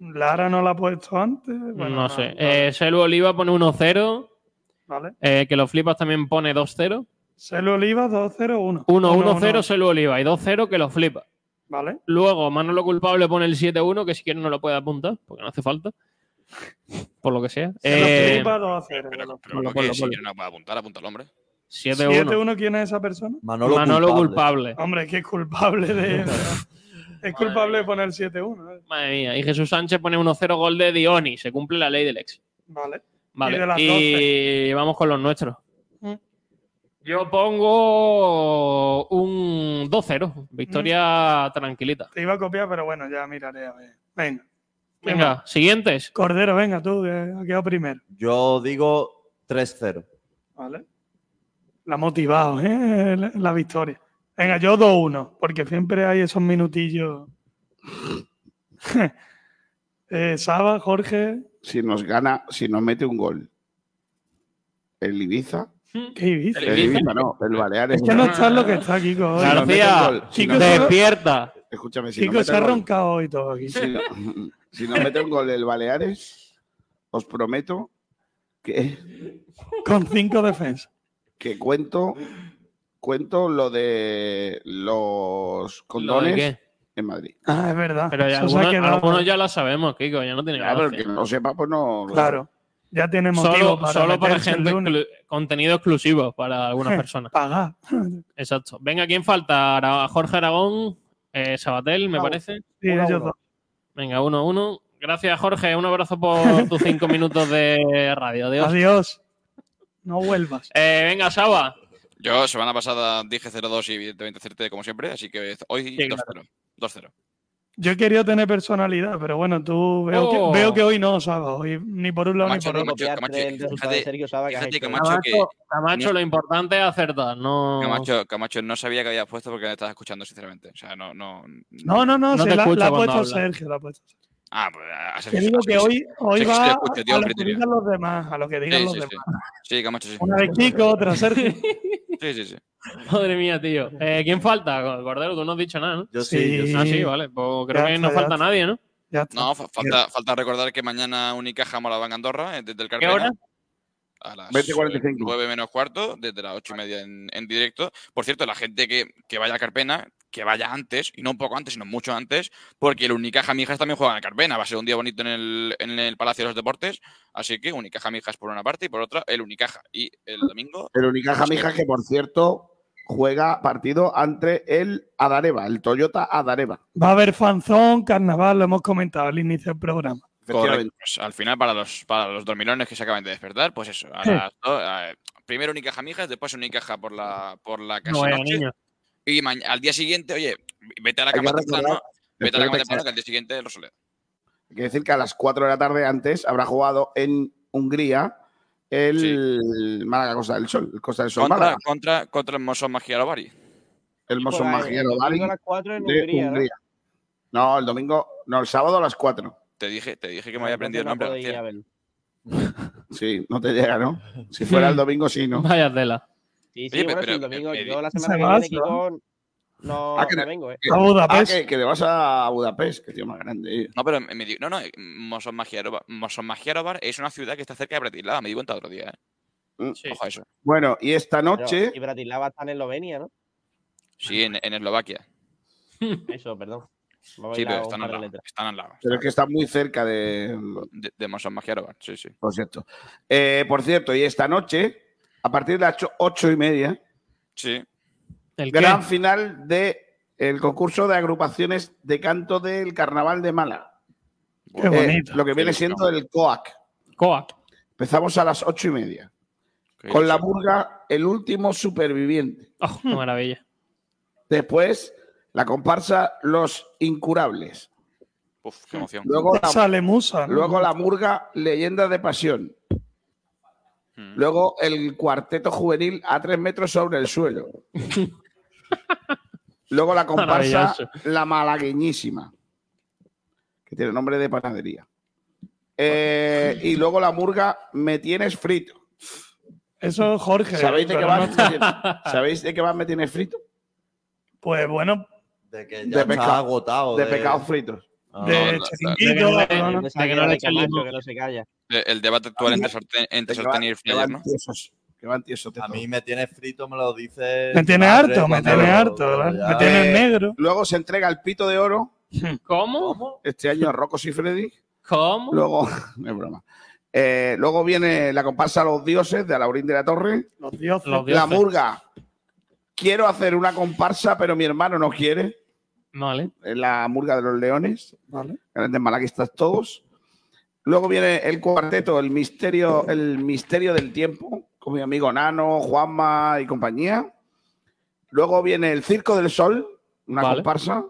Lara no la ha puesto antes. Bueno, no sé. Eh, Selu Oliva pone 1-0. Vale. Eh, que los flipas también pone 2-0. Celo Oliva 2-0-1. 1-1-0 Selu Oliva y 2-0 que los flipa. Vale. Luego Manolo Culpable pone el 7-1, que si quieres no lo puede apuntar, porque no hace falta. por lo que sea. Eh, Eh, a cero. Pero, pero Ponlo, ¿qué? ponlo, si ponlo. quieren apuntar, apunta el hombre. 7-1. 7-1, ¿quién es esa persona? Manolo Manolo culpable. culpable. Hombre, que es culpable *laughs* de. es culpable de poner 7-1. ¿eh? Madre mía. Y Jesús Sánchez pone 1-0 gol de Dioni. Se cumple la ley del ex. Vale. Vale. Y de las Y, vamos con los nuestros. Mm. Yo pongo un 2-0. Victoria Mm. tranquilita. Te iba a copiar, pero bueno, ya miraré a ver. Venga. Venga, siguientes. Cordero, venga tú, que ha quedado primero. Yo digo 3-0. Vale. La ha motivado, ¿eh? La- La victoria. Venga, yo 2-1, porque siempre hay esos minutillos. *laughs* eh, Saba, Jorge, Si nos gana, si nos mete un gol. El Ibiza. ¿qué dices? El Ibiza no, el Baleares. Es que no está lo que está, Kiko. hoy. Si nos mete un gol, si nos- despierta. Escúchame, si nos Kiko mete se ha un gol- roncado hoy todo aquí. Si, no- *laughs* si nos mete un gol el Baleares, os prometo que, Con cinco defensas. que cuento, cuento lo de los condones qué? en Madrid. Ah, es verdad. Pero ya Eso se ha algunos, quedado- algunos ya la sabemos, Kiko. Ya no tiene Claro, gracia. el que no lo sepa, pues no. lo Claro. Ya tiene motivo Solo para, para, solo para meterse el gente, lunes. exclu- contenido exclusivo para *laughs* algunas personas. Pagar. Exacto. Venga, ¿quién falta? Ara- Jorge Aragón, eh, Sabatel, me Au. parece. Sí, Uno a ellos uno. dos. Venga, uno a uno. Gracias, Jorge. Un *laughs* abrazo por tus cinco minutos de radio. Adiós. Adiós. No vuelvas. Eh, venga, Saba. Yo semana pasada dije 0-2 y evidentemente acerté como siempre, así que hoy 2-0. 2-0. Yo quería tener personalidad, pero bueno, tú veo, Oh. que, veo que hoy no, Saba. Hoy ni por un lado Camacho, ni por otro. Camacho, Camacho, fíjate- fíjate, Camacho, Camacho, que- Camacho, lo importante es acertar. No, Camacho, Camacho, no sabía que había puesto porque me estás escuchando, sinceramente. O sea, no. No, No, no, no, No se te la, escucho la ha cuando puesto habla. Sergio. La ha puesto. Ah, pues. a- a Te digo a que hoy, hoy sí, va sí, a, escucho, tío, lo que criterio. digan los demás, a lo que digan Sí, los sí, sí. demás. Sí, Camacho, sí. Una vez Kiko, otra Sergio. Sí, sí, sí. Madre mía, tío. Eh, ¿Quién falta? Cordero, tú no has dicho nada, ¿no? Yo sí, yo sí. Ah, sí, vale. Pues creo Ya que está, no ya falta está. nadie, ¿no? No, fa- falta, falta recordar que mañana Unicaja Málaga Andorra, eh, desde el Carpena. hora? A las 20:45. 9 menos cuarto, desde las 8 y media en, en directo. Por cierto, la gente que, que vaya a Carpena, que vaya antes, y no un poco antes, sino mucho antes, porque el Unicaja Mijas también juega en Carpena. Va a ser un día bonito en el, en el Palacio de los Deportes. Así que Unicaja Mijas por una parte y por otra el Unicaja. Y el domingo. El Unicaja Mijas que, por cierto, juega partido ante el Adareva, el Toyota Adareva. Va a haber fanzón, carnaval, lo hemos comentado al inicio del programa. Correcto. Pues al final, para los, para los dormilones que se acaban de despertar, pues eso. a Sí. las do- a- primero Unicaja Mijas, después Unicaja por la, por la casa. vaya noche. niño. Y ma- al día siguiente, oye, vete a la Hay que cama recordar- temprano. Vete a espérate, la cama temprano, espérate. que al día siguiente el Rosaleda. Hay que decir que a las 4 de la tarde antes habrá jugado en Hungría el Málaga Costa del Sol, el Costa del Sol Contra, Málaga, contra, contra el Mosón Magiarobari. el Mosso Juega el Magiero domingo Bari a las 4 en de Hungría, ¿no? ¿no? el domingo, no, el sábado a las 4. Te dije, te dije que me había aprendido el nombre. García. Sí, no te llega, ¿no? Si *laughs* fuera el domingo, sí, ¿no? Vaya tela. Sí, sí, Oye, bueno, pero- si el domingo, pero- yo la ¿Se semana que va, viene, se va? Kiko, no, Ah, que no te- vengo, ¿eh? que- pues. Ah, que, que te vas a Budapest, que tío más grande. No, pero me, me di- no, no, Mosón Magiarobar. Mosón Magiarobar es una ciudad que está cerca de Bratislava, me di cuenta otro día. ¿eh? Ojo a eso. Bueno, y esta noche. Pero- y Bratislava está en Eslovenia, *laughs* ¿no? Sí, en, en Eslovaquia. Eso, perdón. *laughs* Me he bailado Sí, pero un están par al de lado. letras. Están al lado. Pero es que está muy cerca de. De, de Mosón Magiarobar, sí, sí. Por cierto. Eh, por cierto, y esta noche, a partir de las ocho- ocho y media, Sí. gran final de el concurso de agrupaciones de canto del Carnaval de Málaga. Qué Eh, bonito. lo que viene Qué siendo el COAC. COAC. Empezamos a las ocho y media. Con la burga, el último superviviente. Oh, qué maravilla. Después, la comparsa Los Incurables. Uf, qué emoción. Luego la, Sale Musa. ¿no? Luego la murga Leyenda de Pasión. Luego el cuarteto juvenil a tres metros sobre el suelo. Luego la comparsa Maravilloso. La Malagueñísima, que tiene nombre de panadería. Eh, y luego la murga Me Tienes Frito. Eso es Jorge. ¿Sabéis de, qué pero va, no está- ¿Sabéis de qué va Me Tienes Frito? Pues bueno, De que ya está peca- agotado. eh. de pecados fritos. Ah, De la- la- chiringuito, la- la- la- de- de- de- la- de- la- de- la- Que no se calla. Eh, El debate actual entre Sartén, entre Sartén y Fryer, ¿no? A mí me tiene frito, me lo dice. Me tiene madre, harto, me cuando- tiene harto. ¿verdad? Me tiene Eh, negro. Luego se entrega el pito de oro. *laughs* ¿Cómo? Este año a Rocos y Freddy. ¿Cómo? Luego, *laughs* es broma. Eh, luego viene la comparsa Los Dioses de Alaurín de la Torre. Los dioses. La Murga. Quiero hacer una comparsa, pero mi hermano no quiere. Vale. Es la Murga de los Leones. Vale. Grandes malaguistas todos. Luego viene el cuarteto, el misterio, el misterio del tiempo, con mi amigo Nano, Juanma y compañía. Luego viene el Circo del Sol, una Vale. comparsa.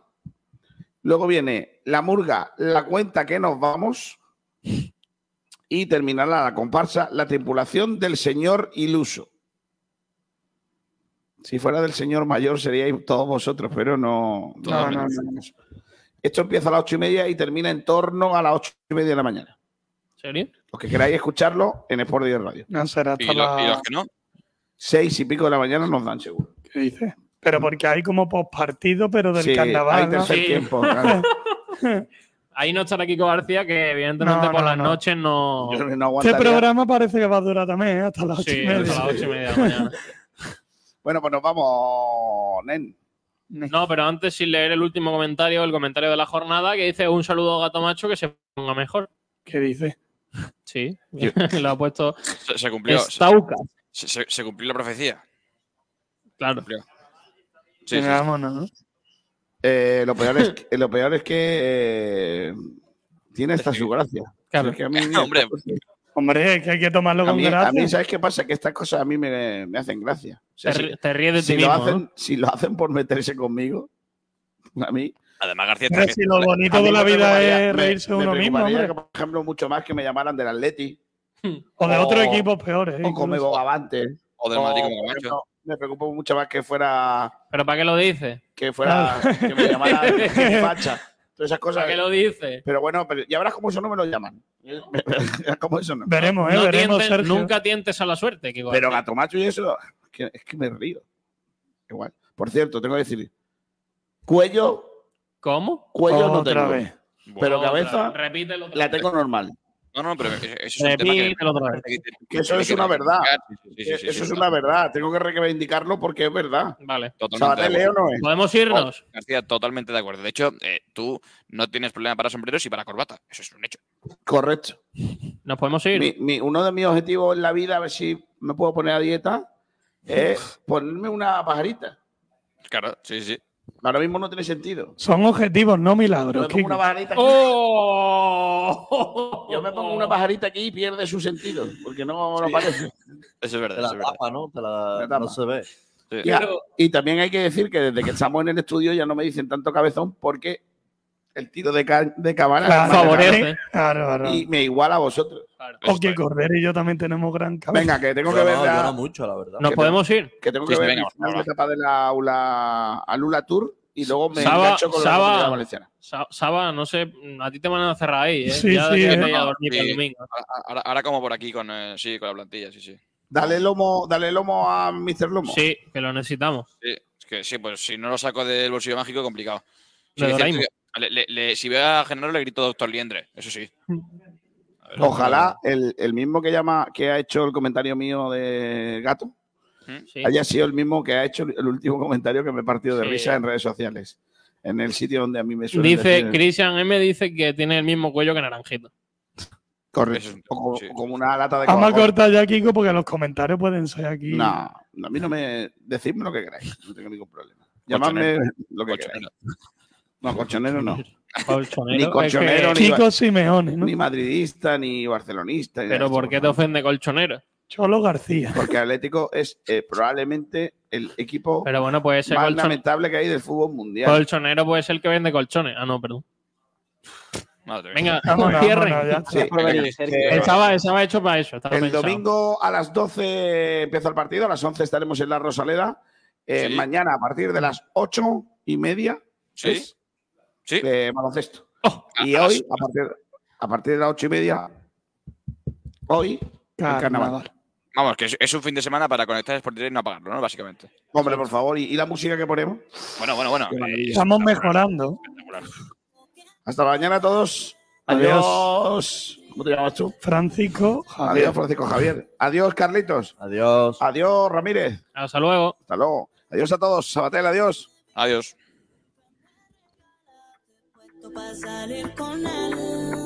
Luego viene la murga, la cuenta que nos vamos. Y terminará la comparsa, la tripulación del señor iluso. Si fuera del señor mayor seríais todos vosotros, pero no. No, no, no. Esto empieza a las ocho y media y termina en torno a las ocho y media de la mañana. ¿Serio? Los que queráis escucharlo en Sport Direct Radio. No será hasta la- no? Seis y pico de la mañana nos dan seguro. ¿Qué dices? Pero porque hay como postpartido, pero del Sí, carnaval. hay tercer ¿no? *laughs* Este *laughs* tiempo, claro. Ahí no estará Kiko García, que evidentemente No, por no, las no. noches no. este programa parece que va a durar también ¿eh? hasta las ocho y Sí, media. hasta las ocho y media de la *laughs* mañana. Bueno, pues nos vamos, Nen. No, pero antes sin leer el último comentario, el comentario de la jornada, que dice un saludo gato macho que se ponga mejor. ¿Qué dice? Sí, *laughs* lo ha puesto. Se, se cumplió. se- Stauka. Se, se- se cumplió la profecía. Claro. Sí, sí, sí. Eh, lo, peor es que, lo peor es que eh, tiene esta su gracia. Es que a mí, *laughs* Hombre. Hombre, es que hay que tomarlo a con mí- gracia. a mí, ¿sabes qué pasa? Que estas cosas a mí me, me hacen gracia. O sea, Te si- ri- te ríes de ti si mismo, Lo hacen, ¿no? Si lo hacen por meterse conmigo, a mí. Además, García. Pero también- si lo bonito de la vida es reírse de uno mismo, hombre. Por ejemplo, mucho más que me llamaran del Atleti. O de otros equipos peores. ¿eh? O como incluso. Bogavante. O del Madrid como por Gabacho. ejemplo, Me preocupa mucho más que fuera. ¿Pero para qué lo dices? Que fuera. Que me *laughs* llamaran facha. Todas esas cosas. ¿Para qué lo dices? Pero bueno, pero ya verás cómo eso no me lo llaman. *laughs* Ya cómo eso no. eh, Veremos, No tientes- Nunca tientes a la suerte, Kiko. Pero García. Gato Macho y eso, es que, es que me río. Igual. Por cierto, tengo que decir, cuello. ¿Cómo? Cuello no Otra tengo. vez. Pero Otra cabeza vez. Repítelo otra la vez. tengo normal. No, no, pero eso es un tema que- Repítelo otra vez. Que eso es una verdad. sí, sí, sí, eso es sí. una verdad. Tengo que reivindicarlo porque es verdad. Vale. Sabater de acuerdo. Leo no eh? es. ¿Podemos irnos? García, totalmente de acuerdo. De hecho, eh, tú no tienes problema para sombreros y para corbata. Eso es un hecho. Correcto. Nos podemos ir. Mi- mi- uno de mis objetivos en la vida, a ver si me puedo poner a dieta, *laughs* es ponerme una pajarita. Claro, sí, sí. Ahora mismo no tiene sentido. Son objetivos, no milagros. Me pongo una Kiko. pajarita aquí. ¡Oh! Yo me pongo una pajarita aquí y pierde su sentido, porque no no parece. Eso es verdad. Te la eso es verdad. tapa, ¿no? Te la- La tapa. no se ve. Ya, Y también hay que decir que desde que estamos en el estudio ya no me dicen tanto cabezón porque el tiro de, ca- de cabana Claro, es más favorece. grande Claro, claro. y me iguala a vosotros. O que Cordero y yo también tenemos gran cabeza. Venga, que tengo que ver la- Nos que podemos tengo- ir. Que tengo Sí, que ver venga, la final de etapa de la aula a Lula Tour y luego me Saba, engancho con la comunidad Saba, valenciana. Sa- Saba, no sé, a ti te van a cerrar ahí, ¿eh? Sí, ya sí, te eh. voy a dormir Sí. para el domingo. Ahora- Ahora, ahora como por aquí con, eh, sí, con la plantilla, sí, sí. Dale lomo, dale lomo a Mr. Lomo. Sí, que lo necesitamos. Sí, es que sí, pues si no lo saco del bolsillo mágico, complicado. Sí, Lo es cierto Doraemon. que le- le- le- si veo a Genaro, le grito Doctor Liendre, eso sí. A ver, Ojalá el, el mismo que llama, que ha hecho el comentario mío de gato, ¿Mm? haya sido el mismo que ha hecho el último comentario que me he partido de Sí. risa en redes sociales. En el sitio donde a mí me suele Dice, Christian M dice que tiene el mismo cuello que Naranjito. Correcto. O co- o como una lata de Vamos a Coca-Cola. cortar ya, Kiko, porque los comentarios pueden ser aquí. No, a mí no me. Decidme lo que queráis. No tengo ningún problema. Llamadme Colchonero. lo que queráis. No, colchonero no. Colchonero, ni es colchonero, que- ni, Kiko Simeone, ¿no? ni madridista, ni barcelonista. ni nada Pero de esto, ¿por qué te ofende colchonero? Cholo García. Porque Atlético es eh, probablemente el equipo Pero bueno, puede ser más colchon- lamentable que hay del fútbol mundial. Colchonero puede ser el que vende colchones. Ah, no, perdón. Madre Venga, Vámonos, *laughs* cierren. vámonos, ya está. Sí, Por venir, Sergio. eh, estaba, estaba hecho para eso. estaba El pensado. domingo a las 12 empieza el partido, a las 11 estaremos en la Rosaleda. Eh, Sí. Mañana a partir de las 8 y media Sí. es eh, baloncesto. y a- a hoy, las- a partir, a partir de las 8 y media, hoy, el carnaval. Vamos, que es, es un fin de semana para conectar Sport Direct y no apagarlo, ¿no? Básicamente. Hombre, por favor, ¿y, y la música que ponemos? Bueno, bueno, bueno. eh, Estamos mejorando. Hasta mañana a todos. Adiós. Adiós. ¿Cómo te llamas tú? Francisco Javier. Adiós, Francisco Javier. Adiós, Carlitos. Adiós. Adiós, Ramírez. Hasta luego. Hasta luego. Adiós a todos. Sabatel, adiós. Adiós. salir con él.